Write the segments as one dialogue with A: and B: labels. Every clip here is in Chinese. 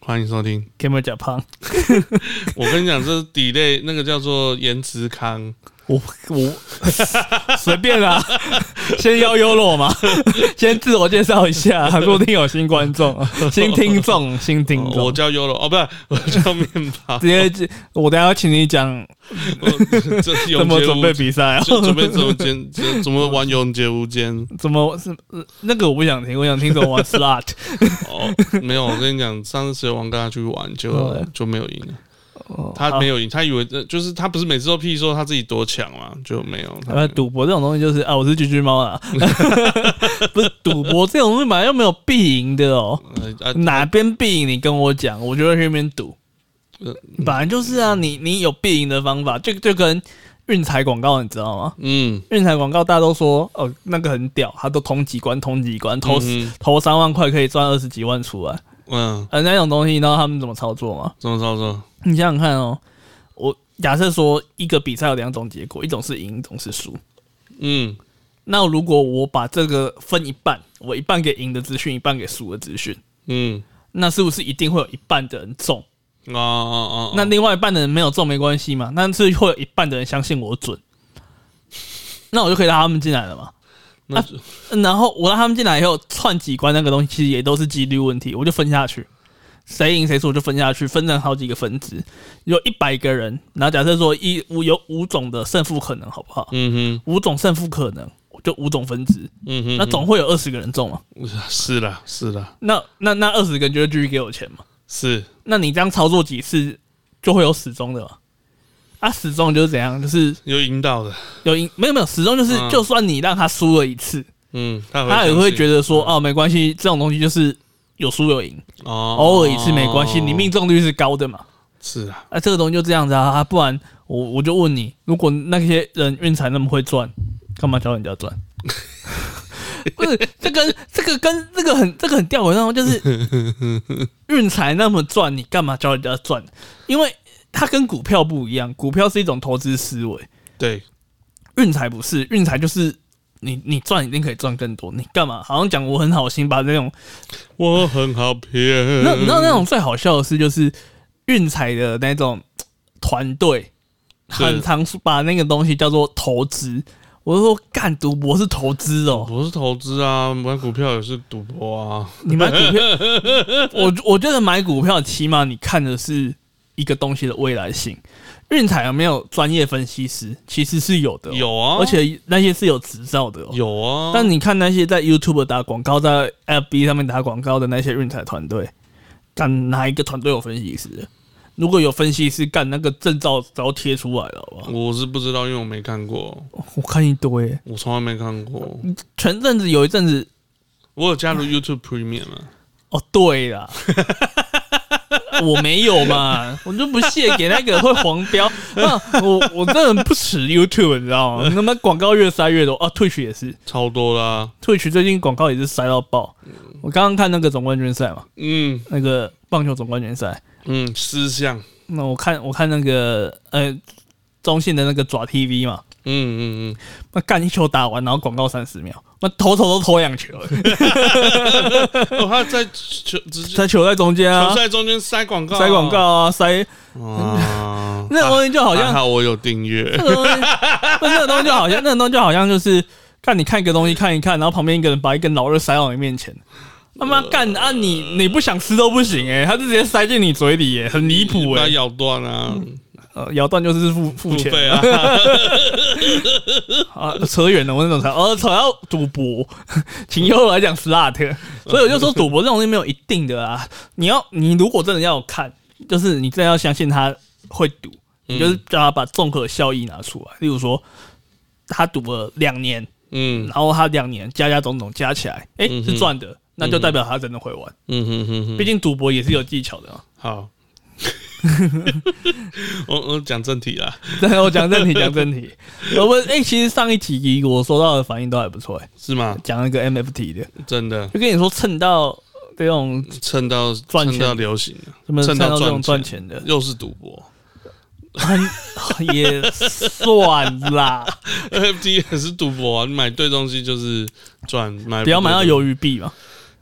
A: 欢迎收听。
B: Camera 假胖，
A: 我跟你讲，这是 delay 那个叫做延迟康，
B: 我我 随便啦， 先邀优洛嘛， 先自我介绍一下，说不定有新观 众、新听众、新听
A: 哦
B: 众。
A: 我叫 Yolo 哦，不是， 我叫面包
B: 直。接，我等一下要请你讲
A: 我这是
B: 怎
A: 永
B: 么
A: 劫
B: 准
A: 无
B: 备比赛、啊，
A: 就准备怎么间，怎怎么玩永劫无间？
B: 怎么是呃那个我不想听，我想 听怎么玩 slot。
A: 哦，没有，我跟你讲，上次王跟他去玩，就
B: 哦
A: 就没有赢了。
B: 哦
A: 他没有赢，他以为这就是他不是每次都屁说他自己多强嘛，就没有。他没
B: 呃，
A: 有
B: 赌博这种东西就是啊，我 是橘橘猫啦，不是赌博这种东西本来又没有必赢的哦，
A: 呃啊，
B: 哪边必赢你跟我讲，我就会去那边赌
A: 呃。
B: 本来就是啊，你你有必赢的方法，就就跟运彩广告你知道吗？
A: 嗯，
B: 运彩广告大家都说哦，那个很屌，他都通几关通几关，投、
A: 嗯
B: 投三万块可以赚二十几万出来，
A: 嗯，
B: 呃，那种东西你知道他们怎么操作吗？
A: 怎么操作？
B: 你想想看哦，我假设说一个比赛有两种结果，一种是赢，一种是输。
A: 嗯
B: 那如果我把这个分一半，我一半给赢的资讯，一半给输的资讯，
A: 嗯，
B: 那是不是一定会有一半的人中？
A: 哦哦哦，
B: 那另外一半的人没有中没关系嘛？但是会有一半的人相信我准，那我就可以拉他们进来了嘛。
A: 那
B: 啊然后我拉他们进来以后，串几关那个东西其实也都是几率问题，我就分下去，谁赢谁输我就分下去，分成好几个分支，有一百个人，然后假设说一五有五种的胜负可能，好不好？
A: 嗯哼
B: 五种胜负可能，我就五种分支，
A: 嗯哼，
B: 那总会有二十个人中嘛？
A: 是啦是啦
B: 那那那二十个人就会继续给我钱嘛？
A: 是，
B: 那你这样操作几次，就会有始终的嘛？啊，始终就是怎样，就是
A: 有引导的，
B: 有赢，没有没有，始终就是，
A: 嗯
B: 就算你让他输了一次，
A: 嗯，他
B: 他也会觉
A: 得
B: 得说，哦，没关系，这种东西就是有输有赢，
A: 哦，
B: 偶尔一次没关系，你命中率是高的嘛。
A: 是啊，
B: 啊，这个东西就这样子啊，啊不然我我就问你，如果那些人运财那么会赚，干嘛教人家赚？ 不是，这跟这个跟这个很这个很吊诡，然后就是 运财那么赚，你干嘛教人家赚？因为它跟股票不一样，股票是一种投资思维，
A: 对，
B: 运财不是，运财就是你你赚一定可以赚更多，你干嘛？好像讲我很好心，把那种
A: 我很好骗，
B: 那你知道那种最好笑的事就是运彩的那种团队，
A: 是
B: 很常把那个东西叫做投资。我就说干赌博是投资哦，
A: 不是投资啊，买股票也是赌博啊，
B: 你买股 票，我我觉得买股票起码你看的是一个东西的未来性。运彩有没有专业分析师？其实是有的哦、
A: 有啊，
B: 而且那些是有执照的、哦。
A: 有啊，
B: 但你看那些在 YouTube 打广告、在 FB 上面打广告的那些运彩团队，干哪一个团队有分析师？如果有分析师，干那个证照早贴出来了，好不好？
A: 我是不知道，因为我没看过，
B: 我看一堆欸，
A: 我从来没看过，
B: 前阵子有一阵子，
A: 我有加
B: 嗯
A: 入 YouTube Premium 啊，
B: 哦，对啦。 我没有嘛，我就不屑给那个会黄标。 那我我这人不耻 YouTube，你知道吗？他妈广告越塞越多啊，Twitch 也是
A: 超多啊啦、
B: ，Twitch 最近广告也是塞到爆。我刚刚看那个总冠军赛嘛，
A: 嗯
B: 那个棒球总冠军赛，
A: 嗯，思想，
B: 那我看我看那个呃中信的那个爪 TV 嘛，
A: 嗯嗯嗯，
B: 那干一球打完，然后广告三十秒，那投手都投两球，
A: 哦，他在球直接
B: 塞球在中间啊
A: 球，赛中间塞广告、
B: 塞广告啊，塞
A: 啊，
B: 那个东西就 好
A: 还
B: 像，
A: 好我有订阅
B: 那，个东西那个东西就好像，那个东西就好像就是看你看一个东西看一看，然后旁边一个人把一根老二塞到你面前。他妈干啊你！你不想吃都不行哎、他就直接塞进你嘴里哎、很离谱
A: 把它
B: 哎！
A: 咬断啊，
B: 呃，咬断就是付付
A: 付
B: 钱
A: 费啊，
B: 啊，扯远了，我那种才哦，扯到赌博， 请由我来讲 slot，所
A: 嗯
B: 以我就说赌博这种东西没有一定的啊，你要你如果真的要看，就是你真的要相信他会赌，
A: 嗯
B: 你就是叫他把综合效益拿出来，例如说他赌了两年，
A: 嗯
B: 然后他两年加加总总加起来，诶，
A: 嗯哼
B: 是赚的，那就代表他真的会玩，
A: 嗯哼哼哼
B: 毕，竟赌博也是有技巧的嘛。
A: 好。 我我讲正题啦，
B: 对，我讲正题，讲正题，我们诶，其实上一题我收到的反应都还不错、诶，
A: 是吗？
B: 讲那个 MFT 的。
A: 真的
B: 就跟你说，蹭到这种
A: 趁到
B: 赚钱
A: 趁到流行了，
B: 什么
A: 趁到
B: 蹭到这种
A: 赚
B: 赚钱的，
A: 又是赌博
B: 很也算啦，
A: ，NFT 也是赌博啊！你买对东西就是赚，买
B: 不要买到
A: 有
B: 鱿鱼币嘛。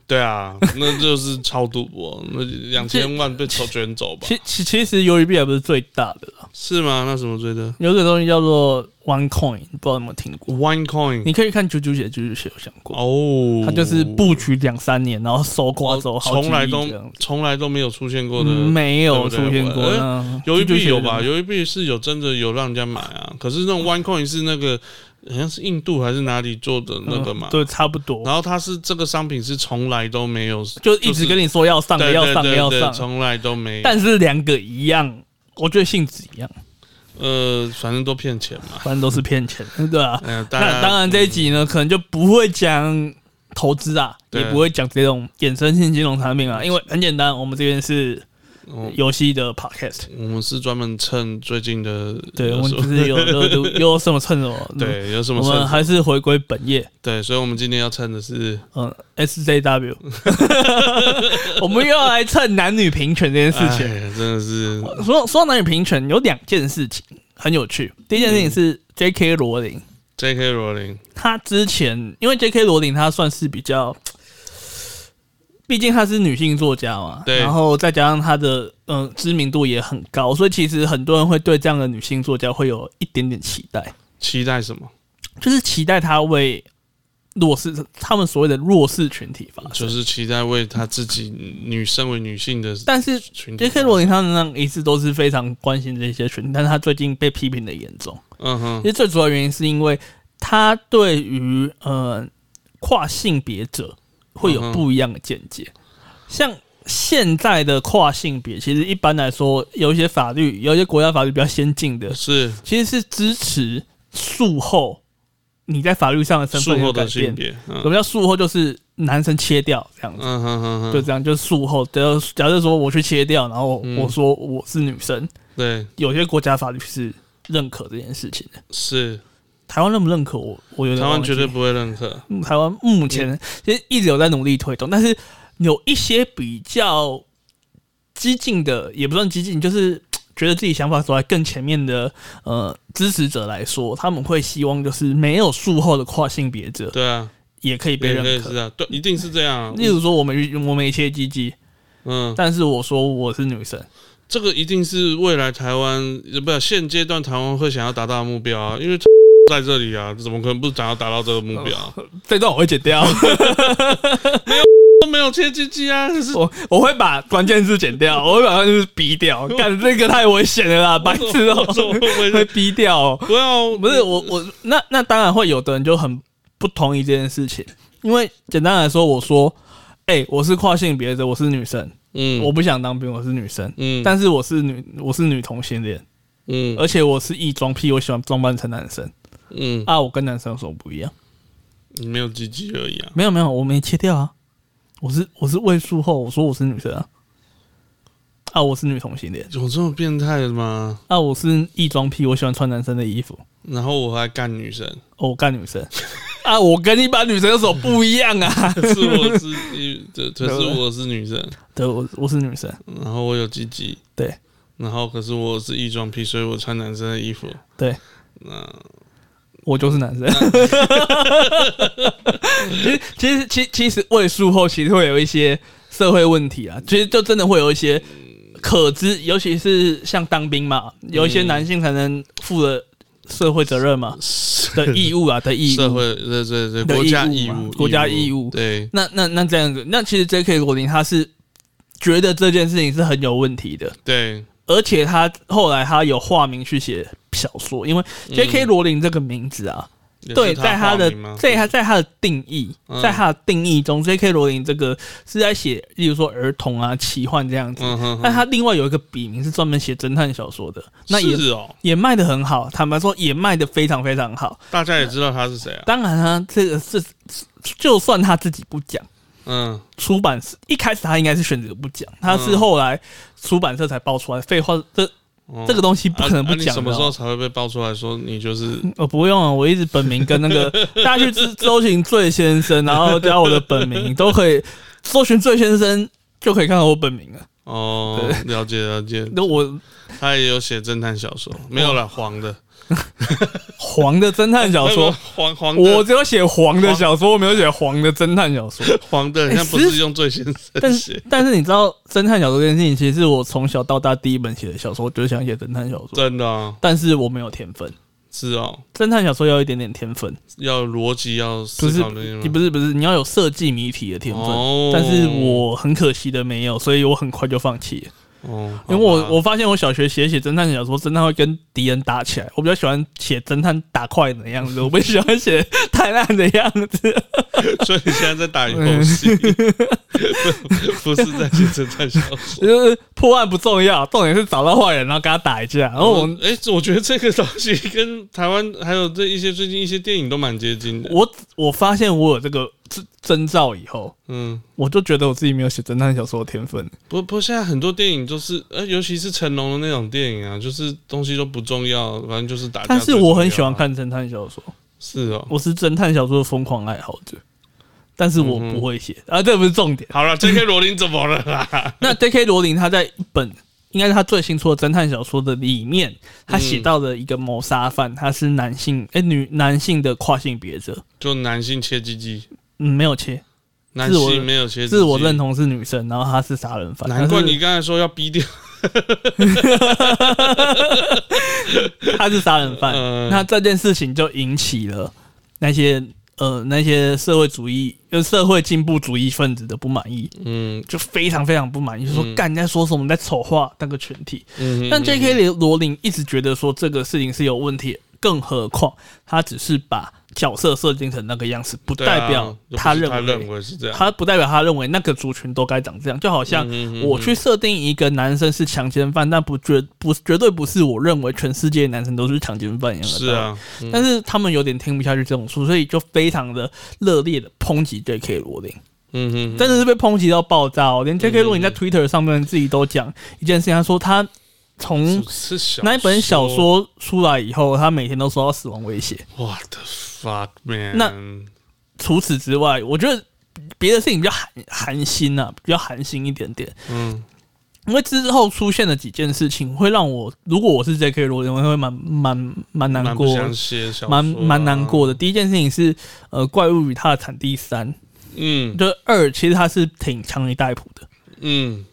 A: 对啊，那就是超赌博， 那两千万被抽卷走吧？
B: 其其其实鱿鱼币还不是最大的啦，
A: 是吗？那什么罪的
B: 有一个东西叫做 One Coin，不知道有没有听过？
A: ？One Coin
B: 你可以看九九姐九九姐有讲过，
A: 哦，
B: 他就是布局两三年，然后收刮走
A: 哦
B: 好几
A: 从来
B: 亿
A: 都
B: 这样子，
A: 从来都没有出现过的。
B: 嗯没有出现过
A: 对不对
B: 呢。
A: 哎鱿鱼币有
B: 99
A: 吧？
B: 姐嗯
A: 鱿鱼币是有真的有让人家买啊，可是那种 One Coin 是那个好像是印度还是哪里做的那个嘛
B: 嗯，对，差不多，
A: 然后它是这个商品是从来都没有，
B: 就一直跟你说要上的
A: 对
B: 要
A: 对
B: 上的
A: 对
B: 要
A: 对
B: 上，
A: 从来都没有。
B: 但是两个一样，我觉得性质一样，
A: 呃，反正都骗钱嘛。
B: 反正都是骗钱， 对吧？
A: 嗯、当
B: 那
A: 然，
B: 当然这一集呢，可能就不会讲投资啊，
A: 对
B: 也不会讲这种衍生性金融产品啊，因为很简单，我们这边是
A: 我
B: 游戏的 podcast，
A: 我们是专门蹭最近的，
B: 对，我
A: 有
B: 们
A: 什么
B: 就是有有有有什么蹭什么，， 嗯
A: 对有什么
B: 我们
A: 蹭？
B: 还是回归本业，
A: 对，所以我们今天要蹭的是
B: 嗯，SJW，我们又要来蹭男女平权这件事情。
A: 哎真的是
B: 说说到男女平权，有两件事情很有趣。第一件事情是 J.K. 罗琳，
A: J.K. 罗琳，
B: 她之前因为 J.K. 罗琳她算是比较，毕竟她是女性作家嘛，
A: 对
B: 然后再加上她的嗯、呃知名度也很高，所以其实很多人会对这样的女性作家会有一点点期待，
A: 期待什么？
B: 就是期待她为弱势他们所谓的弱势群体发声。
A: 就是期待为他自己女身为女性的
B: 但是
A: 群体
B: J.K. 罗琳她们呢一直都是非常关心这些群体，但是她最近被批评的严重。
A: 嗯哼
B: 其，实最主要原因是因为他对于呃跨性别者会有
A: 嗯哼
B: 不一样的见解。像现在的跨性别，其实一般来说，有一些法律，有一些国家法律比较先进的，
A: 是
B: 其实是支持术后你在法律上的身份
A: 术
B: 有
A: 后
B: 改
A: 的性
B: 变。
A: 别，嗯
B: 什么叫术后？就是男生切掉这样子。
A: 嗯哼哼
B: 就
A: 哼，
B: 这样，就是术后。假如假设说我去切掉，然后
A: 嗯
B: 我说我是女生，
A: 对，
B: 有些国家法律是认可这件事情的。
A: 是
B: 台湾认不认可我？我有点
A: 台湾
B: 忘记
A: 绝对嗯不会认可，
B: 嗯台湾目前其实一直有在努力推动，但是有一些比较激进的，也不算激进，就是嘖觉得自己想法走在更前面的呃支持者来说，他们会希望就是没有术后的跨性别者
A: 对啊，
B: 也可以被
A: 也
B: 认
A: 类
B: 可
A: 似。啊，对，一定是这样啊，
B: 例如说，我们我们也切鸡鸡，
A: 嗯，
B: 但是我说我是女生，
A: 这个一定是未来台湾呃不现阶段台湾会想要达到的目标啊，因为 在这里啊，怎么可能不想要达到这个目标？ 啊
B: 这段我会剪掉，
A: 都没有切鸡鸡啊，可 是
B: 我我会把关键字剪掉，我会把关键字逼掉，干这个太危险了啦，白痴哦、
A: 我怎么会不
B: 会
A: 会？
B: 逼掉、哦。
A: 不要，
B: 不是我我那那当然会有的人就很不同意这件事情，因
A: 嗯
B: 为简单来说，我说，哎、我是跨性别者，我是女生，
A: 嗯，
B: 我不想当兵，我是女生，
A: 嗯，
B: 但是我是女我是女同性恋，
A: 嗯
B: 而且我是异装癖，我喜欢装扮成男生
A: 嗯，
B: 啊，我跟男生有什么不一样？
A: 你没有鸡鸡而已啊，
B: 没有没有，我没切掉啊，我是我是未术后，我说我是女生啊，啊我是女同性恋，
A: 有这么变态的吗？
B: 啊我是异装癖，我喜欢穿男生的衣服，
A: 然后我还干女生，
B: 哦我干女生啊，我跟一般女生有什么不一样啊？
A: 可是我 是一，对可是我是女生，
B: 对，我我是女生，
A: 然后我有鸡鸡，
B: 对，
A: 然后可是我是异装癖，所以我穿男生的衣服，
B: 对
A: 那
B: 我就是男生。其实 其实其其实为术后其实会有一些社会问题啊，其实就真的会有一些可知，尤其是像当兵嘛，有
A: 嗯
B: 一些男性才能负的社会责 任嘛的义务啊的义
A: 社
B: 务。
A: 会对对对
B: 的
A: 国家
B: 义
A: 义
B: 务嘛
A: 务
B: 国家义务
A: 对
B: 那那那这样子，那其实 J.K. 罗琳他是觉得这件事情是很有问题的，
A: 对
B: 而且他后来他有化名去写小说，因为
A: 嗯
B: J.K. 罗琳这个名字啊，
A: 也是
B: 对，在他的
A: 化名吗
B: 在他在他的定义，
A: 嗯
B: 在他的定义中，J.K. 罗琳这个是在写，例如说儿童啊、奇幻这样子。
A: 嗯哼
B: 但
A: 哼，
B: 他另外有一个笔名是专门写侦探小说的，那也
A: 是哦，
B: 也卖的很好。坦白说，也卖的非常非常好。
A: 大家也知道他是谁啊，
B: 当然啊，这个是就算他自己不讲，
A: 嗯
B: 出版社一开始他应该是选择不讲，他是
A: 嗯
B: 后来出版社才爆出来。废话，这
A: 哦
B: 这个东西不可能不
A: 啊啊你
B: 讲的哦。
A: 什么时候才会被爆出来说你就是
B: 我不用啊，我一直本名跟 那个大家去搜搜寻醉先生，然后加我的本名都可以，搜寻醉先生就可以看到我本名了。
A: 哦，了解了解，
B: 那我
A: 他也有写侦探小说，没有了黄的，
B: 黄的侦探小说，
A: 黄黄
B: 我
A: 的
B: 只有写黄的小说，我没有写黄的侦探小说。
A: 黄的，人家不是用最先
B: 哎但
A: 生
B: 是
A: 写，
B: 但是你知道侦探小说这件事情，其实是我从小到大第一本写的小说，我就是想写侦探小说，
A: 真的啊
B: 但是我没有天分。
A: 是哦，
B: 侦探小说要有一点点天分，
A: 要逻辑要
B: 不
A: 思
B: 是
A: 考的那
B: 你
A: 种
B: 不是不是，你要有设计谜题的天
A: 嗯
B: 分。
A: 哦
B: 但是我很可惜的没有，所以我很快就放弃了。
A: 哦，
B: 因为我
A: 我
B: 我发现我小学写写侦探小说，侦探会跟敌人打起来。我比较喜欢写侦探打快的样子，我不喜欢写太烂的样子。
A: 所以你现在在打游戏，
B: 嗯
A: 不是在写侦探小说。
B: 就是破案不重要，重点是找到坏人，然后跟他打一架。然后 我、
A: 哎、这我觉得这个东西跟台湾还有这一些最近一些电影都蛮接近的。
B: 我我发现我有这个征征兆以后，
A: 嗯，
B: 我就觉得我自己没有写侦探小说的天分。
A: 不不，现在很多电影就是，呃，尤其是成龙的那种电影啊，就是东西都不重要，反正就是打架、
B: 但是我很喜欢，看侦探小说，
A: 是哦。
B: 我是侦探小说的疯狂爱好者，但是我
A: 嗯哼
B: 不会写、啊，这不是重点。
A: 好了，J.K. 罗琳怎么了啦？
B: 那 J.K. 罗琳他在一本应该是他最新出的侦探小说的里面，他
A: 嗯
B: 写到的一个谋杀犯，他是男性诶，女男性的跨性别者，
A: 就男性切鸡鸡，
B: 嗯，没有切，
A: 男性没有切鸡鸡
B: 自我认。同是女生，然后他是杀人犯。
A: 难怪 你刚才说要逼掉，
B: 他是他是杀人犯，
A: 嗯
B: 那这件事情就引起了那些呃那些社会主义就社会进步主义分子的不满意，
A: 嗯
B: 就非常非常不满意，就说干、你在说什么，你在丑化那个群体。
A: 嗯，
B: 但 J.K. 罗琳一直觉得说这个事情是有问题，更何况他只是把角色设定成那个样子，不
A: 对啊
B: 代表
A: 就不是
B: 他
A: 他
B: 认
A: 认
B: 为，
A: 为是这样，
B: 他不代表他认为那个族群都该长这样。就好像
A: 嗯嗯嗯
B: 我去设定一个男生是强奸犯，但不绝不绝对不是我认为全世界的男生都是强奸犯一样的。
A: 是，啊，嗯
B: 但是他们有点听不下去这种书，所以就非常的热烈的抨击 J.K. 罗琳。
A: 嗯哼，
B: 真的是被抨击到爆炸哦！连 J.K. 罗琳在 Twitter 上面自己都讲一件事情，他说他从
A: 是小
B: 嗯那一本小说出来以后，他每天都收到死亡威胁。
A: ，What the fuck man？
B: 那除此之外，我觉得别的事情比较寒寒心啊，比较寒心一点点。
A: 嗯
B: 因为之后出现的几件事情，会让我如果我是 J.K. 罗琳，我会蛮蛮蛮难
A: 蛮
B: 过
A: 不，想写小说啊
B: 蛮蛮难过的。。第一件事情是，呃，《怪物与它的产地三》，
A: 嗯
B: 就是二，其实它是挺强尼戴普的，
A: 嗯，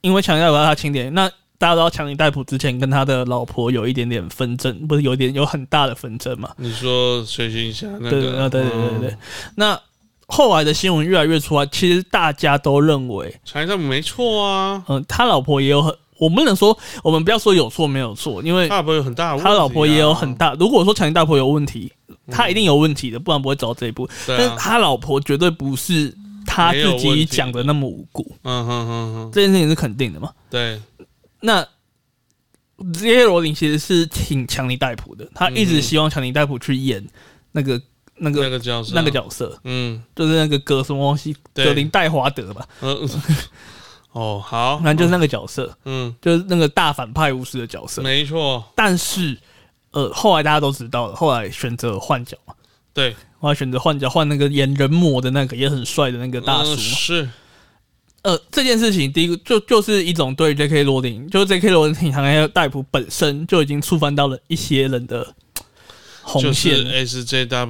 B: 因为强尼戴普他清点，那大家都知道强尼戴普之前跟他的老婆有一点点纷争，不是有一点有很大的纷争嘛？
A: 你说水行侠那
B: 对对啊哦
A: 个，
B: 对对对对
A: 嗯，。
B: 那后来的新闻越来越出来，其实大家都认为，
A: 查一下没错啊，
B: 嗯、他老婆也有很，我们不能说，我们不要说有错没有错，因为
A: 他老婆有很大的问题啊，
B: 他老婆也有很大。如果说强尼大婆有问题，他一定有问题的，不然不会走到这一步。
A: 对
B: 但是
A: 啊，
B: 他老婆绝对不是他自
A: 没有
B: 己
A: 问题
B: 讲的那么无辜，
A: 嗯哼哼哼，
B: 这件事情是肯定的嘛？
A: 对，
B: 那 J.K. 罗琳其实是挺强尼戴普的，他一
A: 嗯
B: 直希望强尼戴普去演那个、
A: 那
B: 那个、
A: 个叫什么
B: 那个，角色，
A: 嗯
B: 就是那个格什么东西，
A: 对
B: 格林戴华德吧，
A: 呃 哦好，
B: 反正就是那个角色，
A: 嗯，
B: 就是那个大反派巫师的角色。
A: 没错，
B: 但是，呃，后来大家都知道了，后来选择换角嘛，
A: 对，
B: 后来选择换角，换那个演人魔的那个也很帅的那个大
A: 嗯
B: 叔嘛。
A: 是，嗯
B: 呃，这件事情第一个就就是一种对 J.K. 罗琳，就是 J.K. 罗琳还有戴普本身就已经触犯到了一些人的红
A: 就
B: 线
A: 是嗯
B: 了。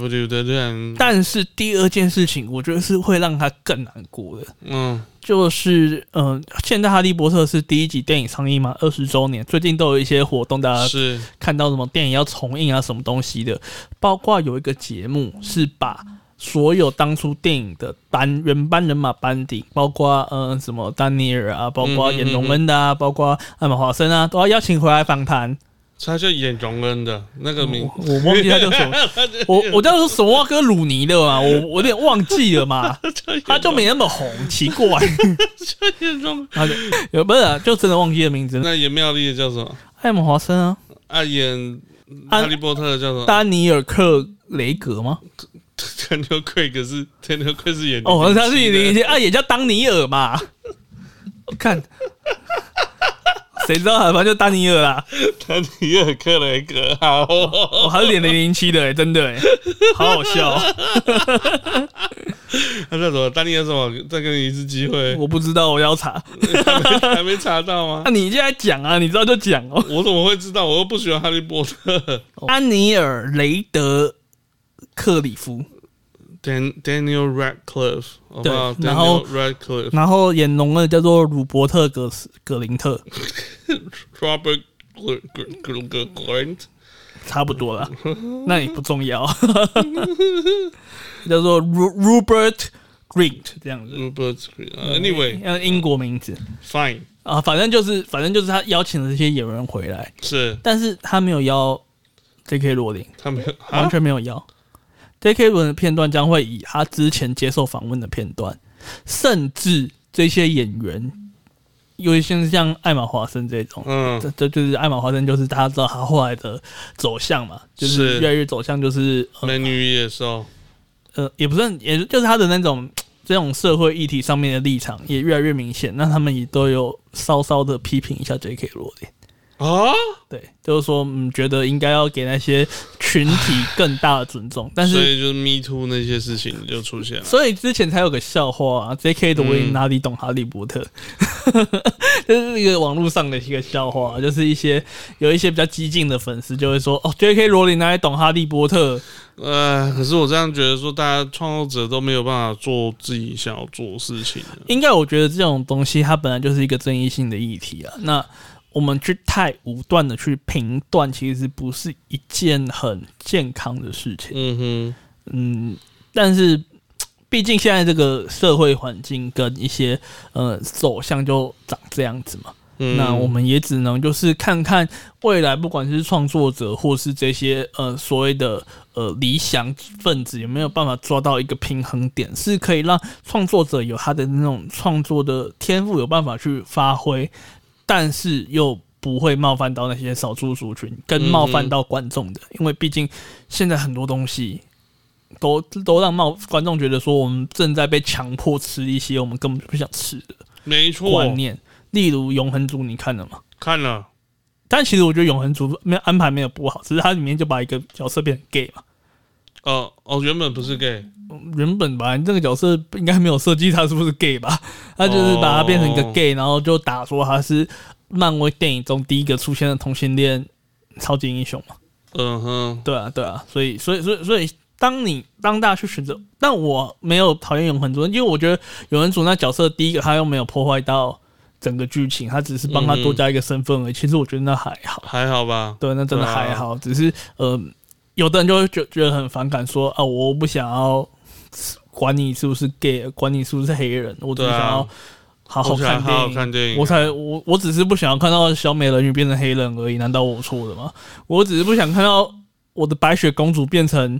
A: SJW 的人，
B: 但是第二件事情，我觉得是会让他更难过的，
A: 嗯
B: 就是嗯、呃现在《哈利波特》是第一集电影上映嘛，二十周年，最近都有一些活动，大家
A: 是，
B: 看到什么电影要重映啊，什么东西的，包括有一个节目是把所有当初电影的班原班人马班底，包括呃什么丹尼尔啊，包
A: 嗯
B: 括
A: 嗯嗯
B: 演荣恩的啊，包括艾玛华森啊，都要邀请回来 访谈。
A: 他叫演荣恩的那个名
B: 我，我忘记他叫什么，我我叫做什么啊跟鲁尼的嘛，我我有点忘记 了嘛，他就没那么红，奇怪，
A: 演荣，
B: 他就有不是啊、就真的忘记了名字了，
A: 那演妙丽的叫什么？
B: 艾玛华森啊，
A: 啊，演
B: 啊
A: 哈利波特的叫什么？
B: 丹尼尔克雷格吗？
A: Daniel Craig 是 Daniel Craig 是演
B: 哦，
A: 零零七
B: 他是零 零七啊，也叫当尼尔嘛。 看，谁知道啊？反正就当尼尔啦。
A: 的丹尼尔克雷格，好哦，
B: 哦，他是演零零七的、欸，真的、欸，好好笑哦、
A: 他叫什么？丹尼尔什么？再给你一次机会，
B: 我不知道，我要查。
A: 还没 还没查到吗
B: 那、？你现在讲啊，你知道就讲哦。
A: 我怎么会知道？我又不喜欢哈利波特。
B: 安尼尔·雷德克里夫，
A: Dan Daniel Radcliffe，好不好
B: 对然后
A: ？Daniel Radcliffe，Robert
B: 然后演龙的叫做鲁伯特·格斯格林特，
A: Gr- Gr- Gr- Gr- Grant，
B: 差不多了。那也不重要， 叫做 Ru- Rupert Grint 这样子。
A: Robert Grant 啊，Anyway，Fine，
B: 呃，英国名字啊，反正就是反正就是他邀请了这些演员回来，
A: 是
B: 但是他没有邀 J.K. 罗琳，
A: 他没有
B: 完
A: 啊，
B: 全没有邀。J.K. 罗琳的片段将会以他之前接受访问的片段，甚至这些演员，有一些像艾玛华森这种，
A: 嗯
B: 这这就是艾玛华森，就是大家知道他后来的走向嘛，就是
A: 是
B: 越来越走向就是呃
A: 美女与野兽，
B: 呃，也不算，也就是他的那种这种社会议题上面的立场也越来越明显。那他们也都有稍稍的批评一下 J.K. 罗琳，
A: 啊，
B: 对，就是说嗯，觉得应该要给那些群体更大的尊重。但
A: 所
B: 是，
A: 以就是 Me Too 那些事情就出现了。
B: 所以之前才有个笑话啊，J.K. 罗琳哪里懂哈利波特？ 就是一个网络上的一个笑话，啊就是一些有一些比较激进的粉丝就会说，哦，J.K. 罗琳哪里懂哈利波特？
A: 呃，可是我这样觉得说，大家创作者都没有办法做自己想要做的事情啊了。
B: 应该我觉得这种东西它本来就是一个争议性的议题啊。那我们去太武断的去评断，其实不是一件很健康的事情。
A: 嗯
B: 嗯，但是毕竟现在这个社会环境跟一些呃走向就长这样子嘛。
A: 哼，嗯
B: 那我们也只能就是看看未来，不管是创作者或是这些呃所谓的呃理想分子，有没有办法抓到一个平衡点，是可以让创作者有他的那种创作的天赋，有办法去发挥，但是又不会冒犯到那些少数族群，跟
A: 嗯哼
B: 冒犯到观众的，因为毕竟现在很多东西。都都让冒观众觉得说我们正在被强迫吃一些我们根本就不想吃的
A: 没错，
B: 观念，例如《永恒族》，你看了吗？
A: 看了，
B: 但其实我觉得永恒族没有安排没有不好，只是它里面就把一个角色变成 gay 嘛。
A: 哦哦，原本不是 gay，
B: 嗯原本吧，这个角色应该没有设计他是不是 gay 吧，他就是把他变成一个
A: 哦
B: gay，然后就打说他是漫威电影中第一个出现的同性恋超级英雄嘛。
A: 嗯哼，
B: 对啊，对啊，所以，所以，所以，所以，当你当大家去选择，但我没有讨厌永恒族，因为我觉得永恒族那角色第一个他又没有破坏到整个剧情，他只是帮他多加一个身份而已。其实我觉得那还好。
A: 还好吧？
B: 对，那真的
A: 对啊
B: 还好，只是呃，有的人就会觉觉得很反感说，啊，我不想要管你是不是 gay，管你是不是黑人，我只是
A: 对啊
B: 想要好好
A: 我想
B: 看
A: 好好
B: 电影。
A: 看电影，
B: 我才我我只是不想要看到小美人鱼变成黑人而已，难道我错了吗？我只是不想看到我的白雪公主变成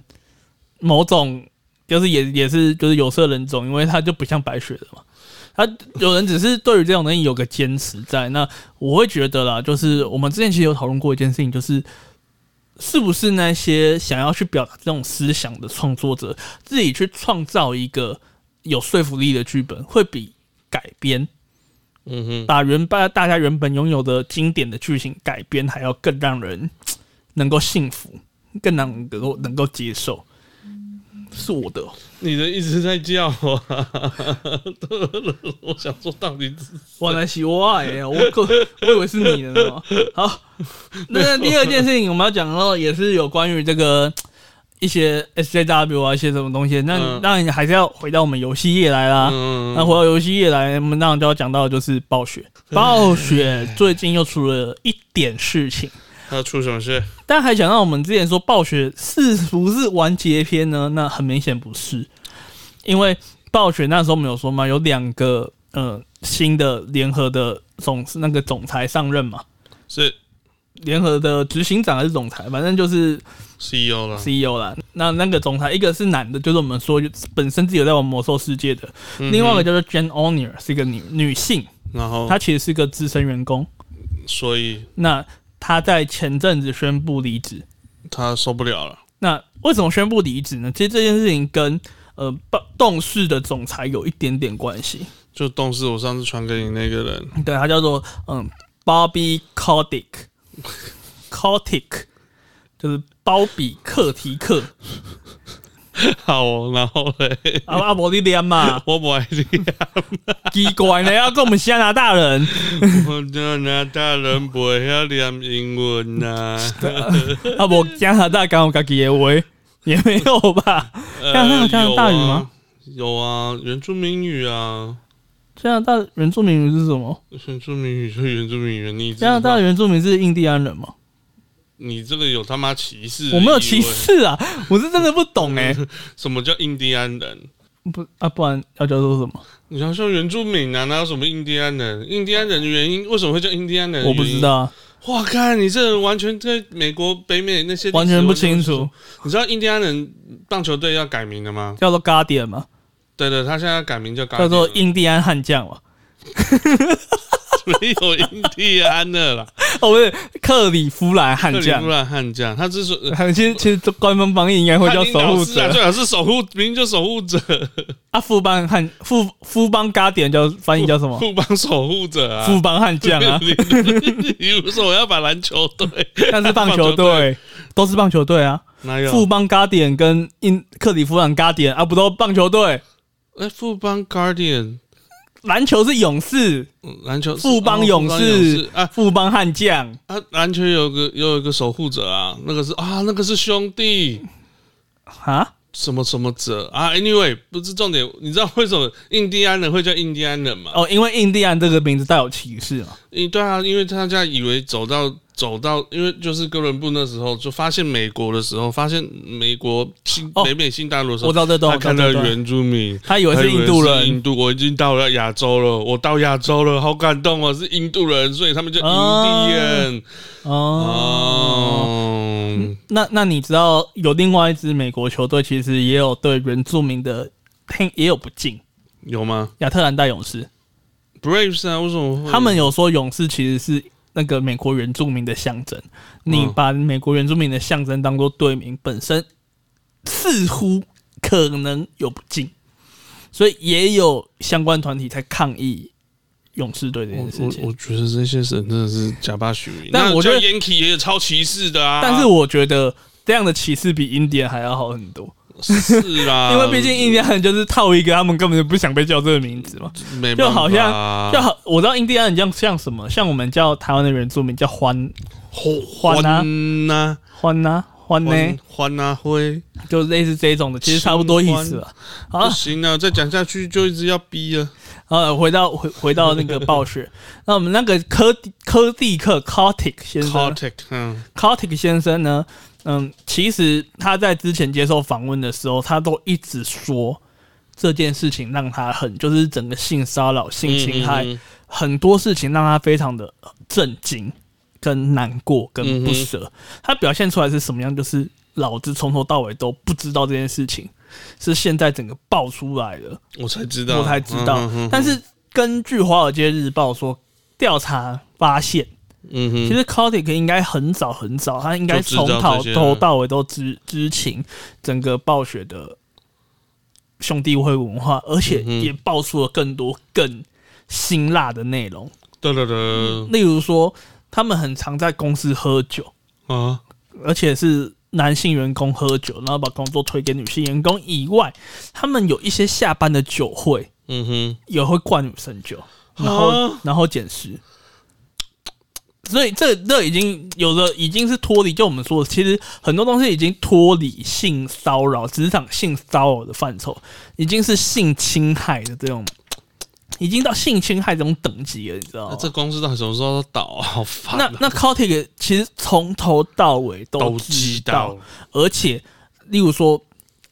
B: 某种，就是也也是就是有色人种，因为她就不像白雪了嘛。他有人只是对于这种东西有个坚持在，那我会觉得啦，就是我们之前其实有讨论过一件事情，就是是不是那些想要去表达这种思想的创作者，自己去创造一个有说服力的剧本，会比改编
A: 嗯哼，
B: 把原把大家原本拥有的经典的剧情改编，还要更让人能够幸福，更让人能够能够接受。是我的哦
A: 你的一直在叫我， 我想说到底是
B: 哇，那是我哎呀，我我我以为是你的呢。好，那第二件事情我们要讲到也是有关于这个一些 SJW 啊一些什么东西，那、
A: 嗯
B: 那你还是要回到我们游戏业来啦。
A: 嗯
B: 那回到游戏业来，我们当然就要讲到的就是暴雪。暴雪最近又出了一点事情，
A: 他出什么事？
B: 但还讲到我们之前说暴雪是不是完结篇呢？那很明显不是，因为暴雪那时候我们有说嘛，有两个呃新的联合的总那个总裁上任嘛，
A: 是
B: 联合的执行长还是总裁，反正就是
A: CEO E 了，
B: CEO 啦。那那个总裁一个是男的，就是我们说本身自己有在玩魔兽世界的，
A: 嗯哼哦
B: 另外一个叫做 Jane Onier，是一个女女性，
A: 然后
B: 她其实是一个资深员工。
A: 所以
B: 那她在前阵子宣布离职，
A: 他受不了了，
B: 那为什么宣布离职呢？其实这件事情跟呃暴动视的总裁有一点点关系。
A: 就动视我上次传给你那个人，
B: 对，他叫做嗯，Bobby Kotick，Kotick 就是包比克提克。
A: 好哦，然后嘞，
B: 啊啊，无你念嘛，
A: 我不爱你啊，
B: 奇怪呢，要跟我们加拿大人，
A: 我加拿大人不会念英文 呐、
B: 啊无加拿大讲我家己的话，也没有吧？
A: 呃
B: 加拿大有加拿大语吗？
A: 有啊，有啊原住民语啊，
B: 加拿大原住民是什么？
A: 原住民语就原住民语，你知
B: 加拿大
A: 道
B: 原住民是印第安人吗？
A: 你这个有他妈歧视？
B: 我没有歧，视啊，我是真的不懂哎、
A: 什么叫印第安人？
B: 不啊，不然要叫做什么？
A: 你要说原住民啊，哪有什么印第安人？印第安人的原因为什么会叫印第安人？
B: 我不知。道啊，
A: 哇，看你这人完全对美国、北美那些历史
B: 完全不清楚。。
A: 你知道印第安人棒球队要改名了吗？
B: 叫做 Guardian 嘛，
A: 对对，他现在改名叫
B: 叫做
A: Guardian
B: 印第安悍将嘛，
A: 没有印第安的啦，
B: 哦不是克里夫兰 悍
A: 克里
B: 将
A: 夫，兰悍将。他之所以
B: 其实其实官方翻译应该会叫守护
A: 他领导是啊
B: 者，
A: 最好是守护，明明就守护 者，
B: 啊副帮悍副副帮 Guardian 叫翻译叫什么？
A: 互帮守护者啊。
B: 副帮悍将 啊，
A: 你你为什么要把篮球 队？
B: 但是 棒球队都是棒球队啊，
A: 哪有？
B: 富邦 Guardian 跟印克里夫兰 Guardian 啊，不都棒球队？
A: 哎，富邦 Guardian，
B: 篮球是勇士，
A: 嗯篮球是
B: 富邦
A: 哦
B: 勇士
A: 啊
B: 富邦悍将，
A: 啊！篮球有个有一个守护者啊，那个是啊，那个是兄弟
B: 啊，
A: 什么什么者啊。Anyway，不是重点，你知道为什么印第安人会叫印第安人吗？
B: 哦，因为印第安这个名字带有歧视嘛，
A: 因对啊，因为大家以为走到走到，因为就是哥伦布那时候就发现美国的时候，发现美国新、
B: 哦
A: 北美新大陆的时
B: 我
A: 候
B: 知，道这段，
A: 他
B: 我
A: 看
B: 知
A: 到
B: 道这段，
A: 原住民，
B: 他以为
A: 他
B: 是
A: 以为
B: 印度
A: 是
B: 人
A: 印度，我已经到了亚洲了，我到亚洲了，好感动哦，是印度人，所以他们叫印第安。啊
B: 哦。
A: 哦，
B: 那那你知道有另外一支美国球队其实也有对原住民的听也有不敬，
A: 有吗
B: 亚特兰大勇士，
A: ？Braves 啊，为什么会
B: 他们有说勇士其实是那个美国原住民的象征，你把美国原住民的象征当做队名，本身似乎可能有不敬，所以也有相关团体在抗议勇士队这
A: 我
B: 件事
A: 我
B: 情
A: 我。觉得这些神真的是假巴许名，
B: 但
A: 那
B: 我觉得
A: 叫 Yankee 也有超歧视的啊，
B: 但是我觉得这样的歧视比印第安还要好很多，
A: 是啊啦，
B: 因为毕竟印第安人就是套一个他们根本就不想被叫这个名字嘛。
A: 没
B: 就好像
A: 办
B: 就
A: 法
B: 好，我知道印第安人像像什么，像我们叫台湾的原住民叫欢欢啊
A: 欢呐
B: 欢呐欢呢、
A: 欢欢呐灰，
B: 就类似这种的，其实差不多意思吧。好
A: 不
B: 了，
A: 行啊，再讲下去就一直要啊逼了。
B: 呃，回到回回到那个暴雪， 那我们那个科迪科蒂克 Cortic 先
A: c o
B: 生
A: t i c 嗯，
B: ，Cortic 先生呢，嗯，其实他在之前接受访问的时候，他都一直说这件事情让他很，就是整个性骚扰、性侵害，
A: 嗯嗯嗯
B: 很多事情让他非常的震惊、跟难过、跟不舍。
A: 嗯
B: 他表现出来是什么样？就是老子从头到尾都不知道这件事情，是现在整个爆出来的，
A: 我才知道，
B: 我才知道。
A: 嗯
B: 但，是根据《华尔街日报》说，调查发现，
A: 嗯
B: 其
A: 哼，
B: 实 Kotick 应该很早很早，他应该
A: 就
B: 从
A: 知道
B: 头
A: 这些
B: 头到尾都知知情整个暴雪的兄弟会文化，而且
A: 嗯哼
B: 也爆出了更多更辛辣的内容。
A: 对对对，
B: 例如说，他们很常在公司喝酒，
A: 啊，
B: 而且是男性员工喝酒，然后把工作推给女性员工以外，他们有一些下班的酒会
A: 嗯哼，
B: 也会灌女生酒，然后、
A: 啊
B: 然后捡尸。所以这这已经有的已经是脱离，就我们说的，其实很多东西已经脱离性骚扰、职场性骚扰的范畴，已经是性侵害的这种，已经到性侵害这种等级了，你知道
A: 那
B: 吗？
A: 这公司到底什么时候倒啊？好烦
B: 哦那
A: 啊，
B: 那 Cotic 其实从头到尾都
A: 都
B: 知
A: 知
B: 道
A: 道，，
B: 而且例如说，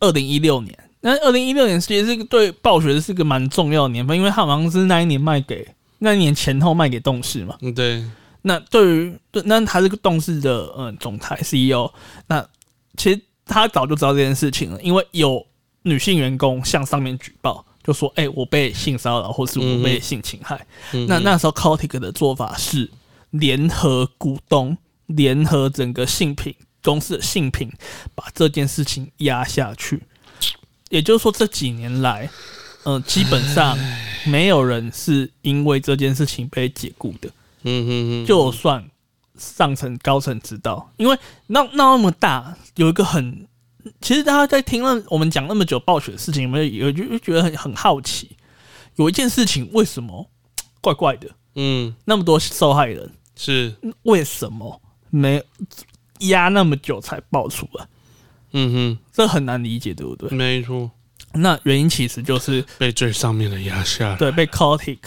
B: 二零一六年，那二零一六年其实是对暴雪是个蛮重要的年份，因为它好像是那一年卖给那一年前后卖给动视嘛。
A: 嗯，对，
B: 那对于对，那他是个动视的嗯总裁 CEO，那其实他早就知道这件事情了，因为有女性员工向上面举报，就说：“哎、我被性骚扰，或是我被性侵害。
A: 嗯
B: 那那时候 Cotic 的做法是联合股东，联合整个性品公司的性品，把这件事情压下去。也就是说，这几年来，嗯、基本上没有人是因为这件事情被解雇的，
A: 嗯哼哼，
B: 就算上层高层知道，因为闹闹那么大，有一个很其实大家在听了我们讲那么久暴雪的事情，有没有有就就觉得很很好奇，有一件事情为什么怪怪的？
A: 嗯，
B: 那么多受害人，
A: 是，
B: 为什么没压那么久才爆出来？
A: 嗯
B: 这很难理解，对不对
A: 哼，？没错，
B: 那原因其实就是
A: 被最上面的压下来。
B: 对被 Cortic，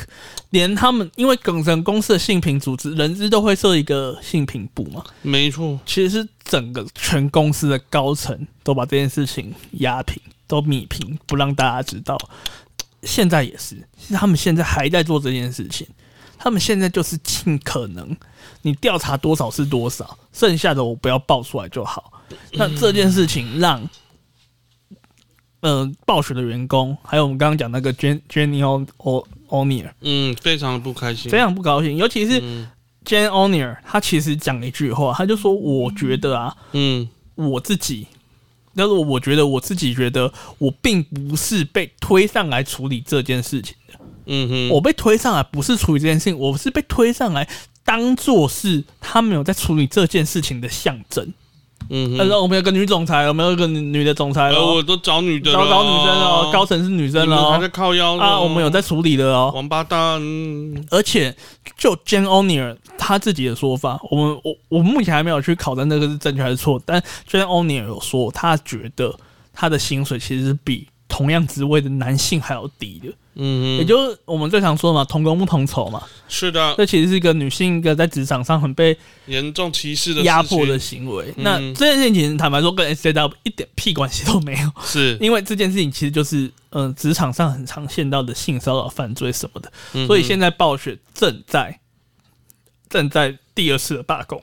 B: 连他们因为耿神公司的性平组织，人资都会设一个性平部嘛，
A: 没错，
B: 其实是整个全公司的高层都把这件事情压平，都米平，不让大家知道。现在也是，其实他们现在还在做这件事情。他们现在就是尽可能，你调查多少是多少，剩下的我不要爆出来就好。那这件事情让，呃，暴雪的员工，还有我们刚刚讲那个 Jen Jenny O O O'Neil
A: 嗯，非常的不开心嗯
B: 非。常不高兴，尤其是 Jen O'Neil，他其实讲了一句话，他就说：“我觉得啊，
A: 嗯，
B: 我自己，但是我觉得我自己觉得我并不是被推上来处理这件事情的，
A: 嗯哼，
B: 我被推上来不是处理这件事情，我是被推上来当做是他们有在处理这件事情的象征。
A: 嗯
B: 他
A: 哼，
B: 说我们有个女总裁，我们有个女的总裁
A: 呃，
B: 哦，
A: 我都找女的了
B: 找
A: 哦，
B: 找女生哦，高层是女
A: 你
B: 生
A: 们还在
B: 哦，
A: 靠腰了
B: 啊，我们有在处理的哦。
A: 王八蛋，
B: 而且，就 Jen O'Neil 他自己的说法，我们我我目前还没有去考证这个是正确还是错，但 Jen O'Neil 有说，他觉得他的薪水其实是比同样职位的男性还要低的，
A: 嗯
B: 也
A: 哼，
B: 就是我们最常说的嘛，同工不同酬嘛，
A: 是的，
B: 这其实是一个女性一个在职场上很被
A: 严重歧视的
B: 压
A: 事情
B: 迫的行为。
A: 嗯
B: 那这件事情其实坦白说，跟 S J W 一点屁关系都没 有，
A: 是，
B: 因为这件事情其实就是嗯、呃职场上很常见到的性骚扰犯罪什么的。
A: 嗯
B: 所以
A: 哼
B: 现在暴雪正在正在第二次的罢工，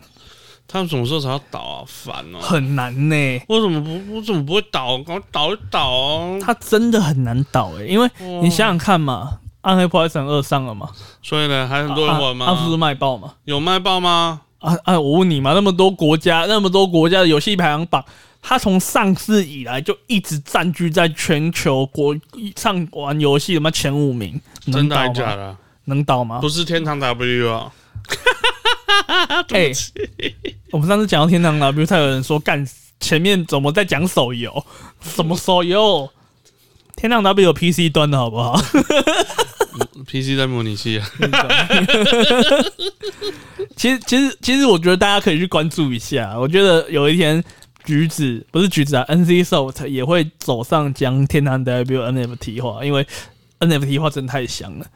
A: 他们什么时候才要倒啊？烦哦！
B: 很难呢、
A: 我怎么不，我怎么不会倒？赶快倒一倒哦！
B: 它真的很难倒诶、因为你想想看嘛，《暗黑破坏神二》上了嘛，啊
A: 所以呢，还很多人玩吗？
B: 阿福是卖爆嘛？
A: 有卖爆吗？
B: 啊啊！我问你嘛，那么多国家，那么多国家的游戏排行榜，它从上市以来就一直占据在全球国上玩游戏的嘛前五名，
A: 真
B: 能
A: 的
B: 倒
A: 还
B: 吗？
A: 假的？
B: 能倒吗？
A: 不是天堂 W 啊！
B: 哎、我们上次讲到天堂了，比如才有人说干前面怎么在讲手游？什么手游？天堂 W 有 PC 端的好不好？
A: ，PC 在模拟器啊！
B: 其实其实其实我觉得大家可以去关注一下，我觉得有一天。橘子不是橘子啊，NC Soft 也会走上将天堂 W NFT 化，因为 NFT 化真的太香了。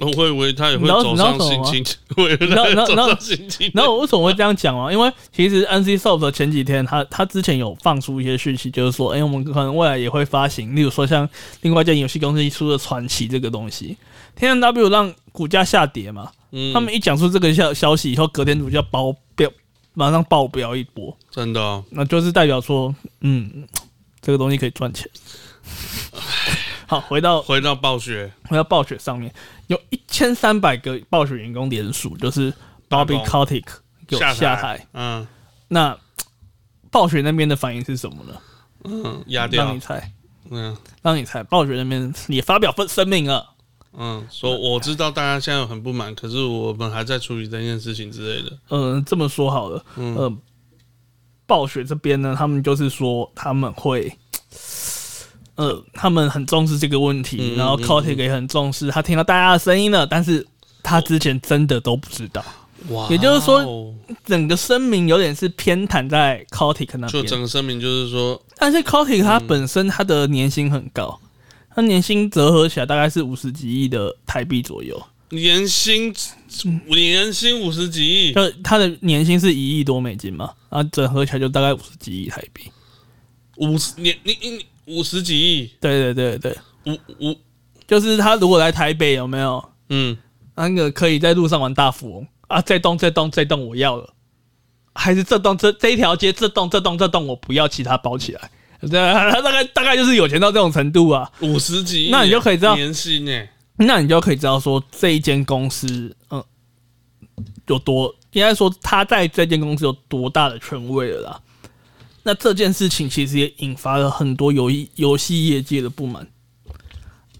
A: 我以为他也
B: 你
A: 哦会
B: 知
A: 走
B: 道
A: 上心情，我以为他 会走上心 情。
B: 然后我为什么会这样讲啊？因为其实 NC Soft 前几天他他之前有放出一些讯息，就是说，哎、我们可能未来也会发行，例如说像另外一间游戏公司出的《传奇》这个东西，天然 W 让股价下跌嘛，
A: 嗯
B: 他们一讲出这个消消息以后，隔天股价爆表，马上爆表一波，
A: 真的哦，
B: 那就是代表说，嗯，这个东西可以 赚钱。好，回到
A: 回到暴雪，
B: 回到暴雪上面，有一千三百个暴雪员工联署，就是 Bobby
A: 罢工
B: Kotick 有
A: 下
B: 下台
A: 台，嗯
B: 那暴雪那边的反应是什么呢？
A: 嗯，压
B: 让
A: 掉
B: 你，猜，
A: 嗯
B: 让你猜，暴雪那边也发表分声明啊了。
A: 嗯，说我知道大家现在很不满，可是我们还在处理这件事情之类的。
B: 嗯、这么说好了，嗯、
A: 嗯
B: 暴雪这边呢，他们就是说他们会。呃，他们很重视这个问题，
A: 嗯
B: 然后
A: 嗯
B: c o t i c 也很重视，他听到大家的声音了，但是他之前真的都不知道，
A: 哇
B: 也就是说
A: 哦
B: 整个声明有点是偏袒在 c o t i c 那
A: 就
B: 边，
A: 整个声明就是说，
B: 但是 Cotic 它本身它的年薪很高，它年薪折合起来大概是五十几亿的台币左右，
A: 年薪年薪五十几亿，
B: 嗯就它的年薪是一亿多美金嘛，然后整合起来就大概五十几亿台币。
A: 五十年你你五十几亿，
B: 对对对对，
A: 五五
B: 就是他如果来台北有没有
A: 嗯，
B: 那个可以在路上玩大富翁啊？这栋这栋这栋我要了，还是这栋这这一条街这栋这栋这栋我不要，其他包起来。 对，他大概大概就是有钱到这种程度啊。
A: 五十几亿，
B: 那你就可以知道
A: 年薪呢，
B: 那你就可以知道说这一间公司，嗯，有多应该说他在这间公司有多大的权威了啦。那这件事情其实也引发了很多游戏游戏业界的不满。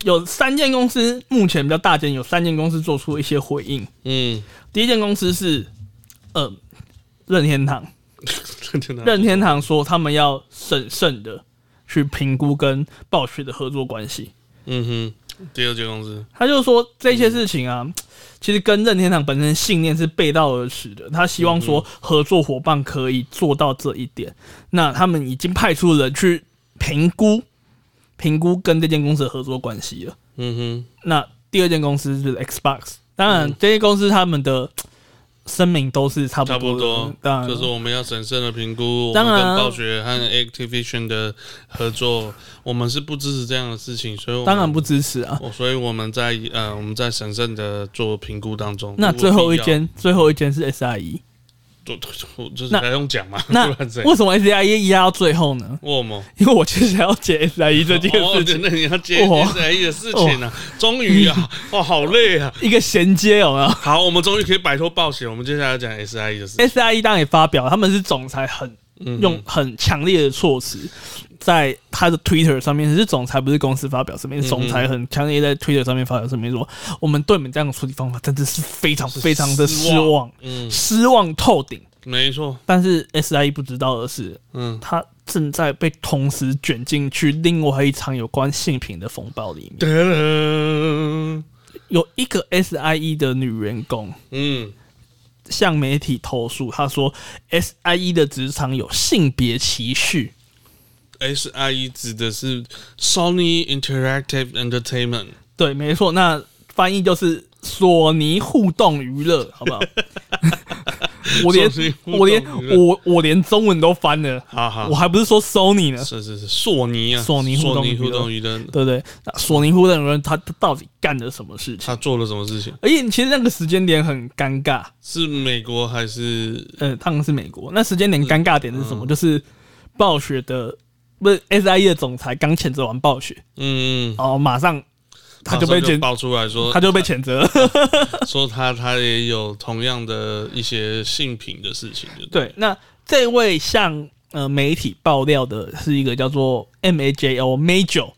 B: 有三间公司，目前比较大间，有三间公司做出一些回应。
A: 嗯，
B: 第一间公司是，呃，任天堂，
A: 就那
B: 任天堂说他们要审慎的去评估跟暴雪的合作关系。
A: 嗯哼，第二间公司，
B: 他就说这些事情
A: 嗯
B: 啊，其实跟任天堂本身信念是背道而驰的。他希望
A: 嗯
B: 说合作伙伴可以做到这一点，那他们已经派出人去评估评估跟这间公司的合作关系了。
A: 嗯
B: 那第二间公司就是 Xbox，当然这些公司他们的声明都是差
A: 哼，差
B: 不多
A: 不
B: 的，
A: 多，
B: 当然
A: 就是我们要审慎的评估我们
B: 当然啊
A: 跟暴雪和 Activision 的合作，我们是不支持这样的事情，所以我们
B: 当然不支持啊。
A: 我所以我们在呃我们在审慎的做评估当中。
B: 那
A: 如果
B: 最后一
A: 必要，
B: 间，最后一间是 SIE，
A: 就就就就是
B: 那
A: 还用讲嘛？
B: 那
A: 不然怎样
B: 为什么 SIE 压到最后呢？
A: 为什 么？
B: 因为我其实要解 SIE 这件
A: 哦
B: 事情，
A: 那你要接
B: 哇
A: SIE 的事情啊，
B: 哦
A: 终于啊，哇，好累啊！
B: 一个衔接有没有
A: 好，我们终于可以摆脱暴雪，我们接下来讲 SIE 的事。
B: ？SIE E 当然也发表，他们是总裁很
A: 嗯
B: 用很强烈的措辞，在他的 Twitter 上面，是总裁不是公司发表声
A: 嗯
B: 明，是总裁很强烈在 Twitter 上面发表声明说，我们对你们这样的处理方法真的是非常非常的
A: 失
B: 失
A: 望
B: 望，
A: 嗯，
B: 失望透顶。
A: 没错，
B: 但是 SIE 不知道的是，
A: 嗯，
B: 他正在被同时卷进去另外一场有关性平的风暴里面。
A: 噔噔，
B: 有一个 SIE 的女员工
A: 嗯，
B: 向媒体投诉，她说 SIE 的职场有性别歧视。
A: SIE 指的是 Sony Interactive Entertainment，
B: 对，没错，那翻译就是索尼互动娱乐，好 不好？我连
A: 索尼互动
B: 我连
A: 娱乐
B: 我我连中文都翻了，
A: 好好
B: 我，还不是说 Sony 呢，
A: 是是是，索尼啊，
B: 索尼互动娱乐
A: 互动娱乐，
B: 对不对？那索尼互动娱乐他到底干了什么事情？
A: 他做了什么事情？
B: 而且其实那个时间点很尴尬，
A: 是美国还是
B: 呃，他们是美国，那时间点尴尬点是什
A: 嗯
B: 么？就是暴雪的不是 SIE 的总裁刚谴责完暴雪，
A: 嗯？
B: 哦，马上他就被
A: 马上
B: 谴，
A: 爆出来说，
B: 他就被谴责了。
A: 说他他也有同样的一些性品的事情，就，
B: 对，那这位向呃媒体爆料的是一个叫做 MAJO Major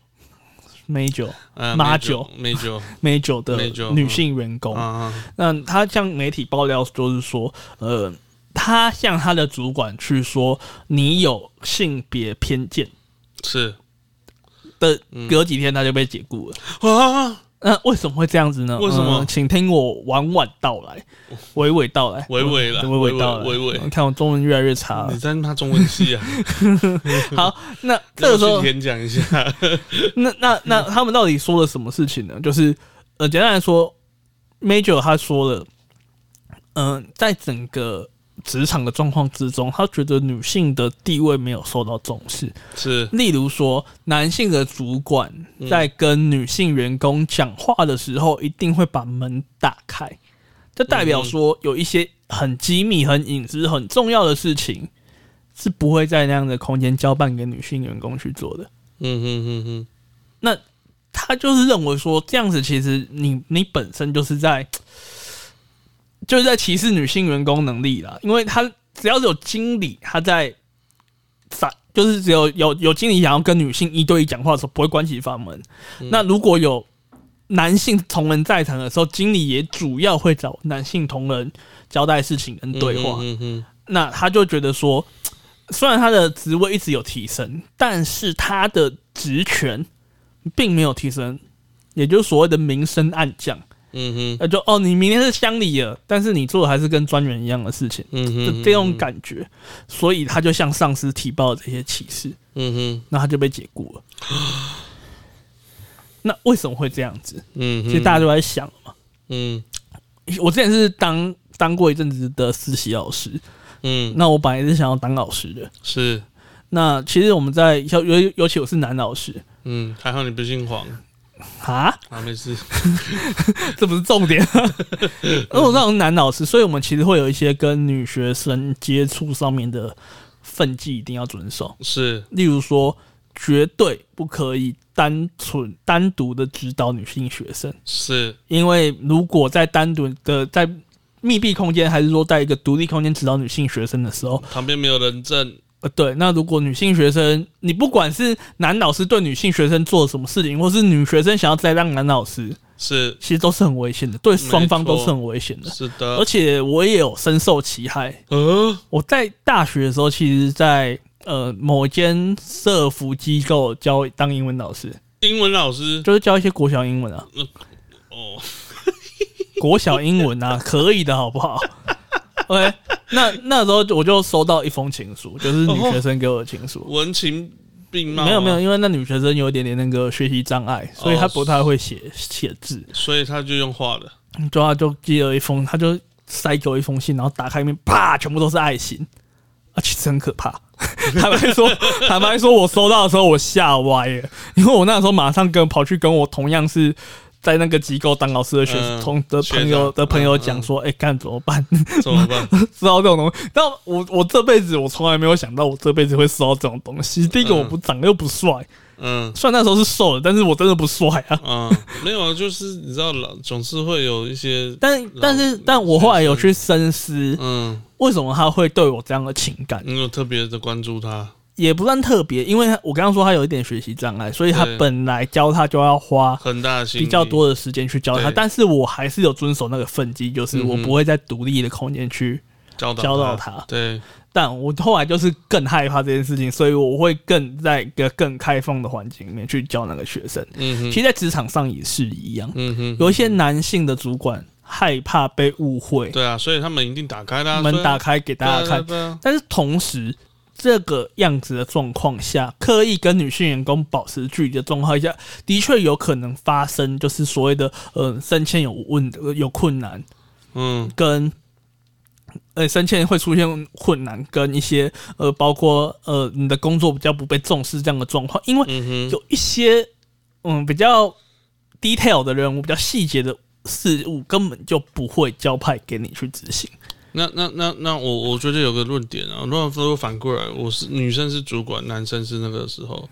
B: Major
A: 呃，
B: 马
A: 美
B: 酒
A: 美酒
B: Major 的
A: Major，嗯
B: 女性员工，
A: 啊，
B: 那他向媒体爆料就是说，呃，他向他的主管去说你有性别偏见
A: 是
B: 的，隔几天他就被解雇了。
A: 啊，
B: 那为什么会这样子呢？
A: 为什么
B: 呃请听我娓娓道来，娓娓道来，
A: 娓娓啦
B: 嗯娓娓道来，
A: 娓 娓娓娓
B: 你看我中文越来越差了
A: 你。在骂中文系啊？
B: 好， 那 这个时
A: 要
B: 候
A: 去，演讲一下，
B: 那那那他们到底说了什么事情呢？就是呃，简单来说，Major 他说了，嗯、在整个职场的状况之中，他觉得女性的地位没有受到重视。
A: 是
B: 例如说，男性的主管在跟女性员工讲话的时候，一定会把门打开，这代表说有一些很机密、很隐私、很重要的事情。是不会在那样的空间交办给女性员工去做的。
A: 嗯哼哼哼，
B: 那他就是认为说，这样子其实你你本身就是在就是在歧视女性员工能力啦，因为他只要有经理他在在就是只有有有经理想要跟女性一对一讲话的时候，不会关起房门。
A: 嗯
B: 那如果有男性同仁在场的时候，经理也主要会找男性同仁交代事情跟对话。
A: 嗯哼，
B: 那他就觉得说，虽然他的职位一直有提升，但是他的职权并没有提升，也就是所谓的明升暗降。
A: 嗯哼，
B: 那就哦，你明天是乡里了，但是你做的还是跟专员一样的事情，
A: 嗯
B: 就
A: 哼，
B: 这种，感觉。所以他就向上司提报这些歧视，
A: 嗯哼，
B: 那他就被解雇 了。那为什么会这样子？
A: 嗯哼，
B: 其实大家，都在想嘛。
A: 嗯
B: 我之前是当当过一阵子的实习老师，
A: 嗯，
B: 那我本来是想要当老师的，
A: 是，
B: 那其实我们在尤尤尤其我是男老师
A: 嗯，还好你不姓黄
B: 啊，
A: 啊，没事，
B: 这不是重点。那我那种男老师，所以我们其实会有一些跟女学生接触上面的分际一定要遵守，
A: 是，
B: 例如说绝对不可以单纯单独的指导女性学生，
A: 是，
B: 因为如果在单独的在密闭空间，还是说在一个独立空间指导女性学生的时候，
A: 旁边没有人证，
B: 呃，对，那如果女性学生，你不管是男老师对女性学生做了什么事情，或是女学生想要栽赃男老师，
A: 是
B: 其实都是很危险的，对双方都是很危险的。
A: 是
B: 而
A: 的，
B: 且我也有深受其害。
A: 呃，
B: 我在大学的时候，其实在，呃某一间社服机构教当英文老师，
A: 英文老师
B: 就是教一些国小英文啊，
A: 哦，
B: 国小英文啊，可以的好不好？OK，那那时候我就收到一封情书，就是女学生给我的情书。
A: 文情并茂，啊
B: 没有没有，，因为那女学生有一点点那个学习障碍，所以她不太会写写字，
A: 所以他就用画的，
B: 就她就寄了一封，她就塞给我一封信，然后打开里面，啪，全部都是爱心，啊，其实很可怕。 坦白说， 坦白说，我收到的时候我吓歪了，因为我那时候马上跟跑去跟我同样是在那个机构当老师的学
A: 嗯
B: 同的
A: 学
B: 朋友
A: 长
B: 的朋友
A: 嗯
B: 讲
A: 嗯
B: 说，哎，干怎么办？
A: 怎么办？
B: 知道这种东西，但我我这辈子我从来没有想到我这辈子会收到这种东西。第一个，我不长得又不帅，
A: 嗯
B: 虽然那时候是瘦的，但是我真的不帅啊。
A: 啊，没有啊，就是你知道老总是会有一些，
B: 但但是，但我后来有去深思，
A: 嗯，
B: 为什么他会对我这样的情感，
A: 你有特别的关注他，
B: 也不算特别，因为他我刚刚说他有一点学习障碍，所以他
A: 对
B: 本来教他就要花
A: 很大的心
B: 比较多的时间去教他，
A: 对
B: 但是我还是有遵守那个分际，就是我
A: 嗯哼
B: 不会在独立的空间去
A: 教导
B: 教导他。
A: 对，
B: 但我后来就是更害怕这件事情，所以我会更在一个更开放的环境里面去教那个学生。
A: 嗯
B: 其
A: 哼，
B: 实，在职场上也是一样，
A: 嗯哼，
B: 有一些男性的主管害怕被误会，
A: 对啊，所以他们一定打开啦，
B: 门打
A: 开，
B: 开给大家看。
A: 对啊，
B: 但是同时，这个样子的状况下，刻意跟女性员工保持距离的状况下，的确有可能发生就是所谓的呃升迁有问呃有困难，
A: 嗯
B: 跟呃升迁会出现困难，跟一些呃包括呃你的工作比较不被重视这样的状况，因为
A: 嗯哼，
B: 有一些嗯比较 detail 的任务、比较细节的事物，根本就不会交派给你去执行。
A: 那那那那我我觉得有个论点啊，如果说反过来，我是女生是主管，男生是那个时候，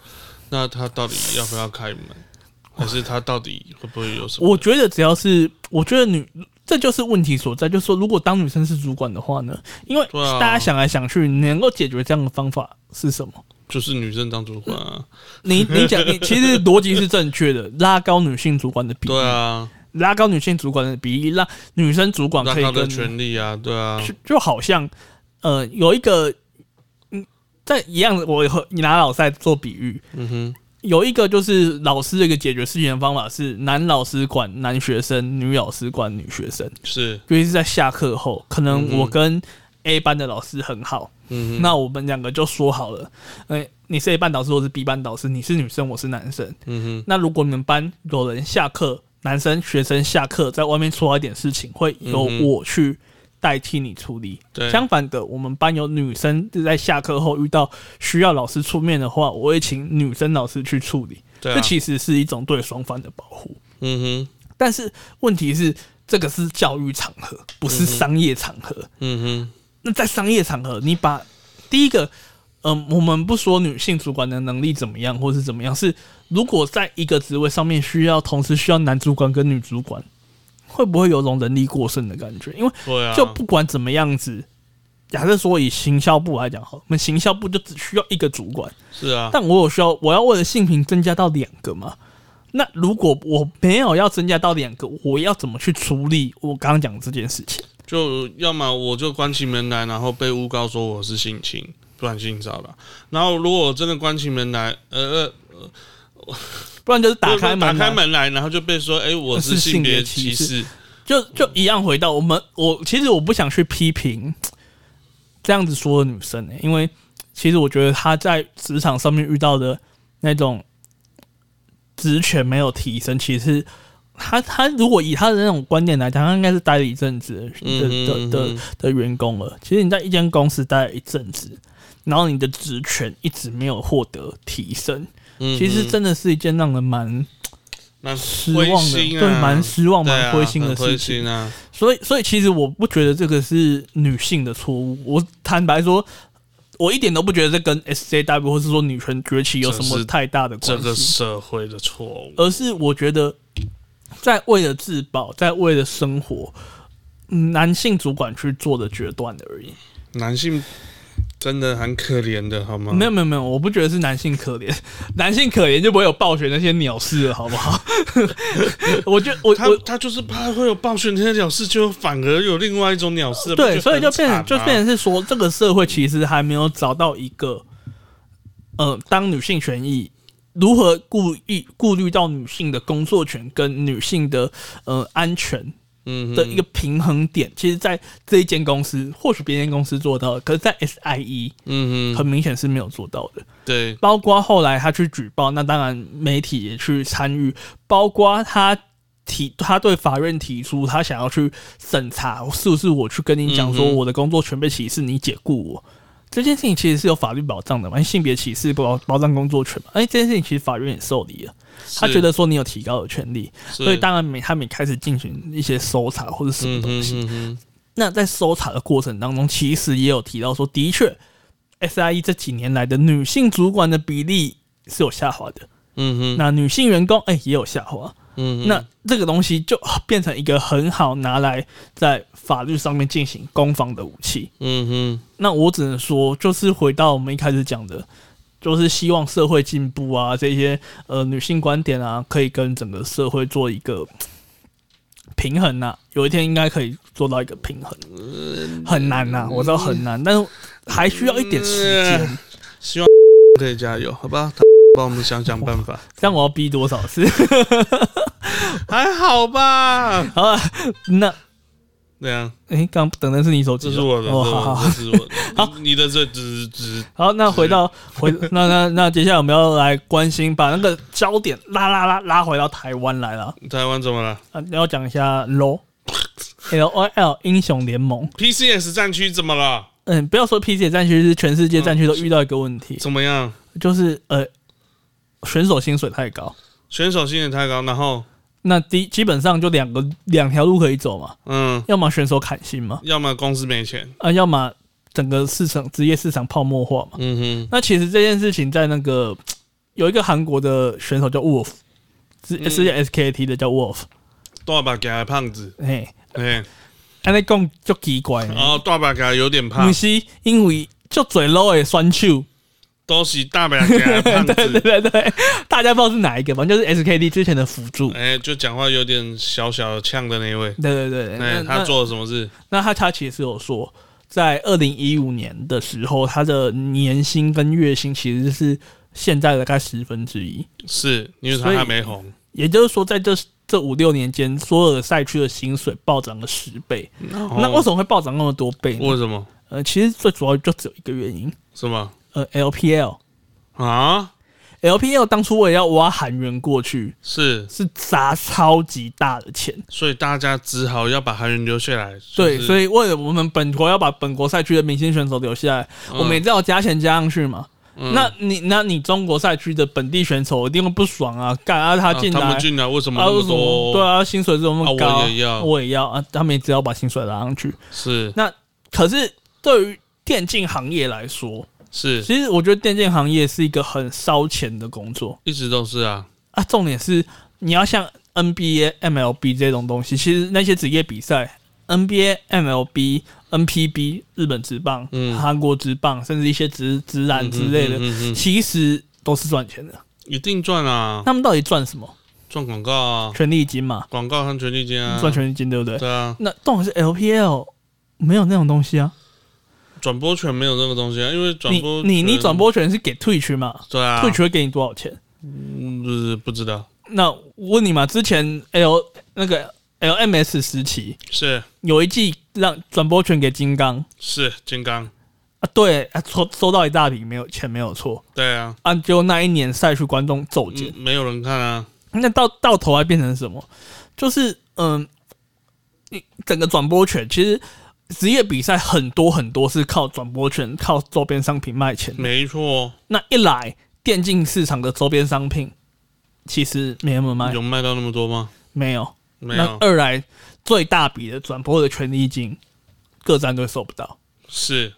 A: 那他到底要不要开门，还是他到底会不会有什么？
B: 我觉得只要是，我觉得女。这就是问题所在，就是说，如果当女生是主管的话呢，因为
A: 对啊
B: 大家想来想去，你能够解决这样的方法是什么？
A: 就是女生当主管啊，
B: 你你讲，你其实逻辑是正确的，拉高女性主管的比例，
A: 对啊，
B: 拉高女性主管的比例，让女生主管
A: 那
B: 可以
A: 他的
B: 跟
A: 权利啊，对啊，
B: 就就好像呃有一个嗯在一样的，我和你拿老师来做比喻，
A: 嗯哼，
B: 有一个就是老师的一个解决事情的方法是男老师管男学生，女老师管女学生，
A: 是，
B: 尤其是在下课后，可
A: 嗯
B: 能
A: 哼
B: 我跟 A 班的老师很好，
A: 嗯哼，
B: 那我们两个就说好了，哎、你是 A 班导师，我是 B 班导师，你是女生，我是男生。
A: 嗯
B: 那如果你们班有人下课，男生学生下课在外面出了一点事情，会由
A: 嗯哼
B: 我去代替你处理。
A: 对
B: 相反的，我们班有女生在下课后遇到需要老师出面的话，我会请女生老师去处理。
A: 哼，对
B: 这
A: 啊，
B: 其实是一种对双方的保护。
A: 嗯哼，
B: 但是问题是，这个是教育场合，不是商业场合。
A: 嗯
B: 那在商业场合，你把第一个，嗯、我们不说女性主管的能力怎么样，或是怎么样，是如果在一个职位上面需要同时需要男主管跟女主管，会不会有种人力过剩的感觉？因为
A: 哼，对啊，
B: 就不管怎么样子，假设说以行销部来讲，好，我们行销部就只需要一个主管，
A: 是啊，
B: 但我有需要，我要为了性平增加到两个嘛？那如果我没有要增加到两个，我要怎么去处理我刚刚讲的这件事情？
A: 就要么我就关起门来，然后被诬告说我是性侵，不然性骚扰。然后如果我真的关起门来，呃呃，
B: 不然就是打
A: 对
B: 开门啊、
A: 打开门来，然后就被说，哎、我
B: 是性
A: 性
B: 别
A: 别歧
B: 歧
A: 视。
B: 就
A: 嗯
B: 就一样回到我们，我其实我不想去批评这样子说的女生、欸，因为其实我觉得她在职场上面遇到的那种职权没有提升，其实她她如果以她的那种观念来讲，她应该是待了一阵子的的的
A: 嗯哼
B: 的
A: 嗯哼
B: 的员工了。其实你在一间公司待了一阵子，然后你的职权一直没有获得提升，
A: 嗯
B: 其实
A: 哼
B: 真的是一件让人蛮
A: 蛮
B: 失
A: 灰
B: 望的，
A: 心啊，
B: 对，蛮失望、
A: 对
B: 蛮
A: 啊
B: 灰心的
A: 很
B: 事
A: 灰
B: 情。
A: 心啊。
B: 所以，所以其实我不觉得这个是女性的错误。我坦白说，我一点都不觉得这跟 SJW 或是说女权崛起有什
A: 这
B: 么
A: 是
B: 太大的
A: 这
B: 关
A: 个
B: 系，
A: 社会的错误，
B: 而是我觉得，在为了自保，在为了生活，嗯男性主管去做的决断而已。
A: 男性真的很可怜的，好吗？
B: 没有没有没有，我不觉得是男性可怜， 男性可怜就不会有暴雪那些鸟事了，好不好？ 我觉得我
A: 他
B: 我
A: 他就是怕会有暴雪那些鸟事，就反而有另外一种鸟事，
B: 对，
A: 不
B: 所以
A: 很
B: 就
A: 惨
B: 变
A: 吗
B: 就变成是说，这个社会其实还没有找到一个，呃，当女性权益如何顾虑顾虑到女性的工作权跟女性的呃安全
A: 嗯
B: 的一
A: 个
B: 个平衡点。其实，在这一间公司，或许别间公司做到了，可是，在 SIE
A: 嗯
B: 很
A: 哼，
B: 明显是没有做到的。
A: 对，
B: 包括后来他去举报，那当然媒体也去参与，包括他提他对法院提出他想要去审查是不是我去跟你讲说
A: 嗯哼
B: 我的工作权被歧视，你解雇我。这件事情其实是有法律保障的嘛，因为性别歧视保保障工作权嘛，哎，这件事情其实法院也受理了，他
A: 是
B: 觉得说你有提高的权利，
A: 是
B: 所以当然没他们也开始进行一些搜查或者什么
A: 嗯
B: 东西。
A: 哼嗯哼，
B: 那在搜查的过程当中，其实也有提到说，的确，SIE 这几年来的女性主管的比例是有下滑的，
A: 嗯哼，
B: 那女性员工哎、也有下滑，
A: 嗯哼
B: 那这个东西就啊变成一个很好拿来在法律上面进行攻防的武器。
A: 嗯哼，
B: 那我只能说，就是回到我们一开始讲的。就是希望社会进步啊，这些呃女性观点啊，可以跟整个社会做一个平衡呐、有一天应该可以做到一个平衡，很难呐、我知道很难，但是还需要一点时
A: 嗯
B: 间。
A: 希望可以加油，好吧？他帮我们想想办法，
B: 这样我要逼多少次？
A: 还好吧？
B: 好啊，那
A: 对啊，
B: 诶，刚等的是你手 机
A: 这是
B: 哦，
A: 我的，
B: 哦，好好好
A: 这是我的，这是我的，你你的这只只
B: 好，那回到回那那那接下来我们要来关心，把那个焦点拉拉拉拉回到台湾来了。
A: 台湾怎么了
B: 啊，要讲一下 LOL。L O L 英雄联盟，
A: ？PCS 战区怎么了？
B: 嗯，不要说 P G 战区是全世界战区都遇到一个问题，
A: 怎么样？
B: 就是呃，选手薪水太高。
A: 选手薪水太高，然后
B: 那第基本上就两个两条路可以走嘛，
A: 嗯，
B: 要么选手砍薪嘛，
A: 要么公司没钱，
B: 啊，要么整个市场职业市场泡沫化嘛。
A: 嗯哼，
B: 那其实这件事情在那个有一个韩国的选手叫 Wolf，之
A: 嗯
B: 之前 S K T 的叫 Wolf，
A: 大把给胖子，
B: 嘿，
A: 哎，
B: 安尼讲就奇怪呢，
A: 然后大把给有点胖
B: 不，是因为就最 low 的选手。
A: 都是大把给胖
B: 对
A: 子，
B: 对对，大家不知道是哪一个，反正就是 SKD 之前的辅助。
A: 哎，就讲话有点小小的呛的那一位，
B: 对对对，
A: 哎，
B: 那
A: 他
B: 那
A: 做了什么事？
B: 那他他其实有说，在二零一五年的时候，他的年薪跟月薪其实是现在的大概十分之一，
A: 是因为
B: 所
A: 他
B: 以
A: 还没红，
B: 也就是说，在这这五六年间，所有的赛区的薪水暴涨了十倍。那
A: 那
B: 为什么会暴涨那么多倍呢？
A: 哦为什么？
B: 呃，其实最主要就只有一个原因，
A: 什么
B: 呃，LPL。
A: 啊？
B: LPL 当初我也要挖韩元过去，
A: 是，
B: 是砸超级大的钱，
A: 所以大家只好要把韩元留下来。
B: 对，所
A: 以
B: 以为了我们本国要把本国赛区的明星选手留下来，
A: 嗯
B: 我们也要加钱加上去嘛。那你那你中国赛区的本地选手一定会不爽啊！干啊，他进来
A: 他
B: 啊
A: 们，进来为什么那
B: 为
A: 么
B: 什么
A: 多？
B: 对，啊，薪水这么高，
A: 啊我也要
B: 我也要啊！他们也只要把薪水拉上去。
A: 是
B: 那可是对于电竞行业来说，
A: 是，
B: 其实我觉得电竞行业是一个很烧钱的工作
A: 一直都是啊。
B: 啊。重点是你要像 NBA、MLB 这种东西，其实那些职业比赛，NBA、MLB、NPB、日本职棒、
A: 嗯
B: 韩、国职棒，甚至一些职职篮之类的，
A: 嗯嗯嗯嗯
B: 其实都是赚钱的。
A: 一定赚啊，
B: 他们到底赚什么？
A: 赚广告啊，
B: 权利金嘛，
A: 广告和权利金啊，
B: 赚权利金对不对？
A: 对啊，
B: 那重点是 LPL 没有那种东西啊。
A: 转播权没有这个东西啊，因为转
B: 你
A: 播
B: 你你
A: 权
B: 转播权是给退区嘛？
A: 对啊，
B: 退区会给你多少钱？
A: 嗯不是不知道
B: 那我问你嘛，之前 L 那个 LMS 时期
A: 是
B: 有一季让转播权给金刚
A: 是金刚，
B: 啊，对，啊收收到一大笔没有钱没有错，
A: 对啊，
B: 啊，结果那一年赛区观众骤减
A: 嗯，没有人看啊，
B: 那到到头来变成什么？就是嗯，你整个转播权其实。职业比赛很多很多是靠转播权、靠周边商品卖钱的。
A: 没错，哦
B: 那一来，电竞市场的周边商品其实没那么卖，
A: 有卖到那么多吗？
B: 没有，
A: 没
B: 哎那
A: 有，
B: 二来，最大笔的转播的权利金，各战队收不到，
A: 是，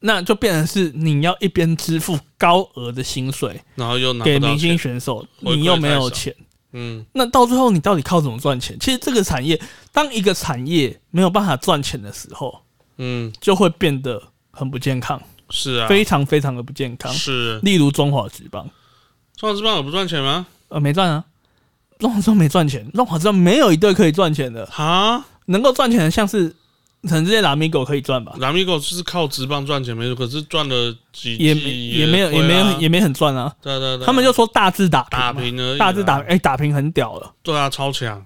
B: 那就变成是你要一边支付高额的薪水
A: 然后又拿
B: 给
A: 不到
B: 明星
A: 钱，
B: 选手，
A: 回馈
B: 你又没有
A: 太少
B: 钱，
A: 嗯，
B: 那到最后你到底靠什么赚钱？其实这个产业，当一个产业没有办法赚钱的时候，
A: 嗯，
B: 就会变得很不健康。
A: 是啊，
B: 非常非常嗯的不健康。
A: 是
B: 例如中华职棒，
A: 中华之棒有不赚钱吗？
B: 呃，没赚啊，中华职棒没赚钱，中华职棒没有一队可以赚钱的，
A: 哈，
B: 能够赚钱的像是可能这些拉米狗可以赚吧，
A: 拉米狗就是靠职棒赚钱没错，可是赚了几
B: 也
A: 季
B: 也没有
A: 亏
B: 也
A: 啊
B: 没有也没很赚啊，
A: 对啊对啊对啊，
B: 他们就说大致打平啊
A: 打
B: 嘛，
A: 平而已啦，
B: 大致打哎、打平很屌了，
A: 对啊，超强。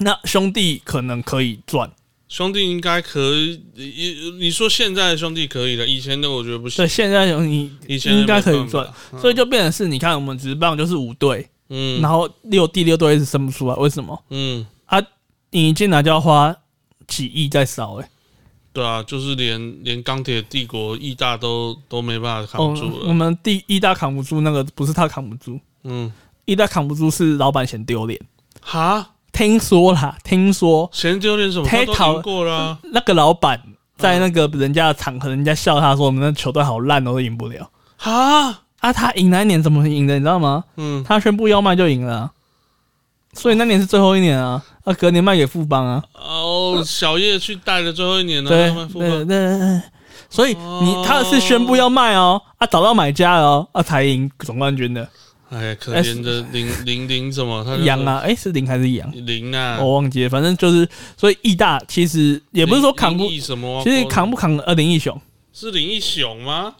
B: 那兄弟可能可以赚，
A: 兄弟应该可以，你你说现在的兄弟可以的，以前的我觉得不行
B: 对，。现在有你
A: 以前的
B: 应该可以
A: 没办法，
B: 所以就变成是，你看我们职棒就是五队，
A: 嗯
B: 然后六第六队一直生不出来，为什么？啊
A: 嗯，
B: 你一进来就要花几亿在烧、欸，哎，
A: 对啊，就是连连钢铁帝国意大都都没办法扛
B: 我
A: 住
B: 哦我
A: 了。
B: 们第一大扛不住，那个不是他扛不住，
A: 嗯，
B: 一大扛不住是老板嫌丢脸。
A: 哈，
B: 听说啦，听说
A: 嫌丢脸什么？他
B: 太
A: 都
B: 讨
A: 赢过啊啦。
B: 那个老板在那个人家的场合，人家笑他说我们的球队好烂哦，都赢不了。
A: 哈，
B: 啊，他赢那一年怎么赢的，你知道吗？
A: 嗯，
B: 他宣布要卖就赢了啊、所以那年是最后一年啊，啊，隔年卖给富邦啊。
A: 哦，小叶去带了最后一年了，
B: 对
A: 哦他们复
B: 对对
A: 刻
B: 对，所以
A: 哦
B: 你他是宣布要卖哦，啊找到买家了哦，啊才赢总冠军的
A: 哎呀，可怜的 零零零什么？他就
B: 羊啊，诶，是零还是羊？
A: 零啊，
B: 我忘记了，反正就是所以义大其实也不是说扛不
A: 林，毅什么，啊
B: 其实扛不扛呃林义雄，
A: 是林义雄吗？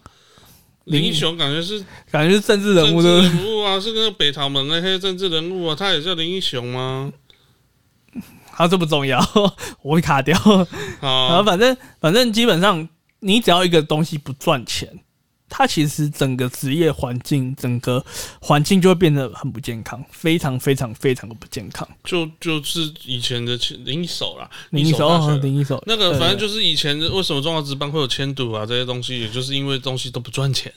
B: 林
A: 林义雄感觉是
B: 感觉是政治人
A: 政
B: 物
A: 治
B: 的，
A: 人物啊，是那个北朝门那些政治人物啊，他也叫林英雄吗？
B: 他啊这不重要， 我会卡掉。然后
A: 好，
B: 反正反正基本上你只要一个东西不赚钱，它其实整个职业环境整个环境就会变得很不健康，非常非常非常的不健康。
A: 就就是以前的亲林一手啦，
B: 林一
A: 一
B: 手，
A: 大学
B: 哦
A: 啦
B: 林一手，
A: 那个
B: 对
A: 反正就是以前为什么中华职棒会有迁赌啊这些东西，也就是因为东西都不赚钱，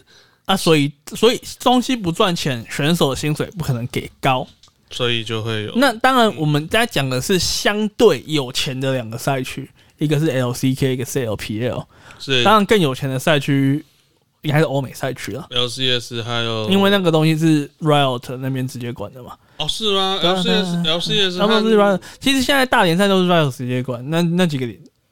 B: 啊，所以所以东西不赚钱，选手的薪水不可能给高。
A: 所以就会有
B: 那当然，我们在讲的是相对有钱的两个赛区，一个是 LCK，一个是 LPL。
A: 是
B: 当然，更有钱的赛区应该是欧美赛区了，
A: LCS 还有
B: 因为那个东西是 Riot 那边直接管的嘛。
A: 哦是吗
B: 对啊对啊
A: ？LCS LCS
B: 他们
A: 和
B: 是 Riot，其实现在大联赛都是 Riot 直接管，那那几个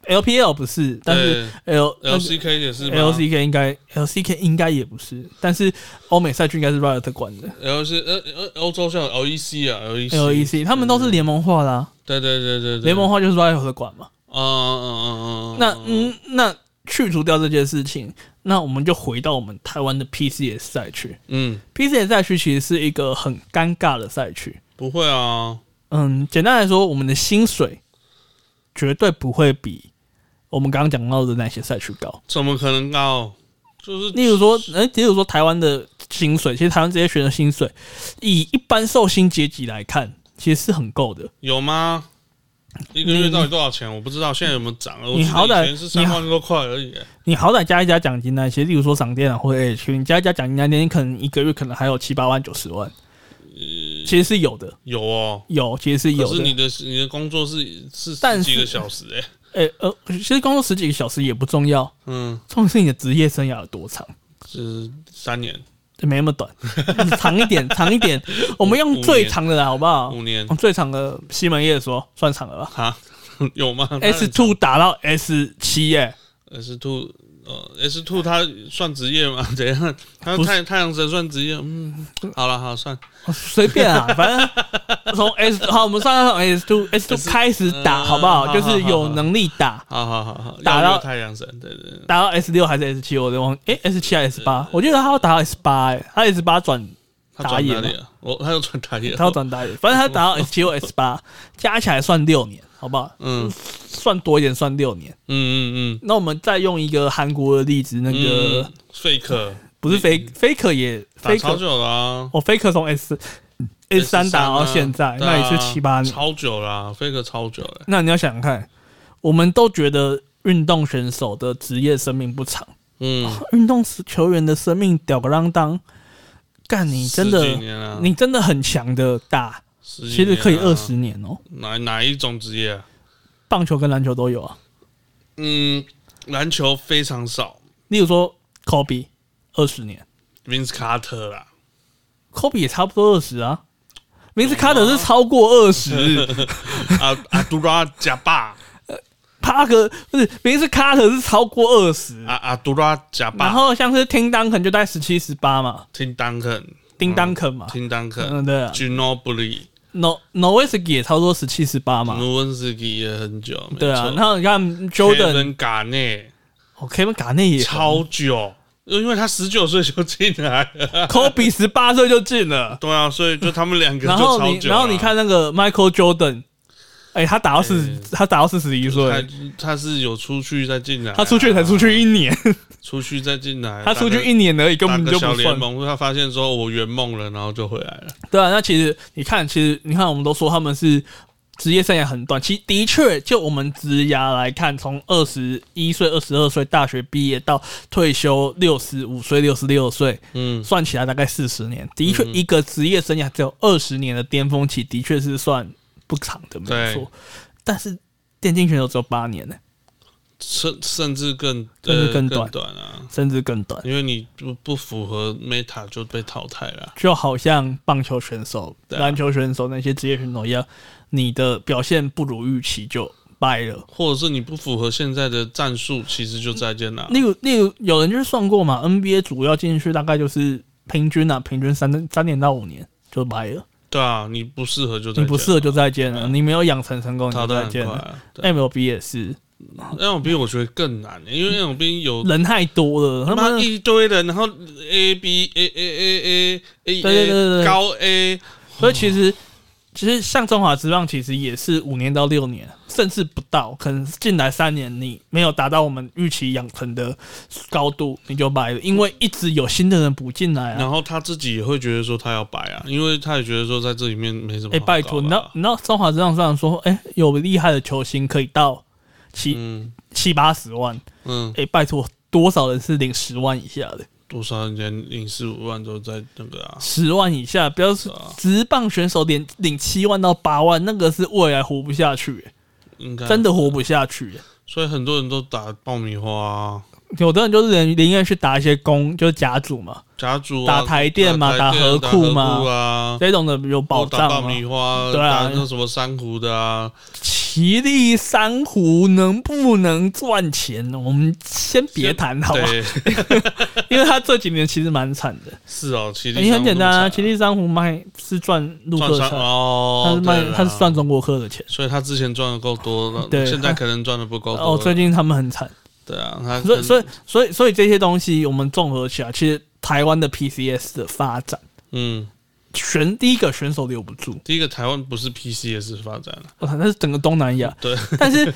B: LPL 不是，但是 L
A: 对 LCK 也是吗
B: LCK 应该 LCK 应该也不是，但是欧美赛区应该是 Riot 管的。
A: L C 呃呃欧洲像 LEC 啊 LEC
B: LEC 他们都是联盟化啦、
A: 对对对对对
B: 联盟化就是 Riot 的管嘛。
A: 嗯嗯嗯嗯嗯
B: 那嗯，那去除掉这件事情，那我们就回到我们台湾的 PCS 赛区。
A: 嗯
B: PCS 赛区其实是一个很尴尬的赛区。
A: 不会啊。
B: 嗯，简单来说，我们的薪水绝对不会比我们刚刚讲到的那些赛区高。
A: 怎么可能高？就是
B: 例如说，哎、例如说台湾的薪水，其实台湾这些学生的薪水，以一般寿星阶级来看，其实是很够的。
A: 有吗？一个月到底多少钱？我不知道，现在有没有涨？啊我
B: 你好
A: 记得以
B: 歹
A: 前是三万多块而已。欸
B: 你好歹加一加奖金那些，例如说赏电啊或者 A 区，你加一加奖金那些，你可能一个月可能还有七八万、九十万，其实是有的，
A: 有哦，
B: 有其实是
A: 可
B: 有
A: 是你
B: 的。
A: 的你的工作是是
B: 但
A: 十
B: 是
A: 几个小时哎，
B: 诶、呃，其实工作十几个小时也不重要，
A: 嗯，
B: 重点是你的职业生涯有多长，
A: 是三年、
B: 没那么短， 长一点，长一 点。我们
A: 五
B: 用最长的来好不好？
A: 五年
B: 用最长的西门业说算长了吧
A: 哈， 有吗
B: ？S two 打到 S 七耶、
A: S two 呃 S two 它算职业吗？怎 样？它
B: 不是
A: 太太阳神算职业？嗯，好了，好算
B: 哦随 便啊，反正从 S 好，我们上上 S two S two 开始打
A: 嗯
B: 好不好？
A: 好
B: 就是有能力打。
A: 好好好好，
B: 打到
A: 要约太阳神，对对对，
B: 打到 S 六还是 S 七，我都忘诶 S 七还是 S
A: 呃
B: 八？我记得他要打到 S 八，哎，他 S 八转
A: 他
B: 打
A: 转
B: 野
A: 哪里啊？我他又转打野，
B: 他要转打野，反正他打到 S 七或 S 八，加起来算六年，好不好？
A: 嗯
B: 算多一点，算六年。
A: 嗯嗯嗯，
B: 那我们再用一个韩国的例子，那个、
A: 嗯 fake
B: 不是 fake faker 也
A: 打超
B: faker，
A: 久了啊
B: 哦 faker 从 S S 三打到现在，
A: 对
B: 那
A: 啊
B: 也是七八年。
A: 超久啦，fake 超久了。
B: 那你要想想看，我们都觉得运动选手的职业生命不长，
A: 嗯，
B: 运动球员的生命吊个啷当，干你真的
A: 十几年啊
B: 你真的很强的打，
A: 十几
B: 其
A: 年啊
B: 实可以二十年哦、
A: 哪哪一种职业啊？
B: 棒球跟篮球都有啊。
A: 嗯，篮球非常少
B: 例如说 Kobe 二十年
A: ，Vince Carter 啦，
B: ，Kobe 也差不多二十啊。Vince Carter 是超过二十，
A: 啊啊，杜拉贾巴，
B: 卡可不是，明明是卡可是超过二十、
A: 阿阿杜拉贾
B: 然
A: 巴，
B: 后像是听当肯就在十七十八嘛，
A: 听丹肯，
B: 叮当肯嘛，
A: 听丹肯
B: 嗯对啊
A: g i n o b l i
B: 诺诺维斯基也差不多十七十八嘛，
A: 努温斯基也很久，嗯没
B: 啊对啊
A: 错，
B: 然后你看 Jordan，
A: Kevin 嘎内
B: 哦 Kevin 卡 内也
A: 超久，因为他十九岁就进来了，
B: ，Kobe 十八岁就 进了，
A: 对啊，所以就他们两个
B: 然
A: 就
B: 后
A: 超
B: 你
A: 久啊。
B: 然后你看那个 Michael Jordan，哎、他打到四十、他打到四十一
A: 他
B: 岁，
A: 他是有出去再进来啊，
B: 他出去才出去一年，
A: 出去再进来，
B: 他出
A: 打
B: 去
A: 个
B: 一年而已，根本
A: 打
B: 就
A: 个
B: 不
A: 小联。
B: 算
A: 盟，他发现说我圆梦了，然后就回来了。
B: 对啊，那其实你看，其实你看，我们都说他们是职业生涯很短，其实的确，就我们职涯来看，从二十一岁、二十二岁大学毕业到退休六十五岁、六十六岁，
A: 嗯，
B: 算起来大概四十年，的确，一个职业生涯只有二十年的巅峰期，的确是算不长的，没有
A: 对
B: 错。但是电竞选手只有八年呢、
A: 甚甚至更
B: 甚至
A: 呃
B: 更
A: 更
B: 短
A: 啊，
B: 甚至更短，
A: 因为你不不符合 Meta 就被淘汰了。
B: 就好像棒球选手、
A: 对啊
B: 篮球选手那些职业选手一样，你的表现不如预期就掰了。
A: 或者是你不符合现在的战术，其实就再见了。
B: 例如，例如有人就是算过嘛，NBA 主要进去大概就是平均啊，平均三三年到五年就掰了。
A: 对啊，你不适合就再见了
B: 你不适合就再见了，你没有养成成功你
A: 淘
B: 就
A: 汰
B: 再
A: 很
B: 见
A: 快
B: 了。
A: 啊。对
B: MLB 也是，
A: 那种兵我觉得更难，因为那种兵有
B: 人太多了，他
A: 他
B: 妈
A: 妈
B: 的
A: 一堆人，然后 A B A A A A A
B: 对对对对哎
A: A 高 A，
B: 所以其实其实像中华职棒，其实也是五年到六年，甚至不到，可能进来三年，你没有达到我们预期养成的高度，你就掰了，因为一直有新的人补进来啊。
A: 然后他自己也会觉得说他要摆啊，因为他也觉得说在这里面没什么
B: 哎、
A: 好搞的啊。
B: 拜托，你知道你知道中华职棒上说，哎、有厉害的球星可以到七、
A: 嗯
B: 七八十万，
A: 嗯，
B: 哎、拜托，多少人是领十万以下的？
A: 多少人家领四五万都在那个啊，
B: 十万以下，不要说
A: 啊
B: 职棒选手连领七万到八万，那个是未来活不下去、
A: 应该
B: 欸真的活不下去、欸
A: 所以很多人都打爆米花、啊、
B: 有的人就是宁宁愿去打一些工，就是甲组嘛，
A: 甲组、啊、
B: 打台电嘛，
A: 打
B: 河
A: 河
B: 库
A: 嘛
B: 嘛，
A: 啊，
B: 这种的有保
A: 或打爆
B: 障
A: 米
B: 吗？
A: 花，
B: 对啊
A: 打那什么珊瑚的啊，
B: 奇力珊瑚能不能赚钱？我们先别谈好吧，
A: 对，
B: 因为他这几年其实蛮惨的。
A: 是哦，其实
B: 你很简单啊，奇力珊瑚卖是赚陆
A: 赚
B: 客
A: 三
B: 钱，
A: 哦，
B: 他是卖
A: 对啦
B: 他是赚中国客的钱。
A: 所以他之前赚的够多了，
B: 对
A: 现在可能赚的不够多了。
B: 哦，最近他们很惨，
A: 对啊，他
B: 所以所
A: 以
B: 以所以所以这些东西我们综合起来，其实台湾的 PCS 的发展，
A: 嗯，
B: 选第一个选手留不住，
A: 第一个台湾不是 PCS 发展了，
B: 我操，那是整个东南 亚。
A: 对，
B: 但是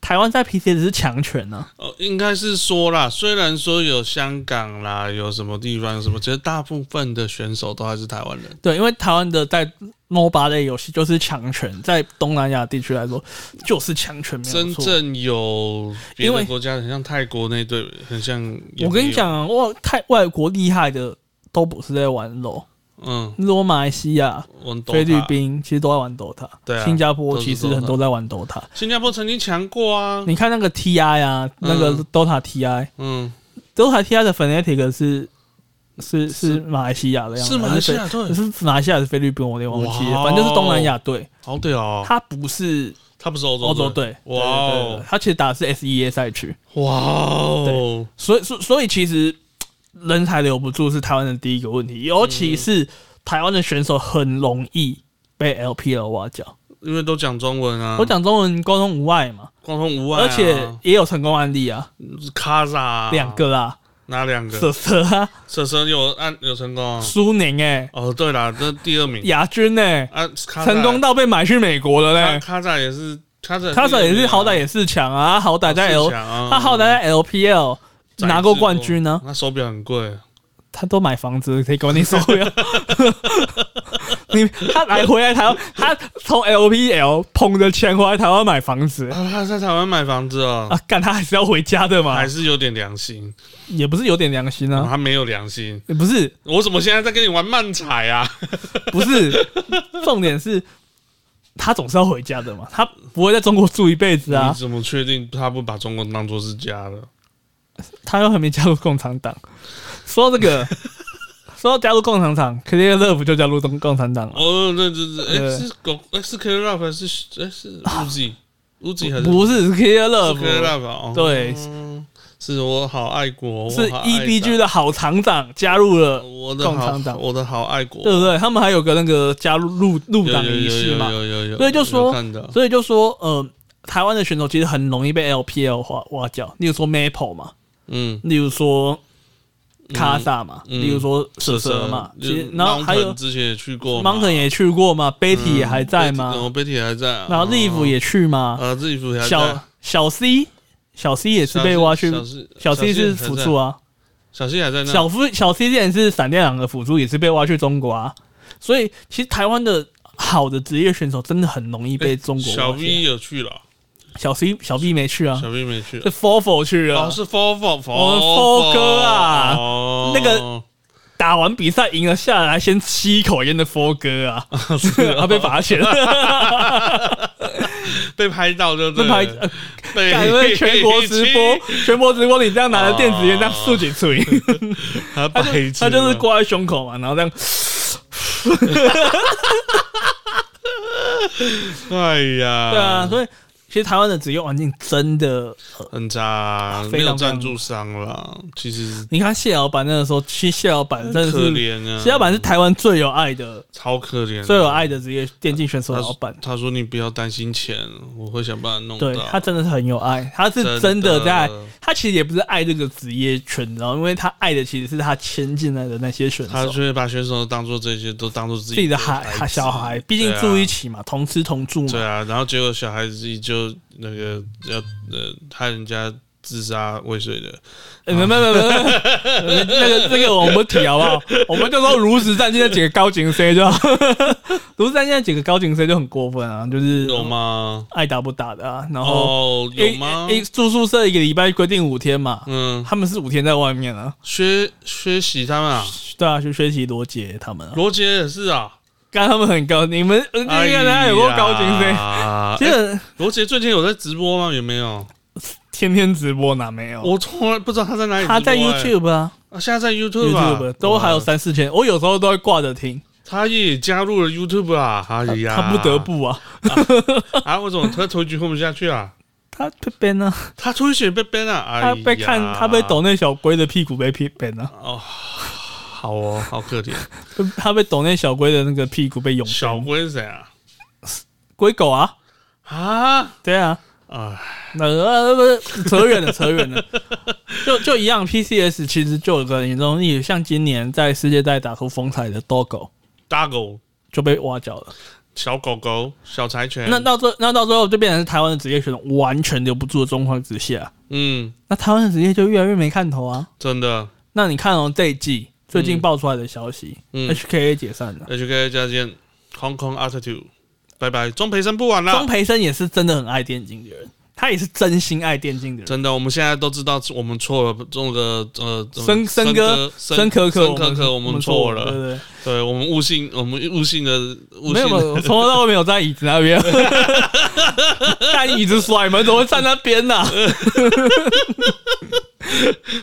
B: 台湾在 PCS 是强权啊呢、
A: 哦，应该是说啦，虽然说有香港啦，有什么地方有什么，其实大部分的选手都还是台湾人。
B: 对，因为台湾的在 MOBA 类游戏就是强权，在东南亚地区来说就是强权，没有
A: 真
B: 错。
A: 正有别
B: 因为
A: 的国家，很像泰国那队，很像。
B: 我跟你，讲啊，哇，太外国厉害的都不是在玩 LO，
A: 嗯，
B: 你说马来西亚、
A: 我们懂
B: 菲律
A: 他，
B: 宾其实都在玩 DOTA，
A: 对啊
B: 新加坡
A: 都是
B: 其实很
A: Dota
B: 多在玩 DOTA。
A: 新加坡曾经强过啊。
B: 你看那个 TI 啊，那个
A: 嗯
B: DOTA TI，DOTA、
A: 嗯，
B: TI 的 Fnatic 是是是
A: 是
B: 马来西亚的样子，
A: 是马来西
B: 还
A: 亚
B: 菲
A: 队，
B: 是马来西亚还是菲律宾，我有点忘记了，
A: 哇哦
B: 反正就是东南亚队，
A: 好屌哦！
B: 它不是
A: 他不是欧洲
B: 欧洲，队。
A: 哇
B: 对对对
A: 哦
B: 对，它其实打的是 SEA 赛区，
A: 哇哦，
B: 所以所以所以其实嘖人才留不住是台湾的第一个问
A: 嗯
B: 题，尤其是台湾的选手很容易被 LPL 挖角。
A: 因为都讲中文啊，
B: 我讲中文沟通无碍嘛，
A: 光通无碍、啊，啊
B: 而且也有成功案例啊，
A: 卡萨
B: 两个啦，
A: 哪两个？
B: 瑟瑟啊，
A: 蛇蛇有按有成功、啊、
B: 苏宁哎，
A: 哦，对啦，这第二名
B: 亚军哎，
A: 啊，卡萨
B: 成功到被买去美国了
A: 卡
B: 嘞。
A: 卡萨也是卡萨、
B: 他手也是好歹也是强啊，他好歹在 L
A: 他
B: 他好歹在 LPL 拿过冠军呢、
A: 他嗯手表很贵，啊
B: 他都买房子可以给你收呀。 你他来回来台湾，他从 LPL 捧着钱回来台湾买房 子
A: 啊，他在台湾买房子哦，
B: 啊，干他还是要回家的嘛
A: 还，是有点良心，
B: 也不是有点良心啊，
A: 他没有良心。
B: 也不是
A: 我怎么现在在跟你玩漫彩啊？
B: 不是，重点是他总是要回家的嘛，他不会在中国住一辈子啊
A: 你，怎么确定他不把中国当做是家的？
B: 他又还没加入共产党。说到这 个，说到加入共产党，Clear Love 就加入共共产党了。
A: 哦，那这这，哎、
B: 对
A: 是狗，哎、是 K Love 还是哎是 Uzi？乌吉还是
B: 不是是 K Love，,
A: 是 K Love 哦
B: 对
A: 嗯是我好爱国，我
B: 是
A: 好爱
B: EBG 的好厂长加入了，
A: 我的
B: 共产
A: 好
B: 党
A: 我的好爱国，
B: 对不对？他们还有个那个加入入入
A: 有
B: 党
A: 有
B: 仪式嘛，
A: 有有有有有，
B: 所以就说
A: 有看到
B: 所以就说呃，台湾的选手其实很容易被 LPL 挖挖角，例如说 Maple 嘛，
A: 嗯，
B: 例如说卡萨嘛，
A: 嗯
B: 例如说蛇蛇嘛，
A: 就
B: 其实然后还有
A: Mountain 之前也去过
B: m o u n t a i n 也去过嘛，Betty 也还在嘛，
A: 我 Betty 还在啊，
B: 然后 Live 也去嘛，
A: 啊，Live 还在
B: 小小 C 小 C 也是被挖去，小 C 是辅助
A: 啊，
B: 啊，
A: 小 C 还在那，
B: 小夫小 C 之前是闪电狼的辅助，也是被挖去中国啊，所以其实台湾的。好的职业选手真的很容易被中国
A: 小
B: 挖起来
A: V 有去了，
B: 小 C 小 B 没去啊，
A: 小 V 没去
B: 是，Fofo 去啊了，
A: 哦，是 Four Four Four，
B: 我们 Four 哥啊
A: 哦
B: 那个打完比赛赢了下来，先吸一口烟的 Four 哥 啊，他被罚 钱，
A: 被拍呃到就对
B: 被拍
A: 了，被
B: 感恩全国直播，全国直播你这样拿着电子烟这样竖起 吹，
A: 他白痴
B: 他就是挂在胸口嘛，然后这样
A: 哎呀，
B: 对啊，所以其实台湾的职业环境真的，呃
A: 很渣啊，
B: 非
A: 没有
B: 常
A: 赞助商啦，其实
B: 你看谢老板那个时候，其实谢老板真的
A: 可
B: 是。
A: 怜啊，
B: 谢老板是台湾最有爱的、
A: 超可怜，
B: 最有爱的职业电竞选手老板，
A: 他说你不要担心钱，我会想办法弄
B: 对
A: 到。
B: 他真的是很有爱，他是真的在他其实也不是爱这个职业圈，你知道吗，因为他爱的其实是他签进来的那些选
A: 他
B: 手，
A: 就会把选手当做这些都当做自己
B: 自己的
A: 孩
B: 孩
A: 子
B: 小孩，毕竟
A: 对啊
B: 住一起嘛，同吃同住
A: 对
B: 嘛，
A: 啊，然后结果小孩子就那个要呃害人家自杀未遂的，
B: 呃没没没没，没那个那个我们不提好 不好？我们就说如实战现那几个高警 C 就好， 如实战现那几个高警 C 就很过分啊，就是
A: 有吗？
B: 爱打不打的啊，然后
A: 哦，有吗？
B: 一一住宿舍一个礼拜规定五天嘛，
A: 嗯，
B: 他们是五天在外面啊，
A: 学学习他们啊，
B: 对啊，去学习罗杰他们啊，
A: 罗杰也是啊，
B: 刚他们很高，你们你
A: 哎
B: 看他有过高警 C，
A: 啊
B: 其，实。
A: 罗杰最近有在直播吗？有没有？
B: 天天直播哪没有？
A: 我从来不知道他在哪里直播欸。
B: 他在 YouTube 啊
A: 啊现在在 YouTube 啊
B: ，YouTube 都还有
A: 哇
B: 三四千，我有时候都会挂着听。
A: 他也加入了 YouTube 啊，哎呀，
B: 他不得不啊，
A: 啊，为什么他头局混不下去啊？
B: 他被 ban 啊，
A: 他出血被 ban 啊，哎
B: 他
A: 呀
B: 被看，他被抖那小龟的屁股被 ban 啊，
A: 哦，好哦，好可 怜。
B: 他被抖那小龟的那个屁股被涌
A: 小龟是谁啊？
B: 龟狗啊，
A: 啊，
B: 对啊，
A: 哎，
B: 那呃不是扯远了，扯远了， 就就一样，PCS 其实就有个严重例，像今年在世界赛打出风采的 Dogo
A: 大狗、
B: 就被挖角了。
A: 小狗狗、小柴犬，
B: 那到最那到最后就变成是台湾的职业选手完全留不住的状况之下，
A: 嗯，
B: 啊那台湾的职业就越来越没看头啊。
A: 真的，
B: 那你看哦，这一季最近
A: 嗯
B: 爆出来的消息、
A: 嗯
B: h k a 解散了，
A: ，HK 加见 Hong Kong Attitude，拜拜，钟培生不玩
B: 钟
A: 了。
B: 培生也是真的很爱电竞的人，他也是真心爱电竞的人。
A: 真的，我们现在都知道我们错了。这个呃，这个
B: 森森哥、
A: 森
B: 可可、
A: 森可可，我们错了。
B: 对
A: 对我们悟性，我们悟性的
B: 对，
A: 悟
B: 没有
A: 性
B: 没有，我从头到尾没有站椅子那边， 站椅子甩门怎么会站那边 呢、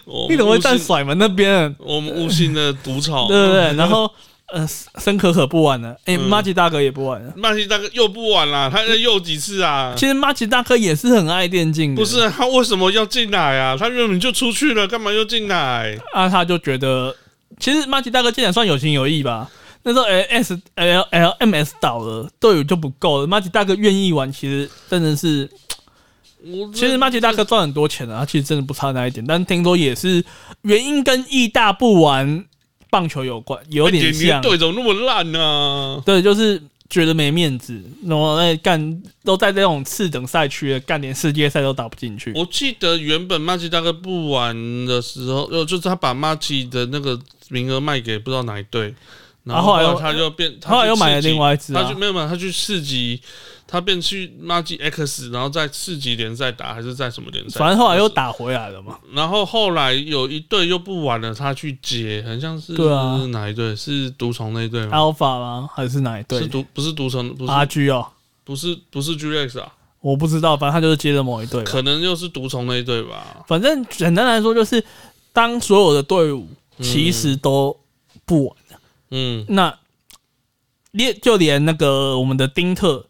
A: 我们
B: 你怎么会站
A: 悟性
B: 甩门那边？
A: 我们悟性的毒草，
B: 对不对？然后呃，森可可不玩了，
A: 嗯
B: 哎、马吉大哥也不玩了。
A: 曼西大哥又不玩啦，他又几次啊？
B: 其实马吉大哥也是很爱电竞的，
A: 不是啊他为什么要进来啊？他原本就出去了，干嘛又进来？
B: 啊，他就觉得，其实马吉大哥进来算有情有义吧。那时候 L S L L M S 倒了，队友就不够了。马吉大哥愿意玩，其实真的是，
A: 我
B: 其实马吉大哥赚很多钱啊，他其实真的不差那一点。但听说也是原因跟义大不玩棒球有关，有点
A: 哎你的
B: 像。
A: 队怎么那么烂啊呢？
B: 对，就是觉得没面子，然后在干都在这种次等赛区了，干连世界赛都打不进去。
A: 我记得原本曼奇大哥不玩的时候，呃，就是他把曼奇的那个名额卖给不知道哪一队，然后
B: 啊后来又
A: 他就变，他
B: 后来又
A: 去
B: 买了
A: 市集
B: 另外一只、啊，
A: 他去没有没有，他去四级，他便去马吉 X，然后在四级联赛打还是在什么联赛？
B: 反正后来又，打回来了嘛。
A: 然后后来有一队又不玩了，他去接，很像是
B: 对啊
A: 哪一队？是毒虫那一队吗？
B: Alpha 吗？还是哪一
A: 嗯是
B: 队
A: 毒不是毒虫，不是、
B: ？RG 哦，
A: 不是不是 G X 啊，
B: 我不知道，反正他就是接着某一队吧。
A: 可能又是毒虫那一队吧。
B: 反正简单来说，就是当所有的队伍其实都不玩，
A: 嗯
B: 那连就连那个我们的丁特，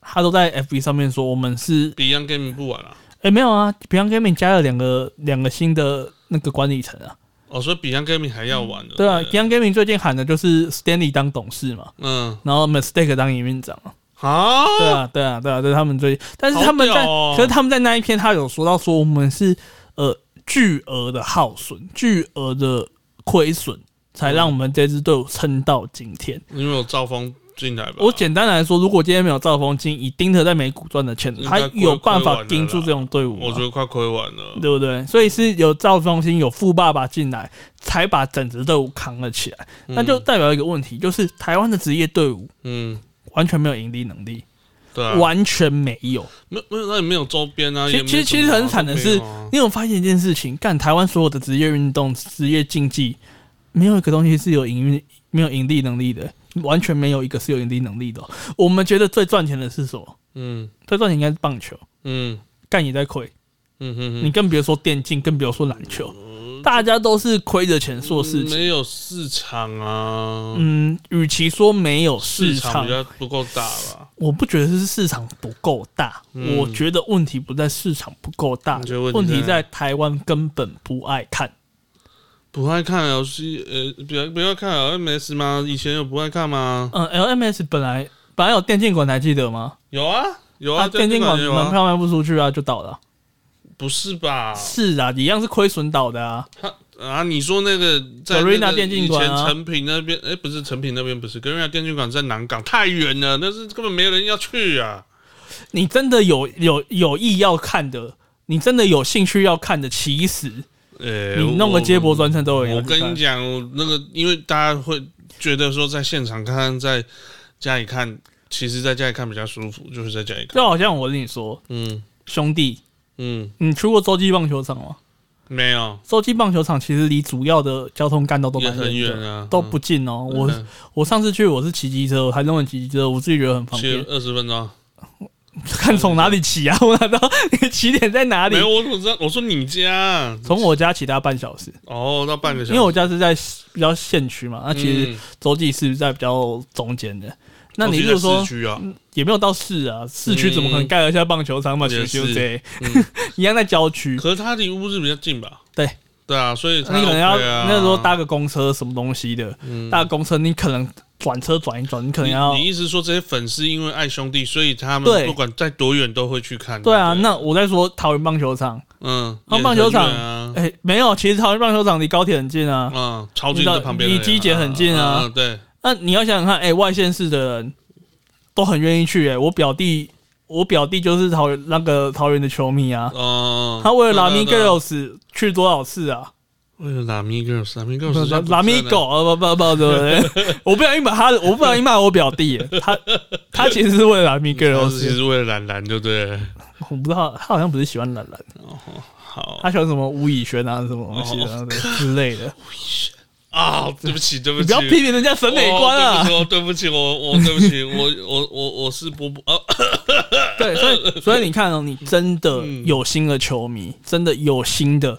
B: 他都在 FB 上面说我们是
A: Beyond Game 不玩啊。
B: 哎、没有啊，Beyond Gaming 加了两个两个新的那个管理层啊。
A: 哦，所以 Beyond Game 还要玩的。
B: 对啊
A: 不
B: ，Beyond Gaming 最近喊的就是 Stanley 当董事嘛，
A: 嗯，
B: 然后 Mistake 当营运长嘛。
A: 啊，
B: 对啊，对啊，对啊，这是他们最近，但是
A: 好
B: 他们在，
A: 屌哦
B: 可是他们在那一篇他有说到说我们是呃巨额的耗损，巨额的亏损，才让我们这支队伍撑到今天。
A: 因为有兆丰进来吧？
B: 我简单来说，如果今天没有赵风金，以丁特在美股赚的钱，
A: 应
B: 他
A: 该
B: 有办
A: 亏完
B: 法
A: 了啦
B: 盯住这种队伍
A: 我
B: 吗
A: 觉？得快亏完了。
B: 对不对？所以是有赵风兴、有富爸爸进来，才把整支队伍扛了起来。那就代表一个问题，就是台湾的职业队伍
A: 嗯，
B: 完全没有盈利能力，
A: 对啊，
B: 完全没有。
A: 没有没有，那也没有周边啊。
B: 其
A: 也没
B: 其实
A: 什么啊
B: 其实很惨的是
A: 都没有啊，
B: 你有发现一件事情？干台湾所有的职业运动、职业竞技，没有一个东西是有盈利、没有盈利能力的，完全没有一个是有盈利能力的哦、我们觉得最赚钱的是什么？
A: 嗯
B: 最赚钱应该是棒球，
A: 嗯
B: 干也在亏。
A: 嗯嗯嗯，
B: 你更别说电竞，更不要说篮球，大家都是亏着钱做事情。
A: 嗯没有市场啊，
B: 嗯，与其说没有市
A: 市场
B: 场
A: 比，较不够大吧？
B: 我不觉得是市场不够大，
A: 嗯
B: 我觉得问题不在市场不够大
A: 你觉得，问题
B: 问题
A: 在
B: 在台湾根本不爱看。
A: 不爱看 L C，呃，不要不要看 L M S 吗？以前有不爱看吗？
B: 嗯，LMS 本来本来有电竞馆，还记得吗？
A: 有啊有
B: 啊，
A: 啊，
B: 电竞馆
A: 馆有
B: 门
A: 啊，
B: 票卖不出去啊，就倒了。
A: 不是吧？
B: 是啊，一样是亏损倒的啊。
A: 他啊，你说那个在
B: Garena
A: 那个
B: 电竞馆啊
A: 以前成品那边，哎、不是成品那边，不是 Garena 电竞馆在南港，太远了，那是根本没人要去啊。
B: 你真的有有有意要看的，你真的有兴趣要看的，其实
A: 呃、
B: 你弄个接驳专车都有
A: 我
B: 人
A: 我
B: 要去看。
A: 跟你讲，我那个因为大家会觉得说在现场看，在家里看，其实在家里看比较舒服，就是在家里看。
B: 就好像我跟你说，
A: 嗯
B: 兄弟，
A: 嗯，
B: 你去过洲际棒球场吗？
A: 没有，
B: 洲际棒球场其实离主要的交通干道都
A: 也
B: 蛮
A: 很
B: 远
A: 远
B: 的，
A: 啊，
B: 都不近哦。
A: 嗯
B: 我我上次去我是骑机车，我台中人骑机车，我自己觉得 很方
A: 骑
B: 便。
A: 二十分钟。
B: 看从哪里骑啊？我哪知道你起点在哪里
A: 没？有，我怎么知道？我说你家
B: 从我家骑大概半小时，
A: 哦，到半个小时，
B: 因为我家是在比较县区嘛，那其实
A: 嗯
B: 洲际是在比较中间的。那你
A: 我
B: 如
A: 骑在
B: 果说
A: 市区啊，
B: 也没有到市啊，市区怎么可能盖得下棒球场嘛？
A: 也
B: 球球
A: 是
B: 这
A: 嗯
B: 一样在郊区，
A: 可是他离乌日比较近吧？
B: 对
A: 对啊，所以他
B: 那你可能
A: OK
B: 要
A: 啊、
B: 那时候搭个公车什么东西的，
A: 嗯
B: 搭个公车你可能转车转一转，你可能
A: 你
B: 要
A: 你意思说这些粉丝因为爱兄弟，所以他
B: 对
A: 们不管在多远都会去看？
B: 对啊。
A: 不
B: 那我在说桃园棒球场，
A: 嗯，
B: 那
A: 也
B: 棒球场
A: 很远 啊，
B: 哎，没有，其实桃园棒球场离高铁很近啊。
A: 嗯，超近在旁边而已啊，
B: 离机姐很近啊
A: 嗯，对，
B: 那你要想想看，哎，外县市的人都很愿意去，哎，我表弟，我表弟就是桃园那个桃园的球迷啊，
A: 哦，
B: 他为了拉米
A: 对啊，
B: girls 去多少次啊？
A: 对啊为了拉米 girls，拉米 girls，
B: 拉拉米狗，啊不不不，对不 对？我不小心把他，我不小心骂我表弟，哎他他其实是为了拉米
A: 他
B: girls，
A: 其实为了兰兰，对不对？
B: 我不知道，他好像不是喜欢懒懒，
A: 哦，好
B: 他喜欢什么吴以轩啊，什么东西啊、之类的。
A: 啊，对不起，对不
B: 你
A: 起，
B: 不要批评人家审美观啊！
A: 哦对不起，我对不起，我我对不起，我我我我是波波啊，
B: 对，所以所以你看哦，你真的
A: 嗯
B: 有心的球迷，真的有心的，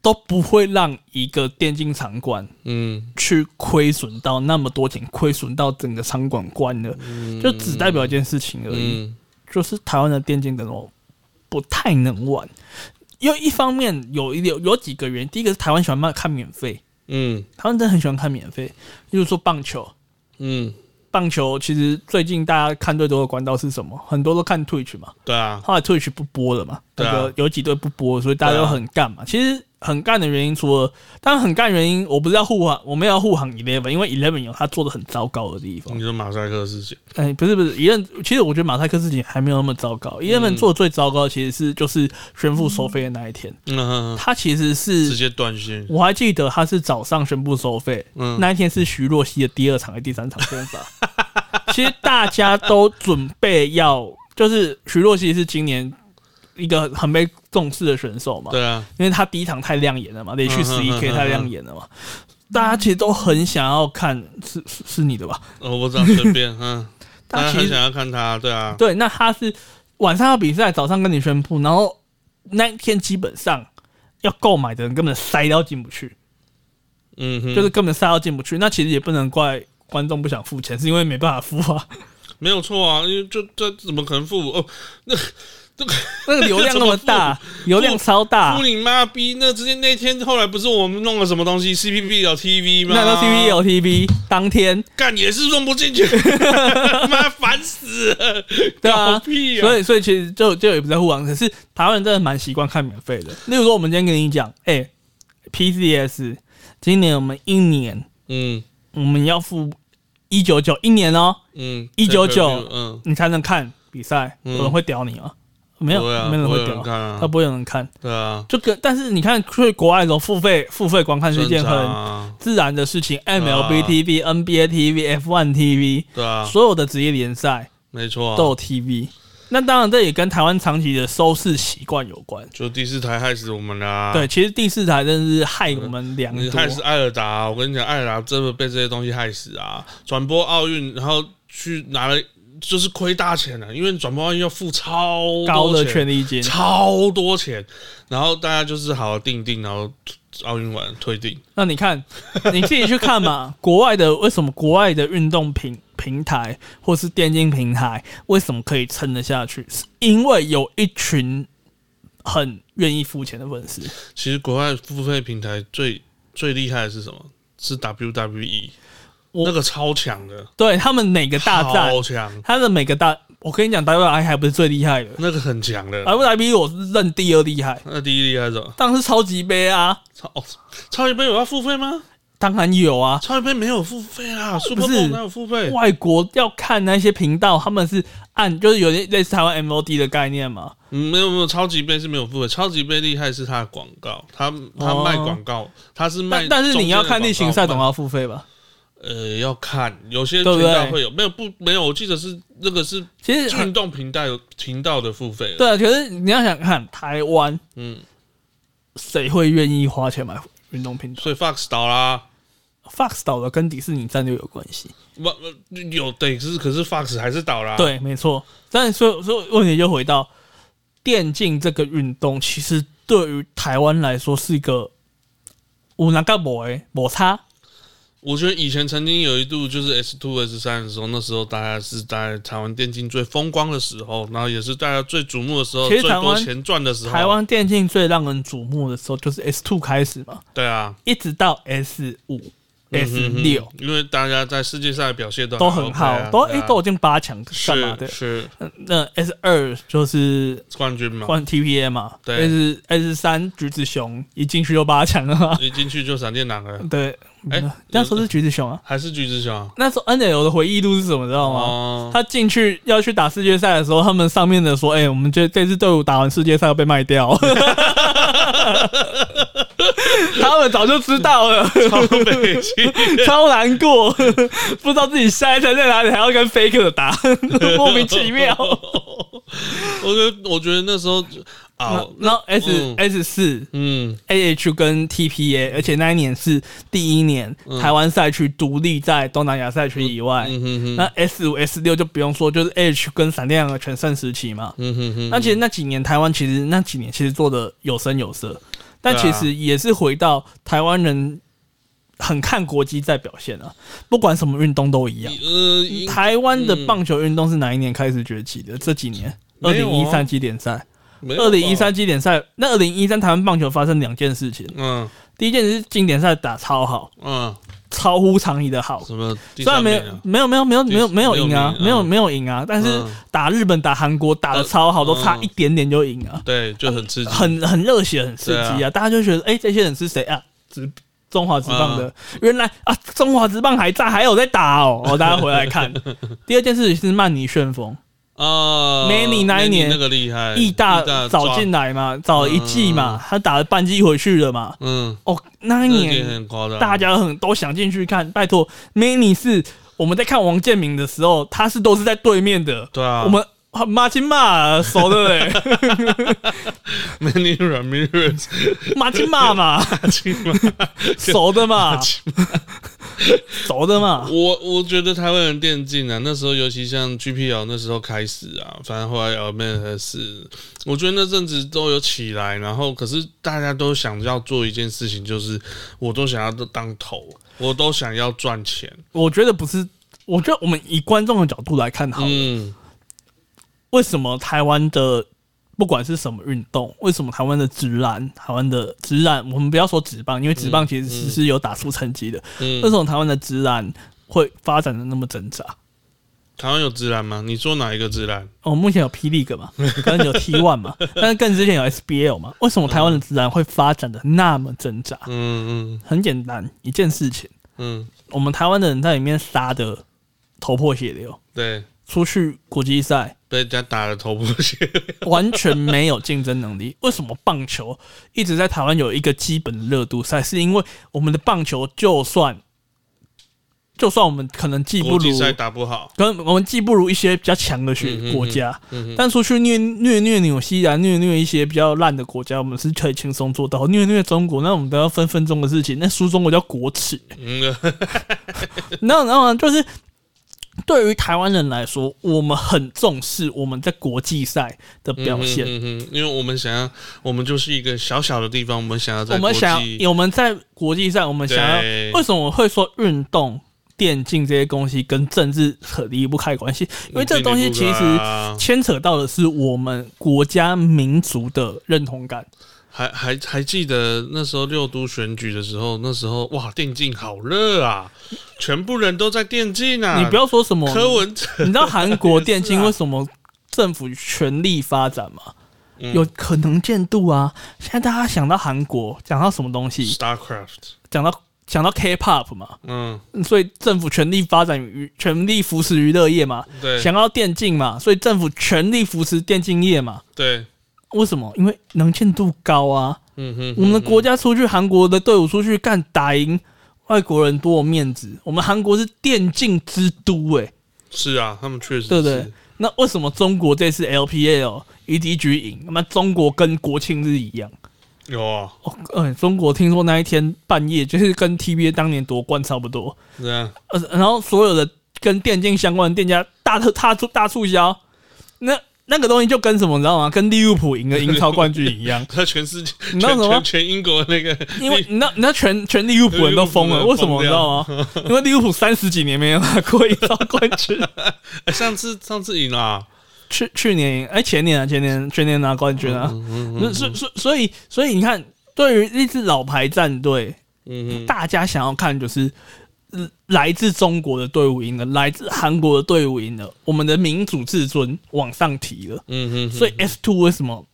B: 都不会让一个电竞场馆
A: 嗯，
B: 去亏损到那么多钱，亏损到整个场馆关了，就只代表一件事情而已，
A: 嗯
B: 就是台湾的电竞等我不太能玩。因为一方面有一有有几个原因，第一个是台湾喜欢看免费，
A: 嗯
B: 台湾真的很喜欢看免费，例如说棒球，
A: 嗯，
B: 棒球其实最近大家看最多的管道是什么？很多都看 Twitch 嘛，
A: 对啊，
B: 后来 Twitch 不播了嘛，
A: 对
B: 那
A: 啊
B: 个有几队不播，所以大家
A: 对啊
B: 都很干嘛。其实很干的原因，除了当然很干的原因，我不是要护航，我们要护航 Eleven，因为 Eleven 有他做的很糟糕的地方
A: 你。说马赛克事情，
B: 哎、不是不是，Eleven 其实我觉得马赛克事情还没有那么糟糕。Eleven
A: 嗯
B: 做的最糟糕的其实是就是宣布收费的那一天，
A: 嗯，
B: 他其实
A: 直
B: 是。
A: 接断线，
B: 我还记得他是早上宣布收费，
A: 嗯
B: 那一天是徐若曦的第二场和第三场宣发。 其实大家都准备要，就是徐若曦是今年一个很被重视的选手嘛，
A: 对啊，
B: 因为她第一场太亮眼了嘛，连续
A: 嗯
B: 十一
A: 嗯
B: K
A: 嗯
B: 太亮眼了嘛，大家其实都很想要看，是是是你的吧？
A: 呃我不知道随便，嗯，
B: 大
A: 大家
B: 家其
A: 很
B: 实
A: 想要看他，对啊，
B: 对，那他是晚上要比赛，早上跟你宣布，然后那一天基本上要购买的人根本塞到进不去。
A: 嗯哼，
B: 就是根本赛道进不去。那其实也不能怪观众不想付钱，是因为没办法付啊。
A: 没有错啊，因为就这怎么可能付哦？
B: 那个 流量那么大，流量超大
A: 付，你妈逼！那之前那天后来不是我们弄了什么东西 CPP 有 TV 吗？
B: 那到 TV LTV 当天，
A: 干也是弄不进 去，妈烦死了！
B: 对啊
A: 搞屁啊！
B: 所以所以其实就就也不在护航，可是台湾人真的蛮习惯看免费的。例如说，我们今天跟你讲，哎、p c s 今年我们一年
A: 嗯
B: 我们要付一九九一年哦，
A: 嗯，
B: 199
A: 嗯，
B: 你才能看比赛，
A: 嗯
B: 有人会屌你啊？没有，
A: 不会啊，
B: 没人
A: 不
B: 会
A: 有人
B: 屌，
A: 看啊
B: 他，不会有人看。
A: 对啊，
B: 就跟但是你看去国外的时候，付费付费观看是一件
A: 正常
B: 很
A: 啊，
B: 自然的事情。MLB TV、NBA TV、F1 TV，
A: 对啊，
B: 所有的职业联赛
A: 没错
B: 都
A: 啊，
B: 有 TV。那当然，这也跟台湾长期的收视习惯有关。
A: 就第四台害死我们啦。
B: 对，，其实第四台真的是害我们良
A: 啊你
B: 多。
A: 害死艾尔达啊，我跟你讲，艾尔达真的被这些东西害死啊！转播奥运，然后去拿了就是亏大钱了、啊因为转播奥运要付超多
B: 高的
A: 钱
B: 权利金，
A: 超多钱，然后大家就是好好定定，然后奥运完退订，
B: 那你看，你自己去看 嘛。国外的为什么国外的运动平平台或是电竞平台为什么可以撑得下去？是因为有一群很愿意付钱的粉丝。
A: 其实国外付费平台最最厉害的是什么？是 WWE，
B: 我
A: 那个超强的，
B: 对他们每个大战，
A: 超强，
B: 他的每个大，我跟你讲，WWE 还不是最厉害的
A: 那个很强
B: 啊
A: 的。
B: ，WWE 我是认第二厉害，
A: 那第一厉害是什么？
B: 当然是超级杯啊，
A: 超哦超级杯有要付费吗？
B: 当然有啊。
A: 超级杯没有付费啦，Super
B: 不是
A: Bowl 哪有付费？
B: 外国要看那些频道，他们是按就是有点类似台湾 MOD 的概念嘛，
A: 嗯，没有没有，超级杯是没有付费。超级杯厉害是它的广告，它它
B: 哦
A: 卖广告，它是卖
B: 但但是你要看例行赛，
A: 懂
B: 总
A: 吗？
B: 要付费吧？
A: 呃，要看有些
B: 对不
A: 频
B: 对
A: 道会有，没有不没有，我记得是那个是
B: 其实很
A: 运动频道有频道的付费了。
B: 对啊，可是你要想看台湾
A: 嗯，
B: 谁会愿意花钱买运动频道
A: 所以 Fox 倒啦，
B: ？Fox 倒的跟迪士尼战略有关系，
A: 不不有对，可是可是 Fox 还是倒啦。，
B: 对，没错。但是所以所以问题就回到电竞这个运动，其实对于台湾来说是一个无那个摩诶摩擦，
A: 我觉得以前曾经有一度就是 S two S 三的时候，那时候大家是在台湾电竞最风光的时候，然后也是大家最瞩目的时候，
B: 其
A: 最
B: 实台湾
A: 多钱赚的时候。
B: 台湾电竞最让人瞩目的时候就是 S two 开始嘛，
A: 对啊
B: 一直到 S 五、S 六
A: 嗯因为大家在世界赛的表现都
B: 都很好，都啊诶、都已经八强干嘛
A: 啊是
B: 的？呃
A: 是
B: 那 S 二就是
A: 冠军嘛，
B: 换 TPA 嘛，
A: 对
B: S S 三橘子熊一进去就八强了嘛，
A: 一进去就闪电狼了，
B: 对，
A: 哎
B: 嗯那时候是橘子熊啊，
A: 还是橘子熊？
B: 那时候 N L 的回忆录是什么，知道吗？
A: 哦，
B: 他进去要去打世界赛的时候，他们上面的说：“哎、我们这这支队伍打完世界赛要被卖掉。” 他们早就知道了，
A: 超哦 北 京。
B: 超难过，不知道自己下一站在哪里，还要跟 Faker 打， 莫名其妙。
A: 我觉得，我觉得那时候啊，
B: 然后 S、
A: 嗯
B: S 四
A: 嗯，
B: A H 跟 T P A，而且那一年是第一年、台湾赛区独立在东南亚赛区以外。
A: 嗯哼哼，
B: 那 S 五 S 六就不用说，就是 H 跟闪电狼的全盛时期嘛。
A: 嗯哼哼，
B: 那其实那几年台湾其实那几年其实做的有声有色，但
A: 对
B: 其
A: 啊
B: 实也是回到台湾人很看国际在表现啊，不管什么运动都一样。
A: 呃，应
B: 台湾的棒球运动是哪一年开始崛起的？这几年，二
A: 没有
B: 零一
A: 啊
B: 三经典赛，
A: 没有吧
B: 二零一，三经典赛，那二零一三台湾棒球发生两件事情。
A: 嗯
B: 第一件是经典赛打超好，
A: 嗯，
B: 超乎常理的好。
A: 什么第
B: 虽然
A: 三
B: 没
A: 名
B: 有
A: 啊？
B: 没有没有没有没有没有赢啊，没
A: 没
B: 有
A: 有
B: 没有赢啊，但是
A: 嗯
B: 打日本打韩国打的超好，
A: 呃
B: 都差一点点就赢啊，
A: 对，就很刺激，
B: 很很热血，很刺激
A: 对
B: 啊！大家就觉得，哎，这些人是谁啊？职中华职棒的，原来啊，中华职棒还在，还有在打哦， 哦，大家回来看。第二件事情是曼尼旋风，
A: 啊
B: Manny 那一年
A: 那个厉害，
B: 哎义大
A: 早
B: 早进，来嘛，早一季嘛，他打了半季回去了嘛。
A: 嗯，
B: 哦，那一
A: 那
B: 年
A: 年很夸张，
B: 大家很都想进去看。拜托，Many 是我们在看王建民的时候，他是都是在对面的，
A: 对啊，
B: 我们马金骂熟的嘞，
A: Manny Ramirez
B: 马金骂嘛，
A: 进来
B: 熟的嘛，熟的嘛，
A: 我我觉得台湾人电竞啊，那时候尤其像 GPL 那时候开始啊，反正后来 LMS 是，我觉得那阵子都有起来，然后可是大家都想要做一件事情，就是我都想要当头，我都想要赚钱，
B: 我觉得不是我觉得我们以观众的角度来看好了，
A: 嗯，
B: 为什么台湾的不管是什么运动，为什么台湾的直男、台湾的直男，我们不要说直棒，因为直棒其实是是有打出成绩的，
A: 嗯
B: 为什么台湾的直男会发展的那么挣扎？
A: 台湾有直男吗？你说哪一个直男？
B: 哦，目前有 P League 嘛，跟有 T One 嘛，但是更之前有 SBL 嘛，为什么台湾的自然会发展的那么挣扎？
A: 嗯
B: 很简单，一件事情，
A: 嗯嗯，
B: 我们台湾的人在里面杀的头破血流，
A: 对，
B: 出去国际赛
A: 被人家打的头破血流。
B: 完全没有竞争能力。为什么棒球一直在台湾有一个基本的热度赛？是因为我们的棒球就算就算我们可能技不
A: 国际
B: 如
A: 赛打不好，
B: 跟我们技不如一些比较强的学国家，
A: 嗯
B: 但出去虐虐虐纽西兰、虐虐一些比较烂的国家，我们是可以轻松做到；虐虐中国，那我们都要分分钟的事情。那输中国叫国 耻。
A: 嗯，
B: 那然后就是对于台湾人来说，我们很重视我们在国际赛的表现。
A: 嗯嗯嗯，因为我们想要，我们就是一个小小的地方，我们想要在
B: 我们
A: 国
B: 想
A: 际，
B: 我们在国际赛，我们想要
A: 对
B: 为什么我会说运动、电竞这些东西跟政治扯离不开关系？因为这个东西其实
A: 啊
B: 牵扯到的是我们国家民族的认同感。
A: 还还还记得那时候六都选举的时候，那时候哇，电竞好热啊，全部人都在电竞啊。
B: 你不要说什么，
A: 柯文哲，
B: 你知道韩国电 竞
A: 也是啊
B: 为什么政府全力发展吗？
A: 嗯
B: 有可能见度啊！现在大家想到韩国，讲到什么东西？
A: StarCraft，
B: 讲到讲到 K-pop 嘛，
A: 嗯，
B: 所以政府全力发展娱，全力扶持娱乐业嘛。
A: 对
B: 想到电竞嘛，所以政府全力扶持电竞业嘛。
A: 对，
B: 为什么？因为能见度高啊！
A: 嗯哼，
B: 我们的国家出去，韩国的队伍出去干打赢外国人多有面子。我们韩国是电竞之都、欸，
A: 是啊，他们确实
B: 对不对
A: 是？
B: 那为什么中国这次 LPL 哦一敌局赢？那么中国跟国庆日一样。
A: 有啊，
B: 哦，呃，中国听说那一天半夜就是跟 TBA 当年夺冠差不多，
A: 这样，
B: 呃，然后所有的跟电竞相关的店家大特大促大促销，那那个东西就跟什么你知道吗？跟利物浦赢了英超冠军一样
A: 他全世界，
B: 你知道
A: 全
B: 什么
A: 全全英国那个，
B: 因为你知道，你知道全全利物浦人都疯了，
A: 利物浦人
B: 为什么
A: 疯
B: 你知道吗？ 因为利物浦三十几年没有拿过英超冠军，
A: 哎上次上次赢了啊，
B: 去去年赢哎前年啊前年前年拿冠军啊，
A: 嗯
B: 所所所所以所以你看，对于一支老牌战队，
A: 嗯哼，
B: 大家想要看就是。呃来自中国的队伍赢了，来自韩国的队伍赢了，我们的民主自尊往上提了。
A: 嗯哼，
B: 所以 S two 为什么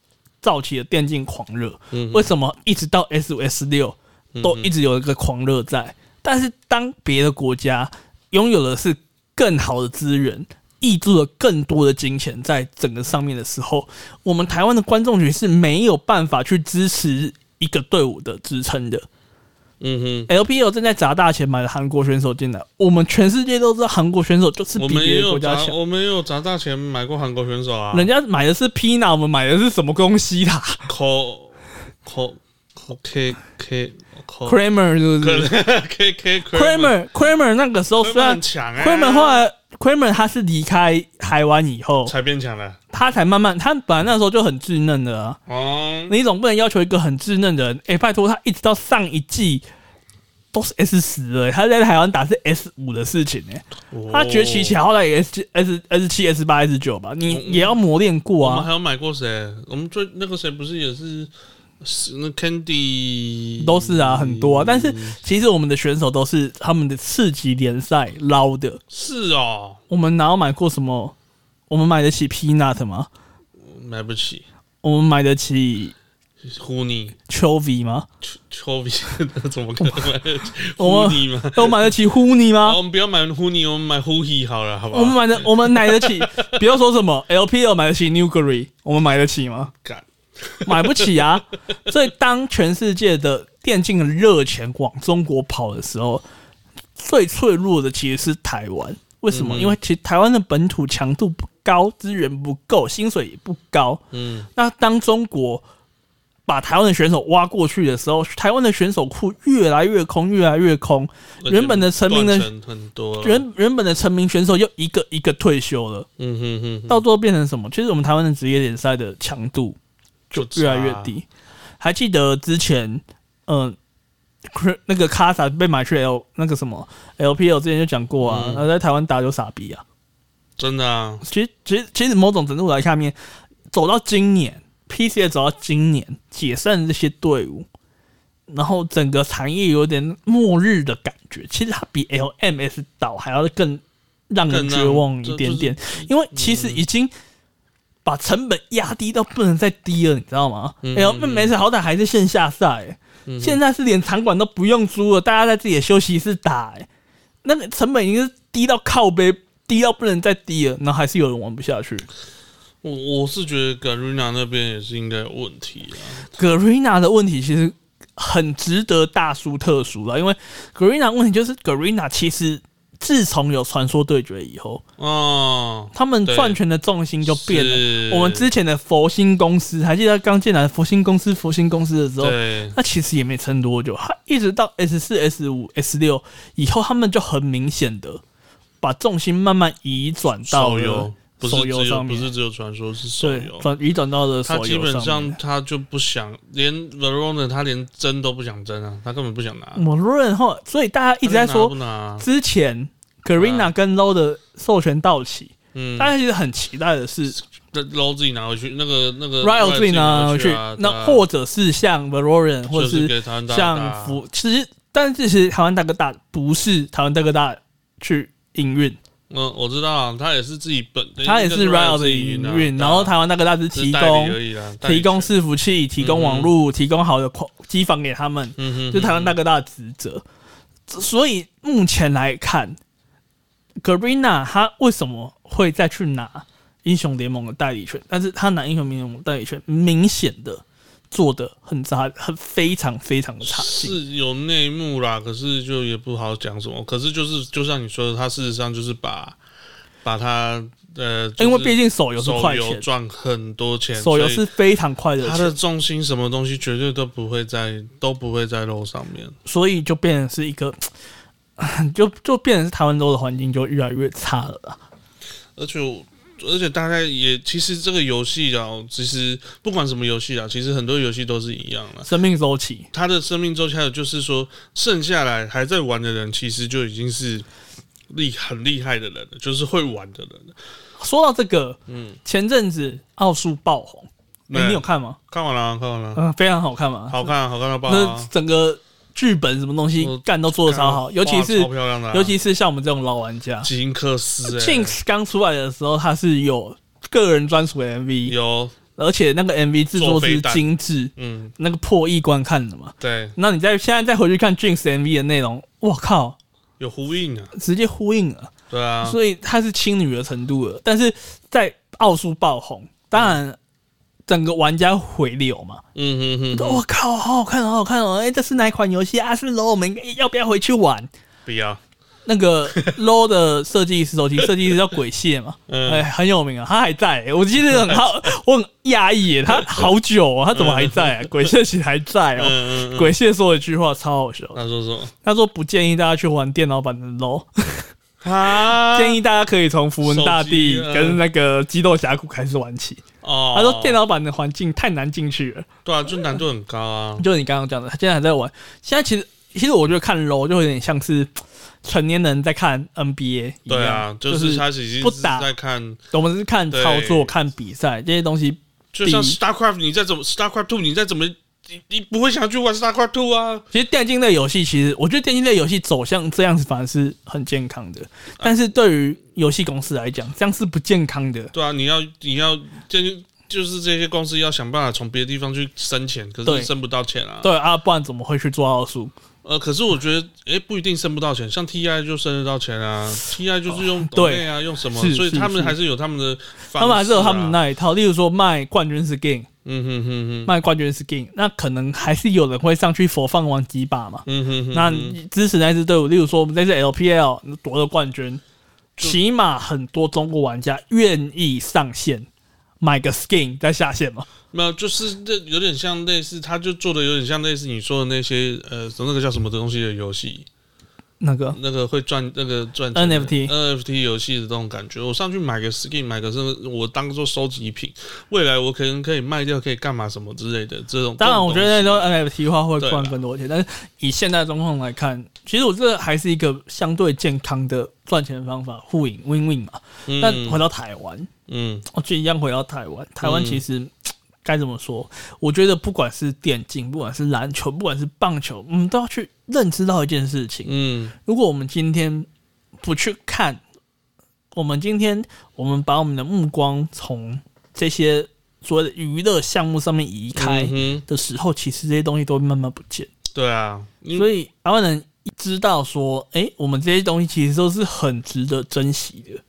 B: 造起了电竞狂热？
A: 嗯
B: 为什么一直到 S 五 S 六都一直有一个狂热在？但是当别的国家拥有的是更好的资源，挹注了更多的金钱在整个上面的时候，我们台湾的观众群是没有办法去支持一个队伍的支撑的。
A: 嗯
B: LPL 正在砸大钱买了韩国选手进来，我们全世界都知道韩国选手就是
A: 哼，我
B: 比
A: 们
B: 别
A: 也
B: 的国
A: 有
B: 家
A: 砸，
B: 强。
A: 我们也有砸大钱买过韩国选手啊，
B: 人家买的是 Pina，我们买的是什么东西啦？
A: 口口口 K K 口
B: Kramer 是不是
A: K K
B: ？Kramer Kramer 那个时候虽
A: Kramer
B: 然
A: 很强哎
B: Kramer 后来 Kramer 他是离开台湾以后，
A: 才变强的
B: 他才慢慢，他本来那时候就很稚嫩的啊。
A: 哦，
B: 你总不能要求一个很稚嫩的人，哎、拜托他一直到上一季都是 S 十了、他在台湾打是 S 五的事情哎、
A: 哦
B: 他崛起起来，后来也 S S S 七 S 八 S 九吧，
A: 哦
B: 你也要磨练过
A: 我们
B: 啊。
A: 还有买过谁？我们最那个谁不是也是是那 Candy
B: 都是啊，很多啊，但是其实我们的选手都是他们的次级联赛捞的，
A: 是哦，
B: 我们哪有买过什么？我们买得起 Peanut 吗？
A: 买不起。
B: 我们买得起
A: 呼你
B: Q V 吗？
A: 丘比，怎么可能买得起
B: 我
A: 呼
B: 们
A: 你吗？
B: 我们买得起 h 尼
A: 好，
B: 吗？
A: 我们不要买呼你，我们买呼 he 好了，好不好？
B: 我们买的，我们买得起，不要说什么 LPL 买得起 Newgry，我们买得起吗？
A: 干
B: 买不起啊！所以当全世界的电竞的热钱往中国跑的时候，最脆弱的其实是台湾。为什么？因为其实台湾的本土强度不高，资源不够，薪水也不高。
A: 嗯，
B: 那当中国把台湾的选手挖过去的时候，台湾的选手库越来越空，越来越空。原本的成名的
A: 嗯断层很多了，
B: 原原本的成名选手又一个一个退休了，
A: 嗯哼哼哼，
B: 到最后变成什么？其实我们台湾的职业联赛的强度
A: 就
B: 越来越
A: 差
B: 低。还记得之前，嗯、那个卡萨被买去 L 那个什么 LPL 之前就讲过
A: 嗯
B: 啊，然后在台湾打就傻逼啊。
A: 真的啊，
B: 其实其实其实某种程度来下面走到今年 PCA 走到今年解散这些队伍，然后整个产业有点末日的感觉。其实它比 LMS 倒还要更让人
A: 更让
B: 绝望一
A: 这
B: 点
A: 就是嗯
B: 点，因为其实已经把成本压低到不能再低了，你知道吗哎
A: 嗯
B: ？LMS 好歹还是线下赛、
A: 嗯
B: 现在是连场馆都不用租了，大家在自己的休息室打、欸，那个成本已经是低到靠背，低到不能再低了，然后还是有人玩不下去。
A: 我我是觉得 Garena 那边也是应该有问题啊。
B: Garena 的问题其实很值得大书特书了，因为 Garena 问题就是 Garena 其实自从有传说对决以后，
A: 哦，
B: 他们
A: 对
B: 赚钱的重心就变了。
A: 是
B: 我们之前的佛心公司，还记得刚进来的佛心公司，佛心公司的时候，
A: 对
B: 那其实也没撑多久，他一直到 S 四、S 五、S 六以后，他们就很明显的把重心慢慢移转到
A: 手游
B: 了
A: 不是
B: 手
A: 只有
B: 游上
A: 不
B: 面，
A: 是只有传说是手
B: 对
A: 游，，
B: 转移转到了手
A: 他基
B: 游
A: 本
B: 上
A: 上
B: 面。
A: 他就不想连 Verona 他连争都不想争啊，他根本不想拿。
B: 我论后，所以大家嗯一直在
A: 他
B: 说，
A: 连拿不拿，啊
B: 之前 Garena 跟 Low 的授权到期，
A: 嗯，
B: 大家其实很期待的是
A: 那 LO 自己拿回去，那个那个
B: Riot 自己拿
A: 回
B: 回去
A: 啊，对
B: 那
A: 啊
B: 或者是像 Valorant 或者
A: 就是
B: 是
A: 给台湾大哥
B: 像
A: 大
B: 福，其实但是其实台湾大哥大不是台湾大哥大去营运，
A: 嗯，我知道啊，他也是自己本，
B: 它也是 Riot 的营
A: 营啊
B: 运，然后台湾大哥大只提供
A: 而已啦，代理
B: 提供
A: 权，
B: 伺服器、提供网络、提供好的框机房给他们，
A: 嗯哼，
B: 就是台湾大
A: 嗯
B: 哥大的职责。所以目前来看，Garena 他为什么会再去拿英雄联盟的代理权？但是他拿英雄联盟代理权，明显的做的很差，很非常非常的差劲。
A: 是有内幕啦，可是就也不好讲什么，可是就是就像你说的，他事实上就是把把他呃，就是
B: 因为毕竟手游是
A: 手
B: 快
A: 游
B: 钱，
A: 赚很多钱，
B: 手游
A: 所
B: 是
A: 以
B: 非常快的
A: 他
B: 钱
A: 的，重心什么东西绝对都不会在都不会在肉上面，
B: 所以就变成是一个，就就变成是台湾州的环境就越来越差了啊啦。
A: 而且我而且大家也其实这个游戏啊，其实不管什么游戏啊，其实很多游戏都是一样啦。
B: 生命周期，
A: 他的生命周期，还有就是说，剩下来还在玩的人，其实就已经是厉很厉害的人了，就是会玩的人了。
B: 说到这个，嗯，前阵子奥数爆红，哎、
A: 对
B: 你有看吗？
A: 看完了啊、看完了啊、
B: 嗯、非常好看嘛，
A: 好看啊、好看到爆
B: 那
A: 啊！
B: 整个剧本什么东西
A: 我
B: 干都做的超好，
A: 看
B: 尤其
A: 哇
B: 是
A: 超漂亮的啊、
B: 尤其是像我们这种老玩家
A: 基因克斯、欸，
B: ，Jinx 刚出来的时候，它是有个人专属的 MV，
A: 有
B: 而且那个 MV 制作
A: 做
B: 之
A: 飞弹
B: 精致，
A: 嗯，
B: 那个破亿观看的嘛。
A: 对，
B: 那你再现在再回去看 Jinx MV 的内容，我靠，
A: 有呼应啊，
B: 直接呼应了，
A: 对啊，
B: 所以它是亲女的程度了。但是在奥数爆红，当然整个玩家回流嘛，
A: 嗯哼哼哼，
B: 我靠，好好看，好好看哦！哎、这是哪一款游戏啊？是 low，我们要不要回去玩？
A: 不要，
B: 那个 low 的设计师，手机设计师叫鬼蟹嘛，哎、
A: 嗯，
B: 很有名啊，他还在、我记得 很好，我很讶异耶，他好久、哦，他怎么还在、啊？鬼蟹其实还在哦。
A: 嗯嗯嗯，
B: 鬼蟹说了一句话超好笑，
A: 他说什么？
B: 他说不建议大家去玩电脑版的 low，、
A: 啊
B: 建议大家可以从符文大帝
A: 手机嗯
B: 跟那个激斗峡谷开始玩起。
A: 哦，
B: 他说电脑版的环境太难进去了。
A: 对啊，就难度很高啊，
B: 就是你刚刚讲的，他现在还在玩。现在其实其实我觉得看 LO 就有点像是成年人在看 NBA 一样
A: 对啊，
B: 就
A: 就是他已经
B: 不
A: 是
B: 打
A: 在看。
B: 我们是看操作、
A: 对
B: 看比赛这些东西。
A: 就像
B: 第一
A: StarCraft，你再怎么 StarCraft Two，你再怎么，你你不会想要去玩 StarCraft Two 啊？
B: 其实电竞类游戏，其实我觉得电竞类游戏走向这样子反而是很健康的，但是对于游戏公司来讲，这样是不健康的。
A: 对啊，你要你要这就是这些公司要想办法从别的地方去生钱，可
B: 对
A: 是生不到钱啊。，
B: 对啊，不然怎么会去做奥数？
A: 呃，可是我觉得，诶、不一定生不到钱，像 TI 就生得到钱啊，TI 就是用抖内啊，用什么
B: 哦是，
A: 所以他
B: 是是
A: 们还是有他们的方式啊、
B: 他们还是有他们那一套，例如说卖冠军 skin，
A: 嗯哼哼哼，
B: 卖冠军 skin，那可能还是有人会上去佛放玩几把嘛。
A: 嗯哼哼哼，
B: 那支持那支队伍，例如说我们这次 LPL 夺了冠军，起码很多中国玩家愿意上线买个 skin 再下线嘛。
A: 没有，就是这有点像类似，他就做的有点像类似你说的那些呃，那个叫什么的东西的游戏，
B: 那个
A: 那个会赚那个赚钱的
B: NFT
A: NFT 游戏的这种感觉。我上去买个 skin，买个是我当做收集品，未来我可能可以卖掉，可以干嘛什么之类的这种。
B: 当然，我觉
A: 这
B: 得那
A: 种
B: 种 NFT 的话会
A: 对
B: 赚
A: 啦
B: 更多钱，但是以现在状况来看，其实我这还是一个相对健康的赚钱方法，互赢 win win 嘛。
A: 东西
B: 但
A: 嗯
B: 回到台湾，
A: 嗯
B: 我哦就一样回到台湾。台湾
A: 嗯
B: 其实该怎么说？我觉得不管是电竞，不管是篮球，不管是棒球，我们都要去认知到一件事情：
A: 嗯
B: 如果我们今天不去看，我们今天我们把我们的目光从这些所谓的娱乐项目上面移开。
A: 嗯哼
B: 的时候，其实这些东西都会慢慢不见。
A: 对啊，因为
B: 所以台湾人知道说，诶，我们这些东西其实都是很值得珍惜的，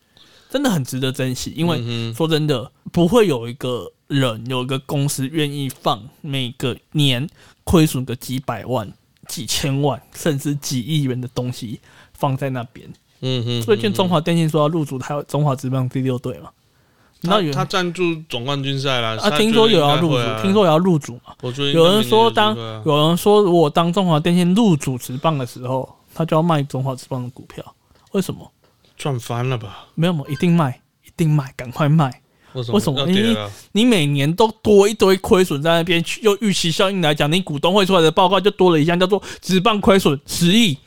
B: 真的很值得珍惜。因为
A: 嗯哼
B: 说真的，不会有一个人、有一个公司愿意放每个年亏损个几百万、几千万，甚至几亿元的东西放在那边。
A: 嗯哼，
B: 最近中华电信说要入主台中华职棒第六队嘛，那
A: 他
B: 有
A: 他赞助总冠军赛啦，
B: 啊，
A: 他
B: 听说
A: 觉
B: 有
A: 得应
B: 要
A: 该
B: 入主
A: 会啊，
B: 听说有要入主嘛。
A: 我觉得应该
B: 有人说当
A: 明年有机会啊
B: 有人说，如果当中华电信入主职棒的时候，他就要卖中华职棒的股票，为什么？
A: 赚翻了吧？
B: 没有嘛，一定卖，一定卖，赶快卖！
A: 为什
B: 为什么
A: 要跌了？啊
B: 你每年都多一堆亏损在那边，用预期效应来讲，你股东会出来的报告就多了一项叫做职棒亏损十亿，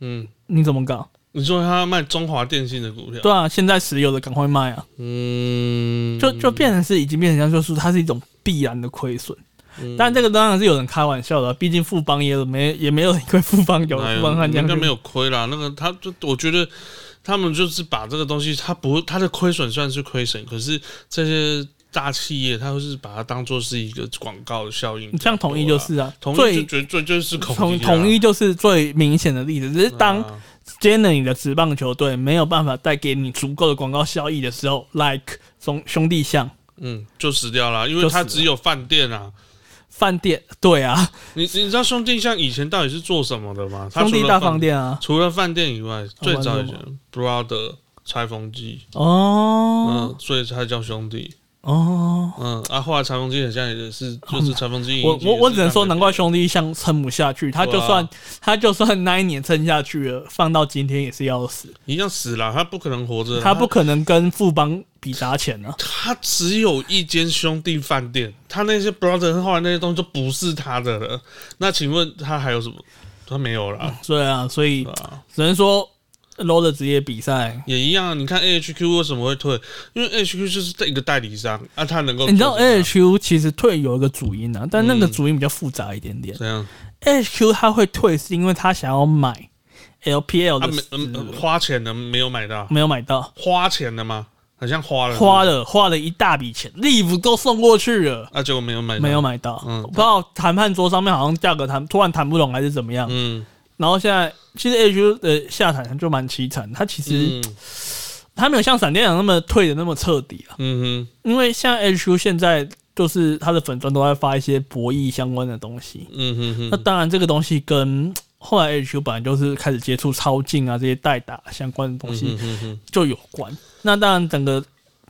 A: 嗯，
B: 你怎么搞？
A: 你说他要卖中华电信的股票，
B: 对啊，现在石油的赶快卖啊，
A: 嗯，
B: 就就变成是已经变成像就是它是一种必然的亏损。
A: 嗯，
B: 但这个当然是有人开玩笑的，毕竟富邦也有没也没有人亏富邦有
A: 哪
B: 富邦悍
A: 哎应
B: 将
A: 该
B: 军
A: 没有亏啦。那个他就我觉得他们就是把这个东西，他不他的亏损虽然是亏损，可是这些大企业他会是把它当做是一个广告的效应。
B: 像统一就是啊，
A: 统
B: 最
A: 一就绝对就是统
B: 统
A: 一
B: 统一就是最明显的例子，只是
A: 啊
B: 当今天的你的职棒球队没有办法带给你足够的广告效益的时候，like 兄兄弟像
A: 嗯就死掉了，因
B: 就
A: 为
B: 死
A: 他
B: 了
A: 只有饭店啊。
B: 饭店，对啊，
A: 你你知道兄弟像以前到底是做什么的吗？他
B: 兄
A: 除
B: 弟
A: 了
B: 大
A: 饭
B: 饭店啊，
A: 除了饭店以
B: 哦
A: 外，最早以
B: 不然
A: 前 brother 裁缝机，嗯
B: 哦，
A: 所以才叫兄弟，
B: 哦，
A: 嗯，啊，后来裁缝机好像也是，就是裁缝机，
B: 我我我只能说，难怪
A: 兄，
B: 兄弟像撑不下去，他就
A: 对啊
B: 算他就算那一年撑下去了，放到今天也是要死，
A: 一样死了，他不可能活着，
B: 他不可能跟富邦比砸钱啊，
A: 他，他只有一间兄弟饭店，他那些 brother 后来那些东西就不是他的了，那请问他还有什么？他没有了，
B: 对啊，所以
A: 对吧？
B: 只能说 low 的职业比赛
A: 也一样，你看 A H Q 为什么会退？因为 A H Q 就是一个代理商，啊，他能够做
B: 欸你
A: 什
B: 知
A: 么
B: 道
A: 啊，
B: AHQ 其实退有一个主因啊，但那个
A: 嗯
B: 主因比较复杂一点点。
A: 怎样？
B: AHQ 他会退是因为他想要买 LPL
A: 他
B: 的
A: 没
B: 资
A: 嗯
B: 源、
A: 呃花钱的没有买到，
B: 没有买到，
A: 花钱的吗？好像花了，
B: 花了花了一大笔钱，Live 都送过去了，
A: 啊，结果没有买，
B: 没有，买到。
A: 嗯
B: 我不知道谈判桌上面好像价格谈突然谈不拢还是怎么样。
A: 嗯，
B: 然后现在其实 AHQ 的下场就蛮凄惨，他其实
A: 嗯
B: 他没有像闪电狼那么退的那么彻底啊，
A: 嗯
B: 因为像 AHQ 现在就是他的粉砖都在发一些博弈相关的东西。
A: 哼，嗯哼
B: 那
A: 哼，
B: 当然，这个东西跟后来 H U 本来就是开始接触超竞啊这些代打相关的东西
A: 嗯哼哼
B: 就有关。那当然，整个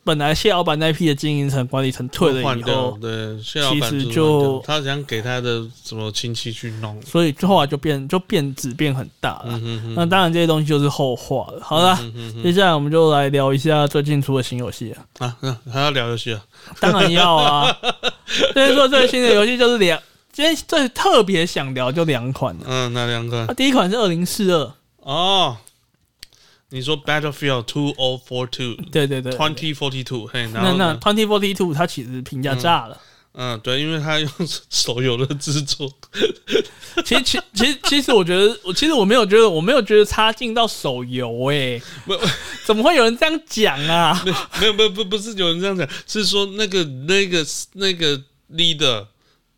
B: 本来谢老板那批的经营层、管理层退了
A: 换
B: 以
A: 掉
B: 后，
A: 对，谢老板
B: 其实
A: 换
B: 就
A: 掉他想给他的什么亲戚去弄，
B: 所以后啊来就变就变质变很大了
A: 嗯。哼哼，
B: 那当然，这些东西就是后话了。好啦，
A: 嗯哼哼
B: 接下来我们就来聊一下最近出的新游戏 啊。
A: 啊，那还要聊游戏啊，
B: 当然要啊，所以说最新的游戏就是两，今天最特别想聊就两款了。
A: 嗯，那两
B: 啊，
A: 个
B: 第一款是二零四二，
A: 哦，你说 Battlefield Two O Four Two
B: 对对对。
A: Twenty Forty Two，嘿，然
B: 那
A: 后
B: 那
A: 呢
B: Twenty Forty Two 它其实评价炸了。
A: 嗯，对，因为他用手游的制作，
B: 其实，其其实，其实，我觉得，我其实我没有觉得，我没有觉得差劲到手游哎、
A: 没有
B: 怎么会有人这样讲啊？
A: 没有，没有，不不是有人这样讲，是说那个那个那个 leader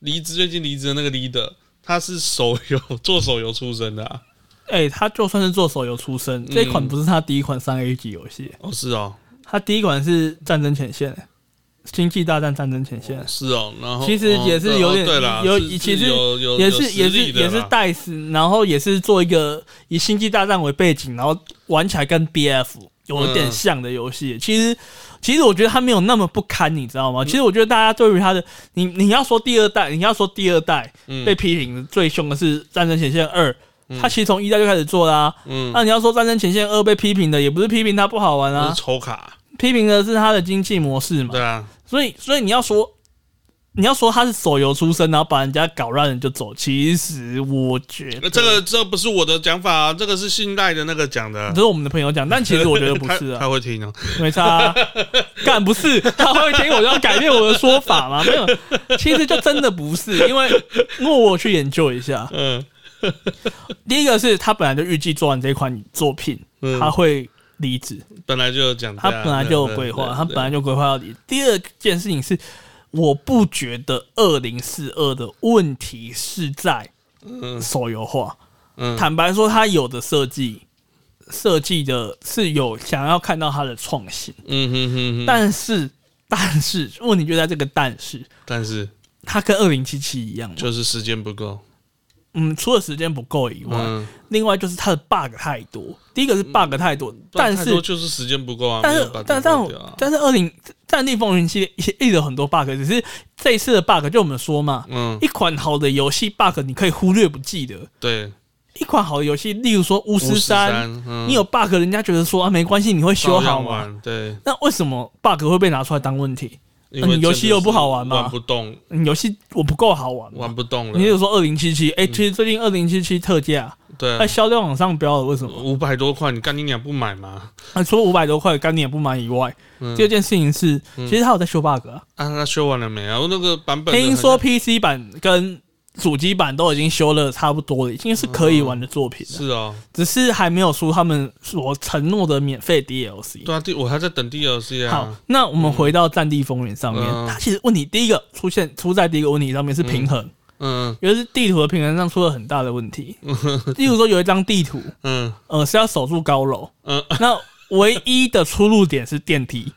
A: 离职，最近离职的那个 leader，他是手游做手游出身的啊。
B: 哎、他就算是做手游出
A: 嗯
B: 身，这一款不是他第一款三 A 级游戏，
A: 哦，是哦，
B: 他第一款是《战争前线》欸《星际大战：战争前线》
A: 是哦，然后
B: 其实也是有
A: 哦
B: 点
A: 对啦，
B: 有
A: 是
B: 其实
A: 是有有
B: 也
A: 有
B: 是
A: 实
B: 也是
A: 力的
B: 也是
A: 啦
B: 带死，然后也是做一个以《星际大战》为背景，然后玩起来跟 BF 有一
A: 嗯
B: 点像的游戏。其实，其实我觉得它没有那么不堪，你知道吗？其实我觉得大家对于它的，你你要说第二代，你要说第二代
A: 嗯
B: 被批评的最凶的是《战争前线二》他其实从一代就开始做啦、
A: 嗯，
B: 那你要说《战争前线二》被批评的，也不是批评它不好玩
A: 那
B: 啊
A: 是，抽卡，
B: 批评的是它的经济模式嘛。
A: 嗯对啊，
B: 所以，所以你要说，你要说他是手游出身，然后把人家搞让人就走，其实我觉
A: 那
B: 得
A: 呃这个这不是我的讲法啊，这个是信赖的那个讲的
B: 这，是我们的朋友讲，但其实我觉得不 是
A: 他
B: 啊，
A: 他会听哦，
B: 没差、 啊，干不是他会听我就要改变我的说法吗？没有，其实就真的不是，因为因为我有去研究一下，
A: 嗯
B: 第一个是他本来就预计做完这款作品，他
A: 嗯，
B: 会离职，
A: 本来就有讲价，啊
B: 他本来就有
A: 对
B: 规划，
A: 对啊
B: 他本来就规划要离。第二件事情是，我不觉得二零四二的问题是在
A: 嗯
B: 手游化。
A: 嗯，
B: 坦白说，它有的设计设计的是有想要看到它的创新，
A: 嗯哼哼哼，
B: 但是但是问题就在这个但是，
A: 但是
B: 它跟二零七七一样嘛，
A: 就是时间不够，
B: 嗯，除了时间不够以外，
A: 嗯，
B: 另外就是它的 bug 太多。第一个是 bug 太多，但
A: 太多
B: 是
A: 就是时间不够啊，
B: 但
A: 没
B: 是
A: 有把
B: 但
A: 它
B: 但
A: 丢掉啊
B: 但是二零战地风云系列一些一直有很多 bug，只是这一次的 bug 就我们说嘛，
A: 嗯，
B: 一款好的游戏 bug 你可以忽略不计的。
A: 对，
B: 一款好的游戏，例如说巫师三，
A: 53，嗯
B: 你有 bug，人家觉得说啊没关系，你会修
A: 照
B: 好
A: 样
B: 嘛？
A: 玩，对，
B: 那为什么 bug 会被拿出来当问题？
A: 因
B: 那
A: 为
B: 你游戏
A: 真的
B: 又不
A: 是
B: 好玩吗
A: 玩不动，
B: 你游戏我不够好玩嘛，
A: 玩不动
B: 你比
A: 了，嗯
B: 如说二零七七，哎，其实最近二零七七特价，
A: 对啊
B: 哎，，销量往上飙了，为什么？
A: 五百多块，你干你娘不买吗？
B: 啊，除了五百多块干你也不买以外，
A: 嗯
B: 第二件事情是，其实他有在修 bug 啊。
A: 啊，那修完了没啊？那个版本的
B: 听
A: 很
B: 说 PC 版跟主机版都已经修了差不多了，已经是可以玩的作品了，
A: 是哦，
B: 只是还没有出他们所承诺的免费 DLC。
A: 对啊，第我还在等 DLC
B: 好
A: 啊，，
B: 那我们回到《战地风云》上面，
A: 嗯
B: 它其实问题第一个出现出在第一个问题上面是平衡，
A: 嗯
B: 尤其是地图的平衡上出了很大的问题。例如说有一张地图，
A: 嗯
B: 呃，是要守住高楼，
A: 嗯，
B: 那唯一的出入点是电梯，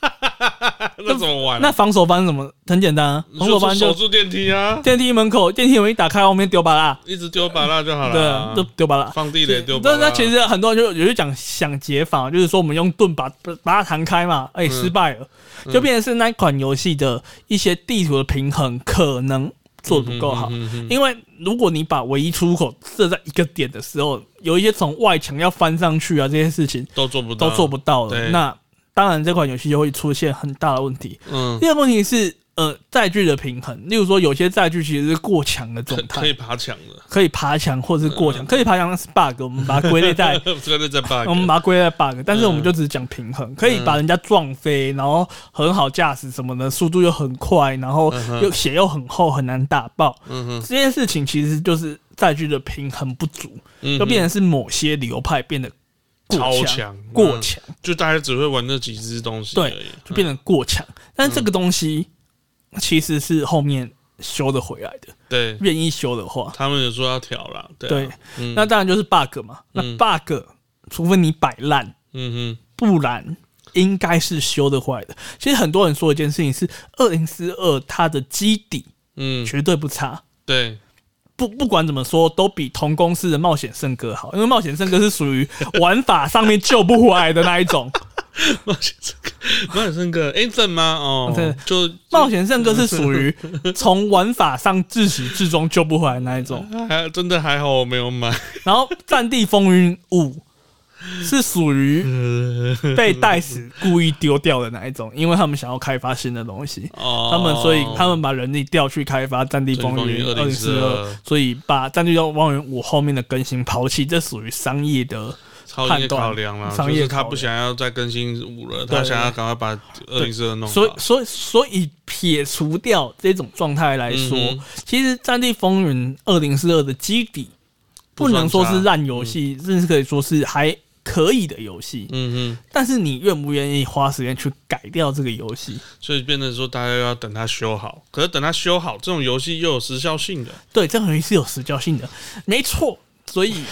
A: 那怎么玩
B: 那
A: 啊？
B: 防守班怎么？很简单、啊，防守班
A: 是守
B: 就
A: 住电梯啊，
B: 电梯门口，电梯门一打开，后面丢巴拉，
A: 一直丢把蜡就好
B: 对
A: 了
B: 啊
A: 啊，，
B: 就丢巴拉。
A: 放地雷丢把
B: 那
A: 蜡。
B: 那其实很多人就有就讲想解法，就是说我们用盾把把它弹开嘛，
A: 嗯
B: 哎、失败了，就变成是那款游戏的一些地图的平衡可能做的不够好。
A: 嗯嗯嗯
B: 因为如果你把唯一出口设在一个点的时候，有一些从外墙要翻上去啊，这些事情
A: 都做不到，
B: 都做不到了。
A: 对
B: 那当然，这款游戏就会出现很大的问题。
A: 嗯，
B: 第二个问题是，呃，载具的平衡，例如说有些载具其实是过强的状
A: 可
B: 态，
A: 可以爬墙 的，。
B: 可以爬墙或者是过墙，可以爬墙那是 bug，我们把它归类在
A: 这个 在嗯 bug，嗯
B: 我们把它归类在 bug，但是我们就只讲平衡，可以把人家撞飞，然后很好驾驶什么的，速度又很快，然后
A: 嗯哼
B: 又血又很厚，很难打爆。
A: 嗯哼，
B: 这件事情其实就是载具的平衡不足，
A: 嗯哼
B: 就变成是某些流派变得过
A: 超
B: 强、
A: 强
B: 过，强，
A: 嗯就大家只会玩那几只东西而
B: 对
A: 已，
B: 就变成过强。
A: 嗯
B: 但是这个东西其实是后面修得回来的，
A: 嗯对。
B: 愿意修的话，
A: 他们也说要调啦，对
B: 对
A: 啊，，嗯
B: 那当然就是 bug 嘛。那 bug，除非你摆烂，
A: 嗯哼，
B: 不然应该是修得回来的。其实很多人说一件事情是，二零四二它的基底
A: 嗯，
B: 绝对不差。
A: 对，
B: 不不管怎么说，都比同公司的冒险圣歌好，因为冒险圣歌是属 于玩法上面救不回来的那一种。
A: 冒险圣歌，冒险圣歌 a g e n 吗？
B: 对
A: 哦，就
B: 冒险圣歌是 属于从玩法上自始至终救不回来的那一种。
A: 还真的还好我没有 买，
B: 然后《战地风云五》是属于 被袋死故意丢掉的那一种，因为他们想要开发新的东西。
A: 哦，
B: 他们所以他们把人力调去开发《战地风云
A: 战地
B: 二
A: 风
B: 零
A: 云
B: 四二
A: 2042》，
B: 所以把《战地风云五》后面的更新抛弃，这属于商业的
A: 哦超
B: 判
A: 业
B: 断
A: 考量啦，
B: 商
A: 就
B: 业
A: 是
B: 考
A: 他
B: 量
A: 不想要再更新五了，
B: 对
A: 他想要赶快把二零四二弄好
B: 所以，所以，所以撇除掉这种状态来说，
A: 嗯
B: 其实《战地风云二零四二》的基底不
A: 不算
B: 能说是
A: 差
B: 烂游戏，甚至可以说是还可以的游戏。
A: 嗯
B: 但是你愿不愿意花时间去改掉这个游戏？
A: 哼，所以变成说大家要等它修好，可是等它修好，这种游戏又有时效性的，
B: 对，这款游戏是有时效性的，没错。所以，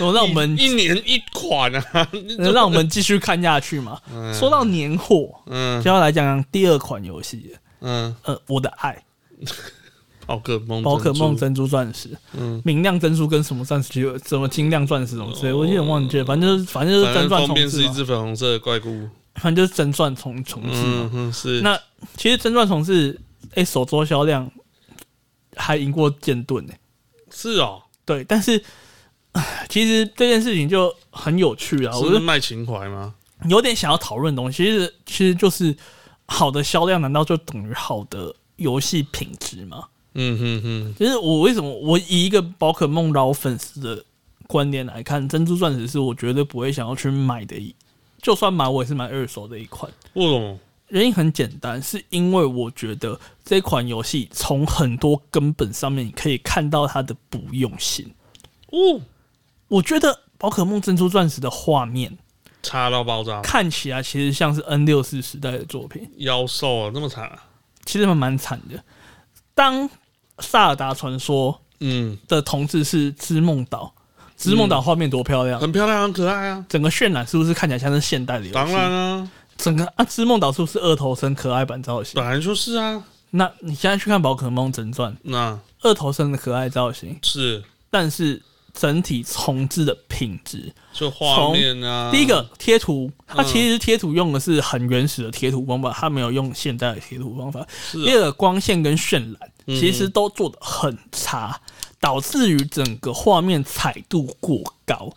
B: 我让我们
A: 一一年一款啊， 你
B: 让我们继续看下去嘛。说到年货，
A: 嗯
B: 就要来讲讲第二款游戏，
A: 嗯，
B: 呃，我的爱。
A: 宝可梦，
B: 宝可梦、
A: 珍
B: 珍珠钻石、
A: 嗯
B: 明亮珍珠跟什么钻石有什么金亮钻石什么之类，我有点忘记了，反正就是反正就
A: 珠，反正
B: 是真钻
A: 封
B: 重
A: 边是
B: 置啊
A: 一
B: 嘛，
A: 只粉红色的怪物，
B: 反正就是真钻重重置
A: 嗯
B: 嘛。
A: 哼，是
B: 那其实真钻重置，哎，手桌销量还赢过剑盾呢。
A: 是哦，
B: 对，但是唉其实这件事情就很有趣啊，我
A: 是
B: 就
A: 卖情怀吗？
B: 有点想要讨论的东西，其实其实就是好的销量，难道就等于好的游戏品质吗？
A: 嗯哼哼，
B: 就是我为什么我以一个宝可梦老粉丝的观点来看，珍珠钻石是我绝对不会想要去买的一，就算买我也是买二手的一款。
A: 不懂。
B: 原因很简单，是因为我觉得这款游戏从很多根本上面，你可以看到它的不用心。
A: 哦，
B: 我觉得宝可梦珍珠钻石的画面
A: 差到爆炸，
B: 看起来其实像是 N 六四时代的作品，
A: 妖兽啊，那么惨、啊。
B: 其实蛮蛮惨的。当《萨尔达传说
A: 嗯，》
B: 的同志是织梦岛，织梦岛画面多漂亮，
A: 很漂亮，很可爱啊。
B: 整个渲染是不是看起来像是现代的游戏？
A: 当然，啊，
B: 整个啊，织梦岛是不是二头身可爱版造型
A: 本？来就是啊。
B: 那你现在去看宝可梦真传，
A: 那
B: 二头身的可爱造型，
A: 是
B: 但是整体重置的品质，
A: 就画面啊，
B: 第一个贴图，它
A: 嗯
B: 其实贴图用的是很原始的贴图方法，它没有用现代的贴图方法。
A: 是
B: 第
A: 啊嗯
B: 二个光线跟渲染其实都做的很差，导致于整个画面彩度过高。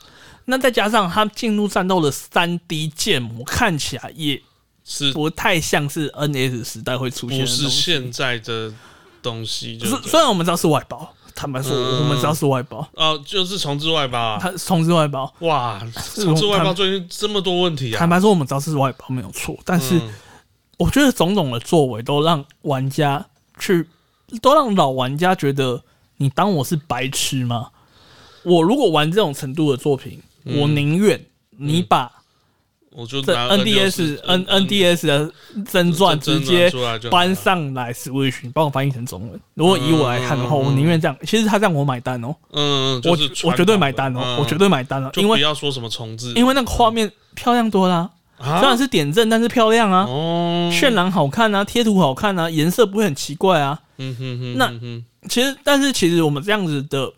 B: 那再加上它进入战斗的三 D 建模，看起来也
A: 是
B: 不太像是 NS 时代会出现
A: 不
B: 的东西。
A: 是现在的东西？就
B: 虽虽然我们知道是外包，坦白说，
A: 嗯
B: 我们知道是外包，
A: 哦，就是重置外包啊。
B: 它重置外包。
A: 哇，重置外包最近这么多问题啊
B: 坦。白说，我们知道是外包没有错，但是
A: 嗯
B: 我觉得种种的作为都让玩家去，都让老玩家觉得你当我是白痴吗？我如果玩这种程度的作品，我宁愿你把
A: 我就
B: 这
A: 拿
B: NDS 嗯 N NDS 的真传直接搬上来 Switch，你帮我翻译成中文。如果以我来看的话，
A: 嗯嗯嗯
B: 我宁愿这样。其实他让我买单哦，
A: 嗯，
B: 我我绝对买单哦，我绝对买单了，
A: 就
B: 因
A: 不
B: 为
A: 要说什么重置，
B: 因为那个画面漂亮多啦，虽然
A: 啊
B: 是点阵，但是漂亮啊。
A: 哦，
B: 渲染好看啊，贴图好看啊，颜色不会很奇怪啊。
A: 嗯哼哼，
B: 那
A: 嗯哼
B: 其实，但是其实我们这样子的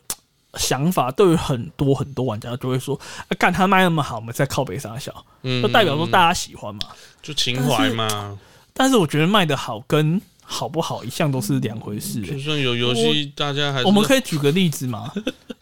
B: 想法，对于很多很多玩家就会说，啊干、他卖那么好，我们在靠北上小，
A: 嗯
B: 就代表说大家喜欢嘛。
A: 就情怀嘛，
B: 但是我觉得卖的好跟好不好一向都是两回事、
A: 就
B: 欸
A: 算有游戏，大家还是哦
B: 我们可以举个例子嘛，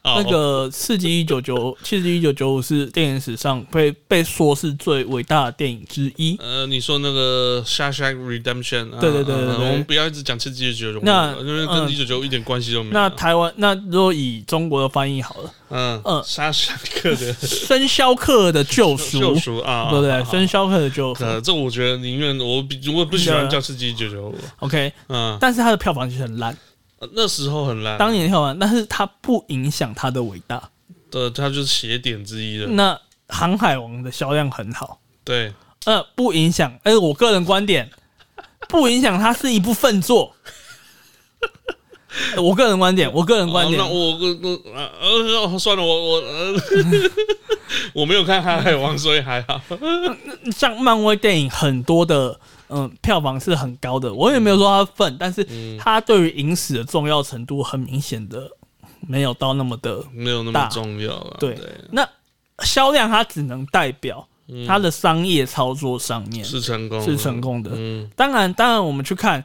A: 那
B: 那个《刺激一九九》《刺激一九九五》是电影史上被被说是最伟大的电影之一。
A: 呃，你说那个《Shaq Shaq Redemption》，啊
B: 对对对对对
A: 我们不要一直讲吃鸡九九，
B: 那
A: 因为跟
B: 嗯
A: 一九九一点关系都没有。
B: 那台湾，那如果以中国的翻译好 了，
A: 嗯
B: 呃
A: 沙沙克的
B: 《生肖克的救赎》
A: 救赎啊，
B: 对不对？
A: 好好
B: 生肖克的就
A: 呃，这我觉得宁愿我比我不喜欢叫吃鸡九九，
B: OK，
A: 嗯，
B: 但是它的票房其实很烂，
A: 呃那时候很烂，
B: 当年的票房，但是它不影响它的伟大。
A: 对，它就是邪点之一了，
B: 那《航海王》的销量很好，
A: 对，
B: 呃，不影响，哎，我个人观点， 不影响它是一部分作。 呃我个人观点，我个人观
A: 哦
B: 点
A: 那，我我我呃呃算了，我我呃我没有看《海海王》，所以还好。
B: 像漫威电影很多的。嗯，票房是很高的，我也没有说它的份，但是
A: 嗯
B: 它对于影史的重要程度，很明显的没有到那么的
A: 没有那么
B: 大
A: 重要了。
B: 对那销量它只能代表它的商业操作上面
A: 嗯是成功，
B: 是成。功的。
A: 嗯，
B: 当然，当然我们去看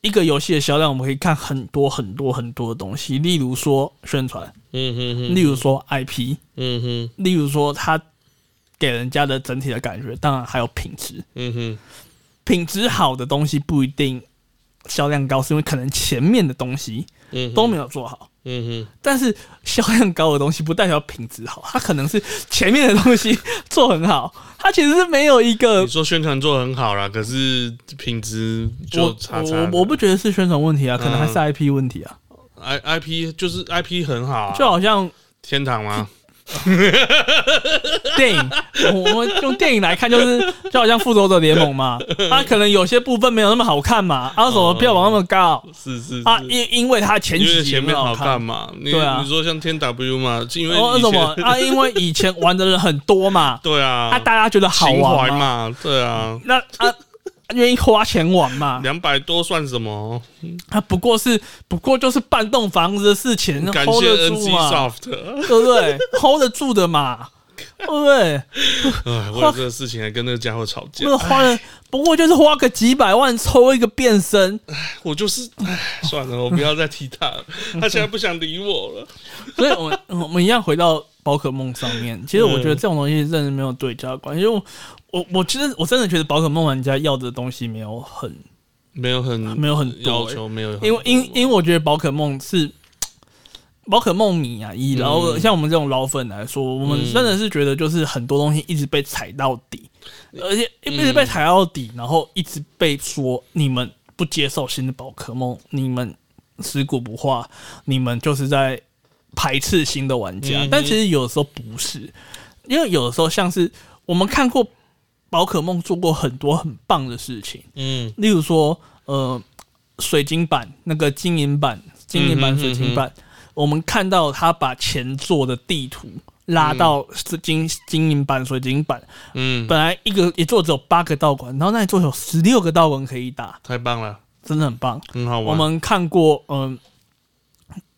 B: 一个游戏的销量，我们可以看很多很多很多的东西，例如说宣传，
A: 嗯哼哼，
B: 例如说 IP，
A: 嗯哼，
B: 例如说它给人家的整体的感觉，当然还有品质。
A: 嗯哼，
B: 品质好的东西不一定销量高，是因为可能前面的东西
A: 嗯哼
B: 都没有做好。
A: 嗯
B: 但是销量高的东西不代表品质好，它可能是前面的东西做很好，它其实是没有一
A: 哼，
B: 个
A: 你说宣传做得很好啦，可是品质就
B: 我
A: 差差的。嗯
B: 我我不觉得是宣传问题啊，可能还是 IP 问题啊，
A: I I P 就是 I P 很好啊，
B: 就好像
A: 天堂吗？
B: 电影，我我们用电影来看，就是就好像复仇者联盟嘛，
A: 嗯
B: 它可能有些部分没有那么好看嘛，啊，为什么票房那么高
A: 是是
B: 啊？
A: 哦是，
B: 因因为它前
A: 因为
B: 几集
A: 前面
B: 很
A: 好
B: 好
A: 看
B: 看。
A: 嘛。你
B: 对啊
A: 你说像天 W 嘛，因为
B: 哦，
A: 以
B: 为什
A: 前
B: 么 啊？因为以前玩的人很多嘛，
A: 对
B: 啊，
A: 啊，
B: 大家觉得好
A: 情怀
B: 玩嘛，
A: 嘛，对啊，
B: 那啊愿意花钱玩嘛，
A: 两百多算什么？
B: 他不过是不过就是半栋房子的事情
A: 感
B: ，hold
A: 谢
B: 得
A: N
B: 住啊
A: C
B: 嘛，
A: Soft，
B: 对不对？hold 得住的嘛，对不对？
A: 哎，为了这个事情还跟那个家伙吵架
B: 那，个花了，不过就是花个几百万抽一个变身，
A: 我就是，哎，算了，我不要再提他了，他现在不想理我了。
B: 所以我们我们一样回到宝可梦上面。其实我觉得
A: 嗯
B: 这种东西真的没有对价关系，因为我我我其实我真的觉得宝可梦玩家要的东西没有很，
A: 没有很
B: 没有很多欸
A: 要求，没有很多，
B: 因为因因为我觉得宝可梦是宝可梦迷啊，以老、
A: 嗯
B: 像我们这种老粉来说，我们
A: 嗯
B: 真的是觉得就是很多东西一直被踩到底，
A: 嗯
B: 而且一直被踩到底，然后一直被说你们不接受新的宝可梦，你们死骨不化，你们就是在排斥新的玩
A: 嗯
B: 家。
A: 哼
B: 但其实有的时候不是，因为有的时候像是我们看过宝可梦做过很多很棒的事情，
A: 嗯
B: 例如说，呃，水晶版那个金银版、金银
A: 嗯
B: 版
A: 哼
B: 水晶版，我们看到他把前作的地图拉到是金金银版、水晶版，
A: 嗯，
B: 本来一个一座只有八个道馆，然后那一座有十六个道馆可以打，
A: 太棒了，
B: 真的很棒。
A: 很好玩。
B: 我们看过，嗯、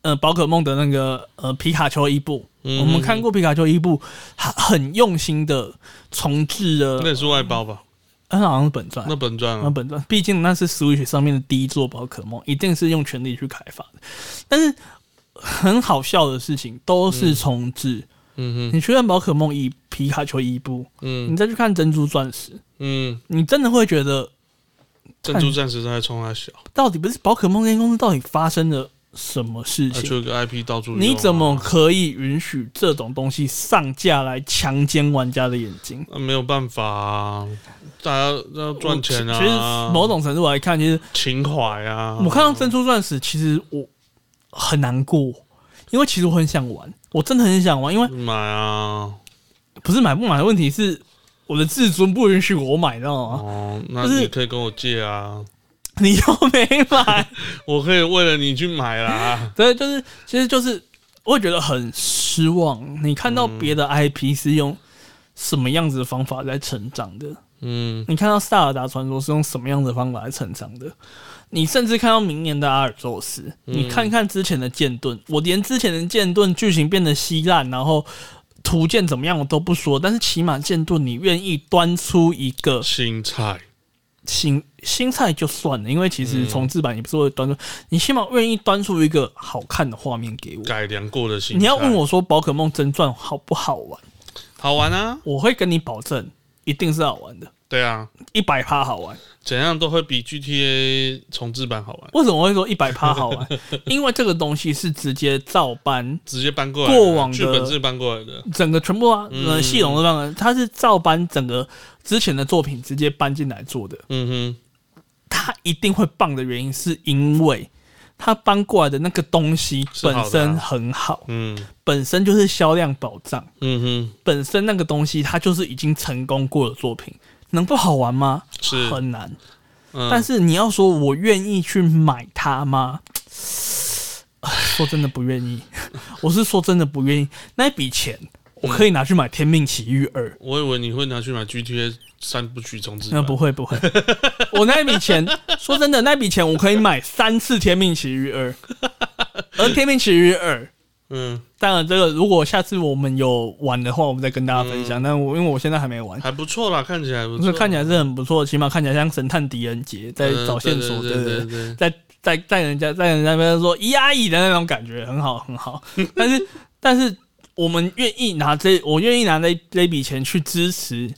B: 呃，宝可梦的那个呃皮卡丘一部，
A: 嗯
B: 我们看过皮卡丘一部，很很用心的重置了，
A: 那也是外包吧？
B: 那好像是本传，
A: 那本传
B: 那
A: 啊，
B: 本传，毕竟那是 Switch 上面的第一座宝可梦，一定是用全力去开发的。但是很好笑的事情都是重置。
A: 嗯哼，
B: 你去看宝可梦一、皮卡丘一部，你
A: 嗯
B: 再去看珍珠钻石，
A: 嗯，
B: 你真的会觉得
A: 珍珠战士在冲他小，
B: 到底不是宝可梦这间公司到底发生了什么事
A: 他
B: 情？
A: 就有个 IP 到处用啊
B: 你怎么？可以允许这种东西上架来强奸玩家的眼睛？
A: 啊没有办法啊，大家要赚钱啊。
B: 其实某种程度来看，其实
A: 情怀啊，
B: 我看到珍珠钻石，其实我很难过，因为其实我很想玩，我真的很想玩，因为
A: 买啊，
B: 不是买不买的问题，是我的自尊不允许我买，你知道吗？
A: 哦，那
B: 就是
A: 你可以跟我借啊，
B: 你又没买，
A: 我可以为了你去买啦。
B: 对，就是其实就是我会觉得很失望。你看到别的 IP 是用什么样子的方法在成长的？
A: 嗯
B: 你看到《萨尔达传说》是用什么样的方法来成长的？你甚至看到明年的阿尔宙斯，你看看之前的剑盾，我连之前的剑盾剧情变得稀烂，然后图鉴怎么样我都不说，但是起码剑盾你愿意端出一个
A: 新菜，
B: 新新菜就算了，因为其实重置版也不是会端出，你起码愿意端出一个好看的画面给我。
A: 改良过的新菜，
B: 你要问我说《宝可梦真传》好不好玩，
A: 好玩啊？
B: 我会跟你保证，一定是好玩的，
A: 对啊，
B: 一百趴好玩。
A: 怎样都会比 GTA 重置版好玩，
B: 为什么会说一百趴好 玩？因为这个东西是直接照搬
A: 直接搬过来的，
B: 过往的
A: 剧本是搬过来的，
B: 整个全部啊，
A: 嗯
B: 呃，系统都让人，它是照搬整个之前的作品直接搬进来做的。
A: 嗯哼，
B: 它一定会棒的原因，是因为它搬过来的那个东西
A: 是好的啊
B: 本身很好，
A: 嗯
B: 本身就是销量保障，
A: 嗯
B: 本身那个东西它就是已经成功过的作品，能不好玩吗？
A: 哼，是，
B: 很难。
A: 嗯
B: 但是你要说我愿意去买它吗？ 唉说真的不愿意， 我是说真的不愿意。那一笔钱我可以拿去买《天命奇遇二》，
A: 我以为你会拿去买 GTA 三部曲重置
B: 那
A: 版，
B: 不会不会，我那一笔 钱说真的，那笔钱我可以买三次《天命奇遇二》，而《天命奇遇二》。
A: 嗯，
B: 当然，这个如果下次我们有玩的话，我们再跟大家分
A: 嗯
B: 享。但我因为我现在还没玩，
A: 还不错啦，看起来不
B: 所
A: 错，
B: 以看起来是很不错，起码看起来像神探狄仁杰在
A: 嗯
B: 找线索，
A: 对对
B: 对对
A: 对对，
B: 在在在人家在人家那边说咿呀咿的那种感觉，很好 很好。但是但是我们愿意拿这，我愿意拿这这笔钱去支持，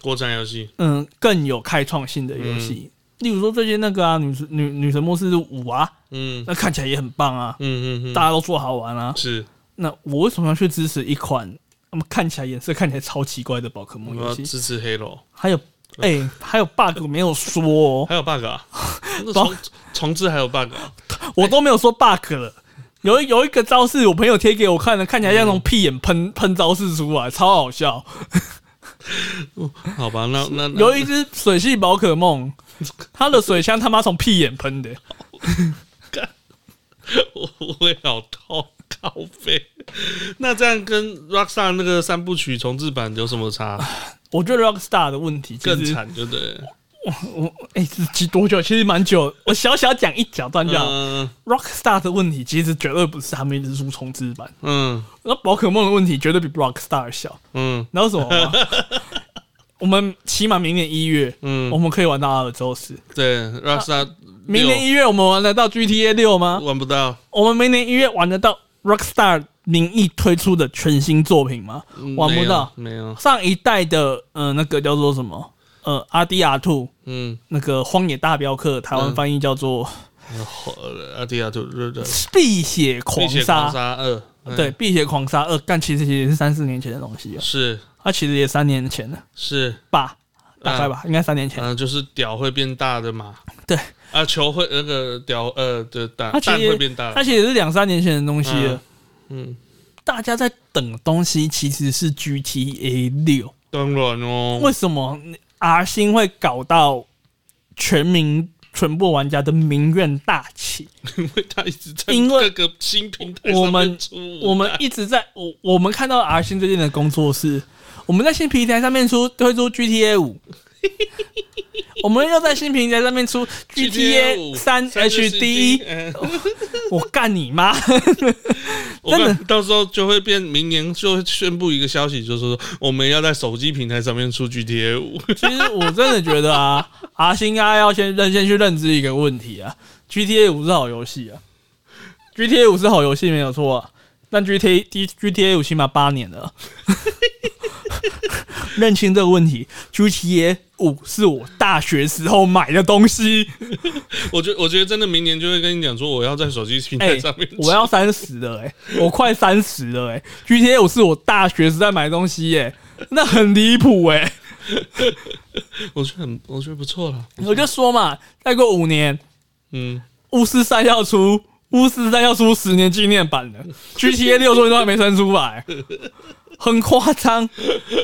A: 国产游戏，
B: 嗯，更有开创性的游
A: 嗯
B: 戏。例如说最近那个啊，女神女女神末世五啊，
A: 嗯
B: 那看起来也很棒啊，
A: 嗯嗯嗯，
B: 大家都说好玩啊。
A: 是，
B: 那我为什么要去支持一款那么看起来颜色看起来超奇怪的宝可
A: 我
B: 梦
A: 要
B: 游戏？
A: 支持黑楼，
B: 还有，哎、还有 bug 没有说哦，
A: 还有 bug 啊，那
B: 包
A: 重重置还有 bug，啊
B: 我都没有说 bug 了。有一有一个招式，我朋友贴给我看的，看起来像那种屁眼喷喷招式出来，超好笑。
A: 好吧，那那那
B: 有一只水系宝 可梦，它的水枪他妈从屁眼喷的，
A: 我我会好痛，靠背。那这样跟 Rockstar 那个三部曲重置版有什么差？
B: 我觉得 Rockstar 啊的问题其实
A: 更惨，对不对？
B: 我哎、这集多久？其实蛮久。我小小讲一小段就好。
A: 嗯
B: Rockstar 的问题其实绝对不是他们一直输重置版，
A: 嗯
B: 那宝可梦的问题绝对比 Rockstar 小。
A: 嗯
B: 你知道什么 吗？我们起码明年一月，我
A: 嗯，
B: 们可以玩到阿尔宙斯。
A: 对，Rasta
B: 啊明年一月我们玩得到 GTA 六吗？
A: 玩不到，
B: 我们明年一月玩得到 Rockstar 名义推出的全新作品吗？
A: 嗯
B: 玩不到，
A: 没有没有，
B: 上一代的呃那个叫做什么呃 R D R Two
A: 嗯，
B: 那个荒野大镖客，台湾翻译叫做《
A: 呃阿迪亚就热的《
B: 碧血狂
A: 碧血
B: 杀
A: 狂》。杀二》嗯
B: 对，《碧血狂杀二》，但其实也是三四年前的东西了，
A: 是
B: 它其实也三年前了
A: 是，
B: 吧，大概吧，应该三年前。
A: 嗯，就是屌会变大的嘛，
B: 对，
A: 啊，球会那个屌呃的蛋
B: 它其
A: 蛋
B: 实
A: 会变大
B: 它，其实也是两三年前的东西了
A: 嗯。嗯，
B: 大家在等的东西其实是 GTA 六，
A: 当然哦
B: 为，什么 R 星会搞到全民全部玩家的民怨大起？
A: 因为他一直在
B: 因为
A: 各个新平台
B: 我
A: 上
B: 们
A: 面出舞台，
B: 我们一直在我我们看到 R 星最近的工作室，我们在新平台上面出推出 GTA 五，我们又在新平台上面出 GTA 三哦 HD，
A: 嗯
B: 我干你妈！
A: 我
B: 真
A: 看
B: 的
A: 到时候就会变，明年就会宣布一个消息，就是说我们要在手机平台上面出 GTA 五。
B: 其实我真的觉得啊，R 星应该要先认先去认知一个问题啊，GTA 五是好游戏啊，GTA 五是好游戏没有错啊，但 GTA GTA 五起码八年了， 认清这个问题，GTA 五是我大学时候买的东 西，
A: 我觉我觉得真的明年就会跟你讲说，我要在手机平
B: 哎、
A: 台上面出、
B: 我要三十了、欸，哎，我快三十了、欸，哎，GTA 五是我大学时代买的东西、欸，哎，那很离谱、欸，哎。
A: 我觉得很我觉得不错了。
B: 我就说嘛，再过五年，
A: 嗯，
B: 巫师三要出，巫师三要出十年纪念版的 GTA 六，终于都还没生出来，很夸张。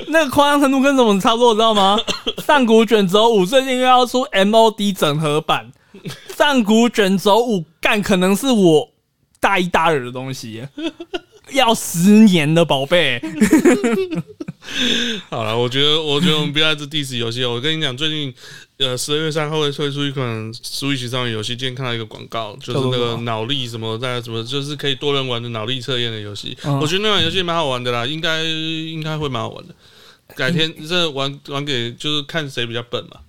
B: 那个夸张程度跟什么差不多，你知道吗？上古卷轴五最近又要出 MOD 整合版，上古卷轴五干可能是我大一大二的东西。要十年的宝贝，
A: 好了，我觉得我觉得我们不要这 diss 游戏了。我跟你讲，最近呃十二月三号会推出一款 Switch 上的游戏，今天看到一个广告，就是那
B: 叫做
A: 个
B: 什么
A: 脑力什么大家什么，就是可以多人玩的脑力测验的游戏。
B: 嗯
A: 我觉得那款游戏蛮好玩的啦，应该应该会蛮好玩的。改天这玩玩给就是看谁比较笨嘛。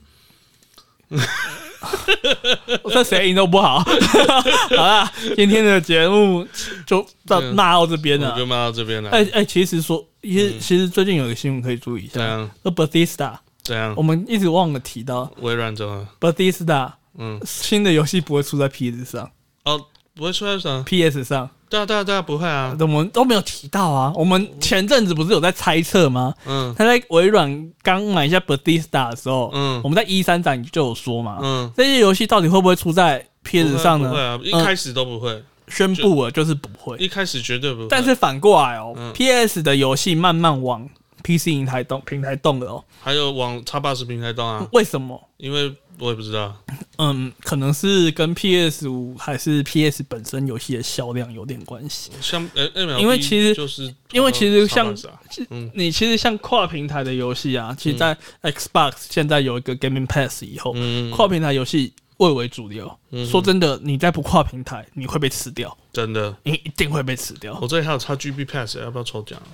B: 这谁赢都不好。 好啦，今天的节目就到
A: 对
B: 骂到这边了
A: 我。就骂到这边了。
B: 哎哎，其实说，其
A: 嗯
B: 实其实最近有个新闻可以注意一
A: 怎
B: 下，
A: 样？
B: 那 Bethesda，
A: 怎样
B: 我？们一直忘了提到
A: 微软怎么？
B: Bethesda
A: 嗯，
B: 新的游戏不会出在 PS 上
A: 哦，不会出来什么？
B: ，PS 上，
A: 对啊，对啊，对啊，不会啊。
B: 我们都没有提到啊。我们前阵子不是有在猜测吗？
A: 嗯
B: 他在微软刚买下 Bethesda 的时候，
A: 嗯
B: 我们在一三展就有说嘛，
A: 嗯，
B: 这些游戏到底会不会出在
A: 不
B: PS
A: 会啊
B: 上
A: 不会
B: 呢？
A: 啊，一
B: 嗯
A: 开始都不会，
B: 宣布了就是不会，
A: 一开始绝对不会。
B: 但是反过来哦
A: 嗯
B: ，PS 的游戏慢慢往 PC 平台动平台动了哦，
A: 还有往叉八十平台动啊，
B: 为什么？
A: 因为我也不知道。
B: 嗯，可能是跟 PS 五还是 PS 本身游戏的销量有点关系。
A: 像呃，MLB
B: 因为其实
A: 就是
B: 因为其实像
A: 叉八十啊嗯
B: 你其实像跨平台的游戏啊，其实在 Xbox 现在有一个 Gaming Pass 以后，
A: 嗯，
B: 跨平台游戏蔚为主流。
A: 嗯
B: 说真的，你再不跨平台，你会被吃掉，
A: 真的，
B: 你一定会被吃掉。
A: 我这里还有叉 GB Pass，要不要抽奖啊？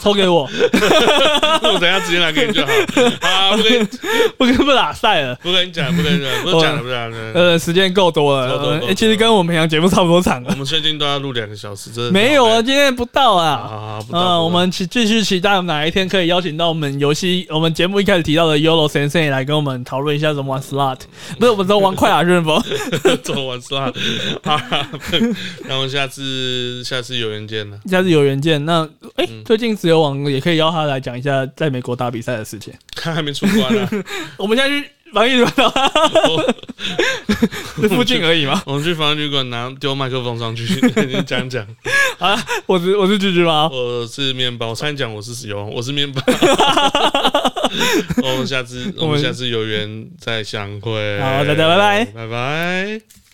B: 抽给 我，
A: 我等一下直接拿给你就好。 啊，不跟你
B: 不跟不打赛了。
A: 不跟你讲，不跟你讲，不讲了，不 讲了。
B: 呃，时间够多
A: 够嗯多嗯
B: 了，
A: 够
B: 呃其实跟我们平常节目差不多长
A: 我
B: 了。
A: 们最近都要录两个小时，真的
B: 没有
A: 很
B: 啊，
A: 累
B: 今天不到
A: 好
B: 啊。
A: 好好，不
B: 啊、
A: 到
B: 我们期继续期待哪一天可以邀请到我们游戏，我们节目一开始提到的 Yolo Sensei 来跟我们讨论一下怎么玩 Slot，不是我们 怎么玩快打旋风。
A: 做完是吧？好啦，那我们下次下次有缘见了。
B: 下次有缘见，那哎、最近自由网也可以邀他来讲一下在美国打比赛的事情。
A: 看还没出关啊呢、
B: 我们现在去防疫旅馆，
A: 我
B: 这附近而已嘛。
A: 我们去防疫旅馆拿丢麦克风上去 你讲讲。
B: 啊，我是我是橘橘猫，
A: 我是面包，我差点讲我是石油，我是面 包。我们下次我
B: 我们
A: 们下次有缘再相会。
B: 好大家拜拜
A: 拜拜。